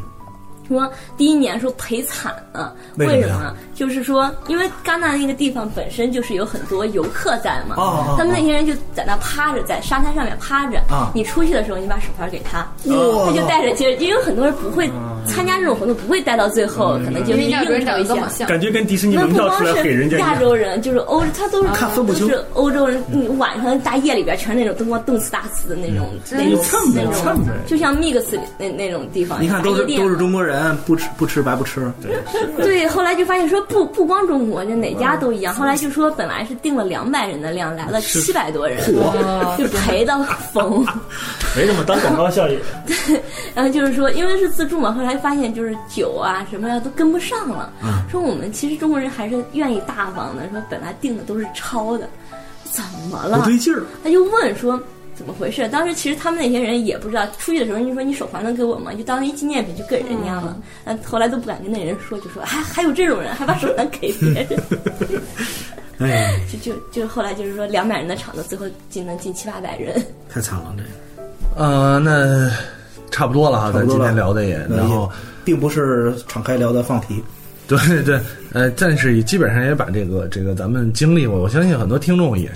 S5: 说第一年说赔惨了，
S15: 为
S5: 为
S15: 什么呀
S5: 么？就是说，因为戛纳那个地方本身就是有很多游客在嘛，
S15: 哦哦
S5: 他们那些人就在那趴着，在沙滩上面趴着。
S15: 啊
S5: 你出去的时候，你把手环给他，
S15: 哇
S5: 他就带着，接着，因为很多人不会参加这种活动，不会带到最后，可能就是
S4: 因为
S5: 应
S4: 亚洲人
S5: 酬
S4: 长得
S5: 一
S4: 都
S5: 下
S4: 好。像，
S3: 感觉跟迪士尼
S5: 那
S3: 能
S5: 不
S3: 跳
S5: 光
S3: 出来给人
S5: 是
S3: 家一
S5: 亚
S3: 样。
S5: 洲人，就是欧，他都是看分不清，是欧洲人。你晚上大夜里边全是那种灯光动次打次的那种，
S2: 真
S5: 那种
S2: 蹭呗
S5: 那
S2: 蹭
S5: 种
S2: 呗，
S5: 就像 mix 里那那种地方，
S2: 你看都是
S5: 大哎夜店
S2: 都是中国人，不吃不吃白不吃。对，
S5: 对，后来就发现说不不光中国，就哪家都一样。后来就说本来是定了两百人的量，来了七百多人
S3: 嚯，
S5: 就赔到
S2: [LAUGHS]
S5: 疯。
S3: 没怎么当广告效应，
S5: 然后就是说，因为是自助嘛，后来发现就是酒啊什么呀都跟不上了。
S2: 嗯
S5: 说我们其实中国人还是愿意大方的，说本来定的都是超的，怎么了？
S2: 不对劲儿。
S5: 他就问说。怎么回事？当时其实他们那些人也不知道，出去的时候你说你手环能给我吗？就当一纪念品就给人家了。嗯，后来都不敢跟那人说，就说还还有这种人，还把手环给别人。 [LAUGHS]
S2: 哎，
S5: 就就就后来就是说两百人的场子，最后仅能进七八百人。
S2: 太惨了，这
S1: 呃，那差不多了哈，
S2: 差
S1: 咱
S2: 不多
S1: 今
S2: 了
S1: 天聊的也，
S2: 那
S1: 然后
S2: 并不是敞开聊的放题。
S1: 对对对，呃，但是也基本上也把这个这个咱们经历过，我相信很多听众也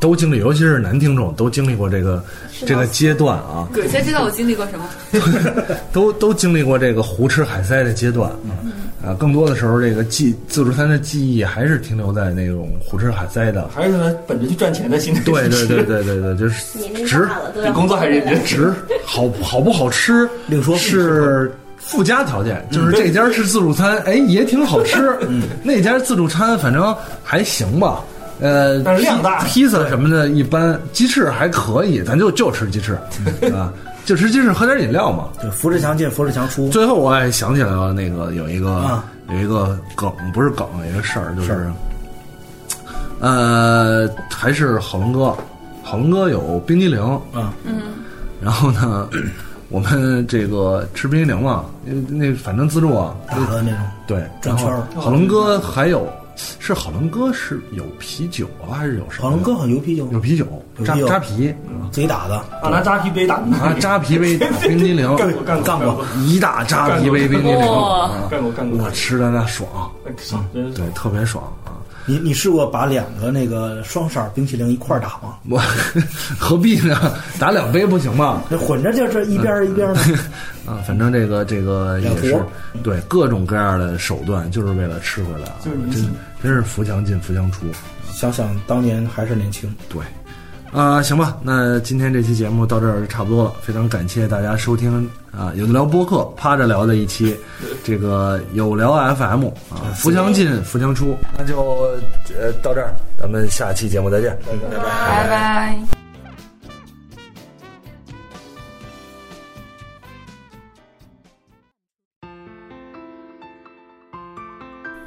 S1: 都经历，尤其是男听众都经历过这个
S4: 是
S1: 这个
S4: 吗
S1: 阶段啊，
S4: 鬼才知道我经历过什么。
S1: 都都经历过这个胡吃海塞的阶段啊。
S16: 嗯
S1: 啊，更多的时候，这个记自助餐的记忆还是停留在那种胡吃海塞的，
S16: 还是他本着去赚钱的心态。
S1: 对对对对对对，就是
S5: 年龄
S1: 值
S5: 大了都要，
S16: 工作还认真
S1: 值，好好不好吃，另说是附加条件，
S16: 嗯
S1: 就是这家是自助餐，哎，也挺好吃，嗯那家自助餐反正还行吧。呃，
S16: 但是量大
S1: 披披萨什么的一般，鸡翅还可以，咱就就吃鸡翅，
S16: 嗯
S1: 啊，就吃鸡翅，喝点饮料嘛。
S2: 对，扶着墙进，扶着墙出。
S1: 最后我也想起来了，那个有一个、
S2: 啊
S1: 有一个梗，不是梗，有一个事儿，就是是，呃，还是郝龙哥，郝龙哥有冰激凌，
S2: 啊，
S15: 嗯
S1: 然后呢， [CLEARS THROAT] 我们这个吃冰激凌嘛，那那反正自助啊，
S2: 大的那种，
S1: 对，
S2: 转圈儿
S1: 然后郝龙哥还有是郝龙哥是有啤酒啊，还是有什么？
S2: 郝龙哥好像有啤酒，
S1: 有啤酒，
S2: 有
S1: 扎
S2: 啤酒
S1: 扎啤，
S2: 自己打的，
S16: 啊，拿扎啤杯打
S1: 拿扎啤杯打冰激凌，
S16: 干过干过干过
S1: 一大扎啤杯冰激凌，
S16: 哇
S1: 啊
S16: 干过干过嗯
S1: 我吃的那爽，
S16: 爽，真
S1: 对，特别爽。啊
S2: 你你试过把两个那个双色冰淇淋一块儿打吗？
S1: 我 [LAUGHS] 何必呢？打两杯不行吗？
S2: 那混着就是一边儿一
S16: [LAUGHS]
S2: 边儿的。
S1: 啊，反正这个这个也
S2: 两
S1: 是
S2: 坨
S1: 对各种各样的手段，就是为了吃回来啊，
S2: 就是
S1: 真真是扶墙进扶墙出。
S2: 想想当年还是年轻，
S1: 对，啊、行吧，那今天这期节目到这儿差不多了，非常感谢大家收听啊、有的聊播客趴着聊的一 [LAUGHS] 期，这个有聊 FM 啊，扶墙进扶墙出，那就呃到这儿，咱们下期节目再见，拜拜。
S4: 拜拜。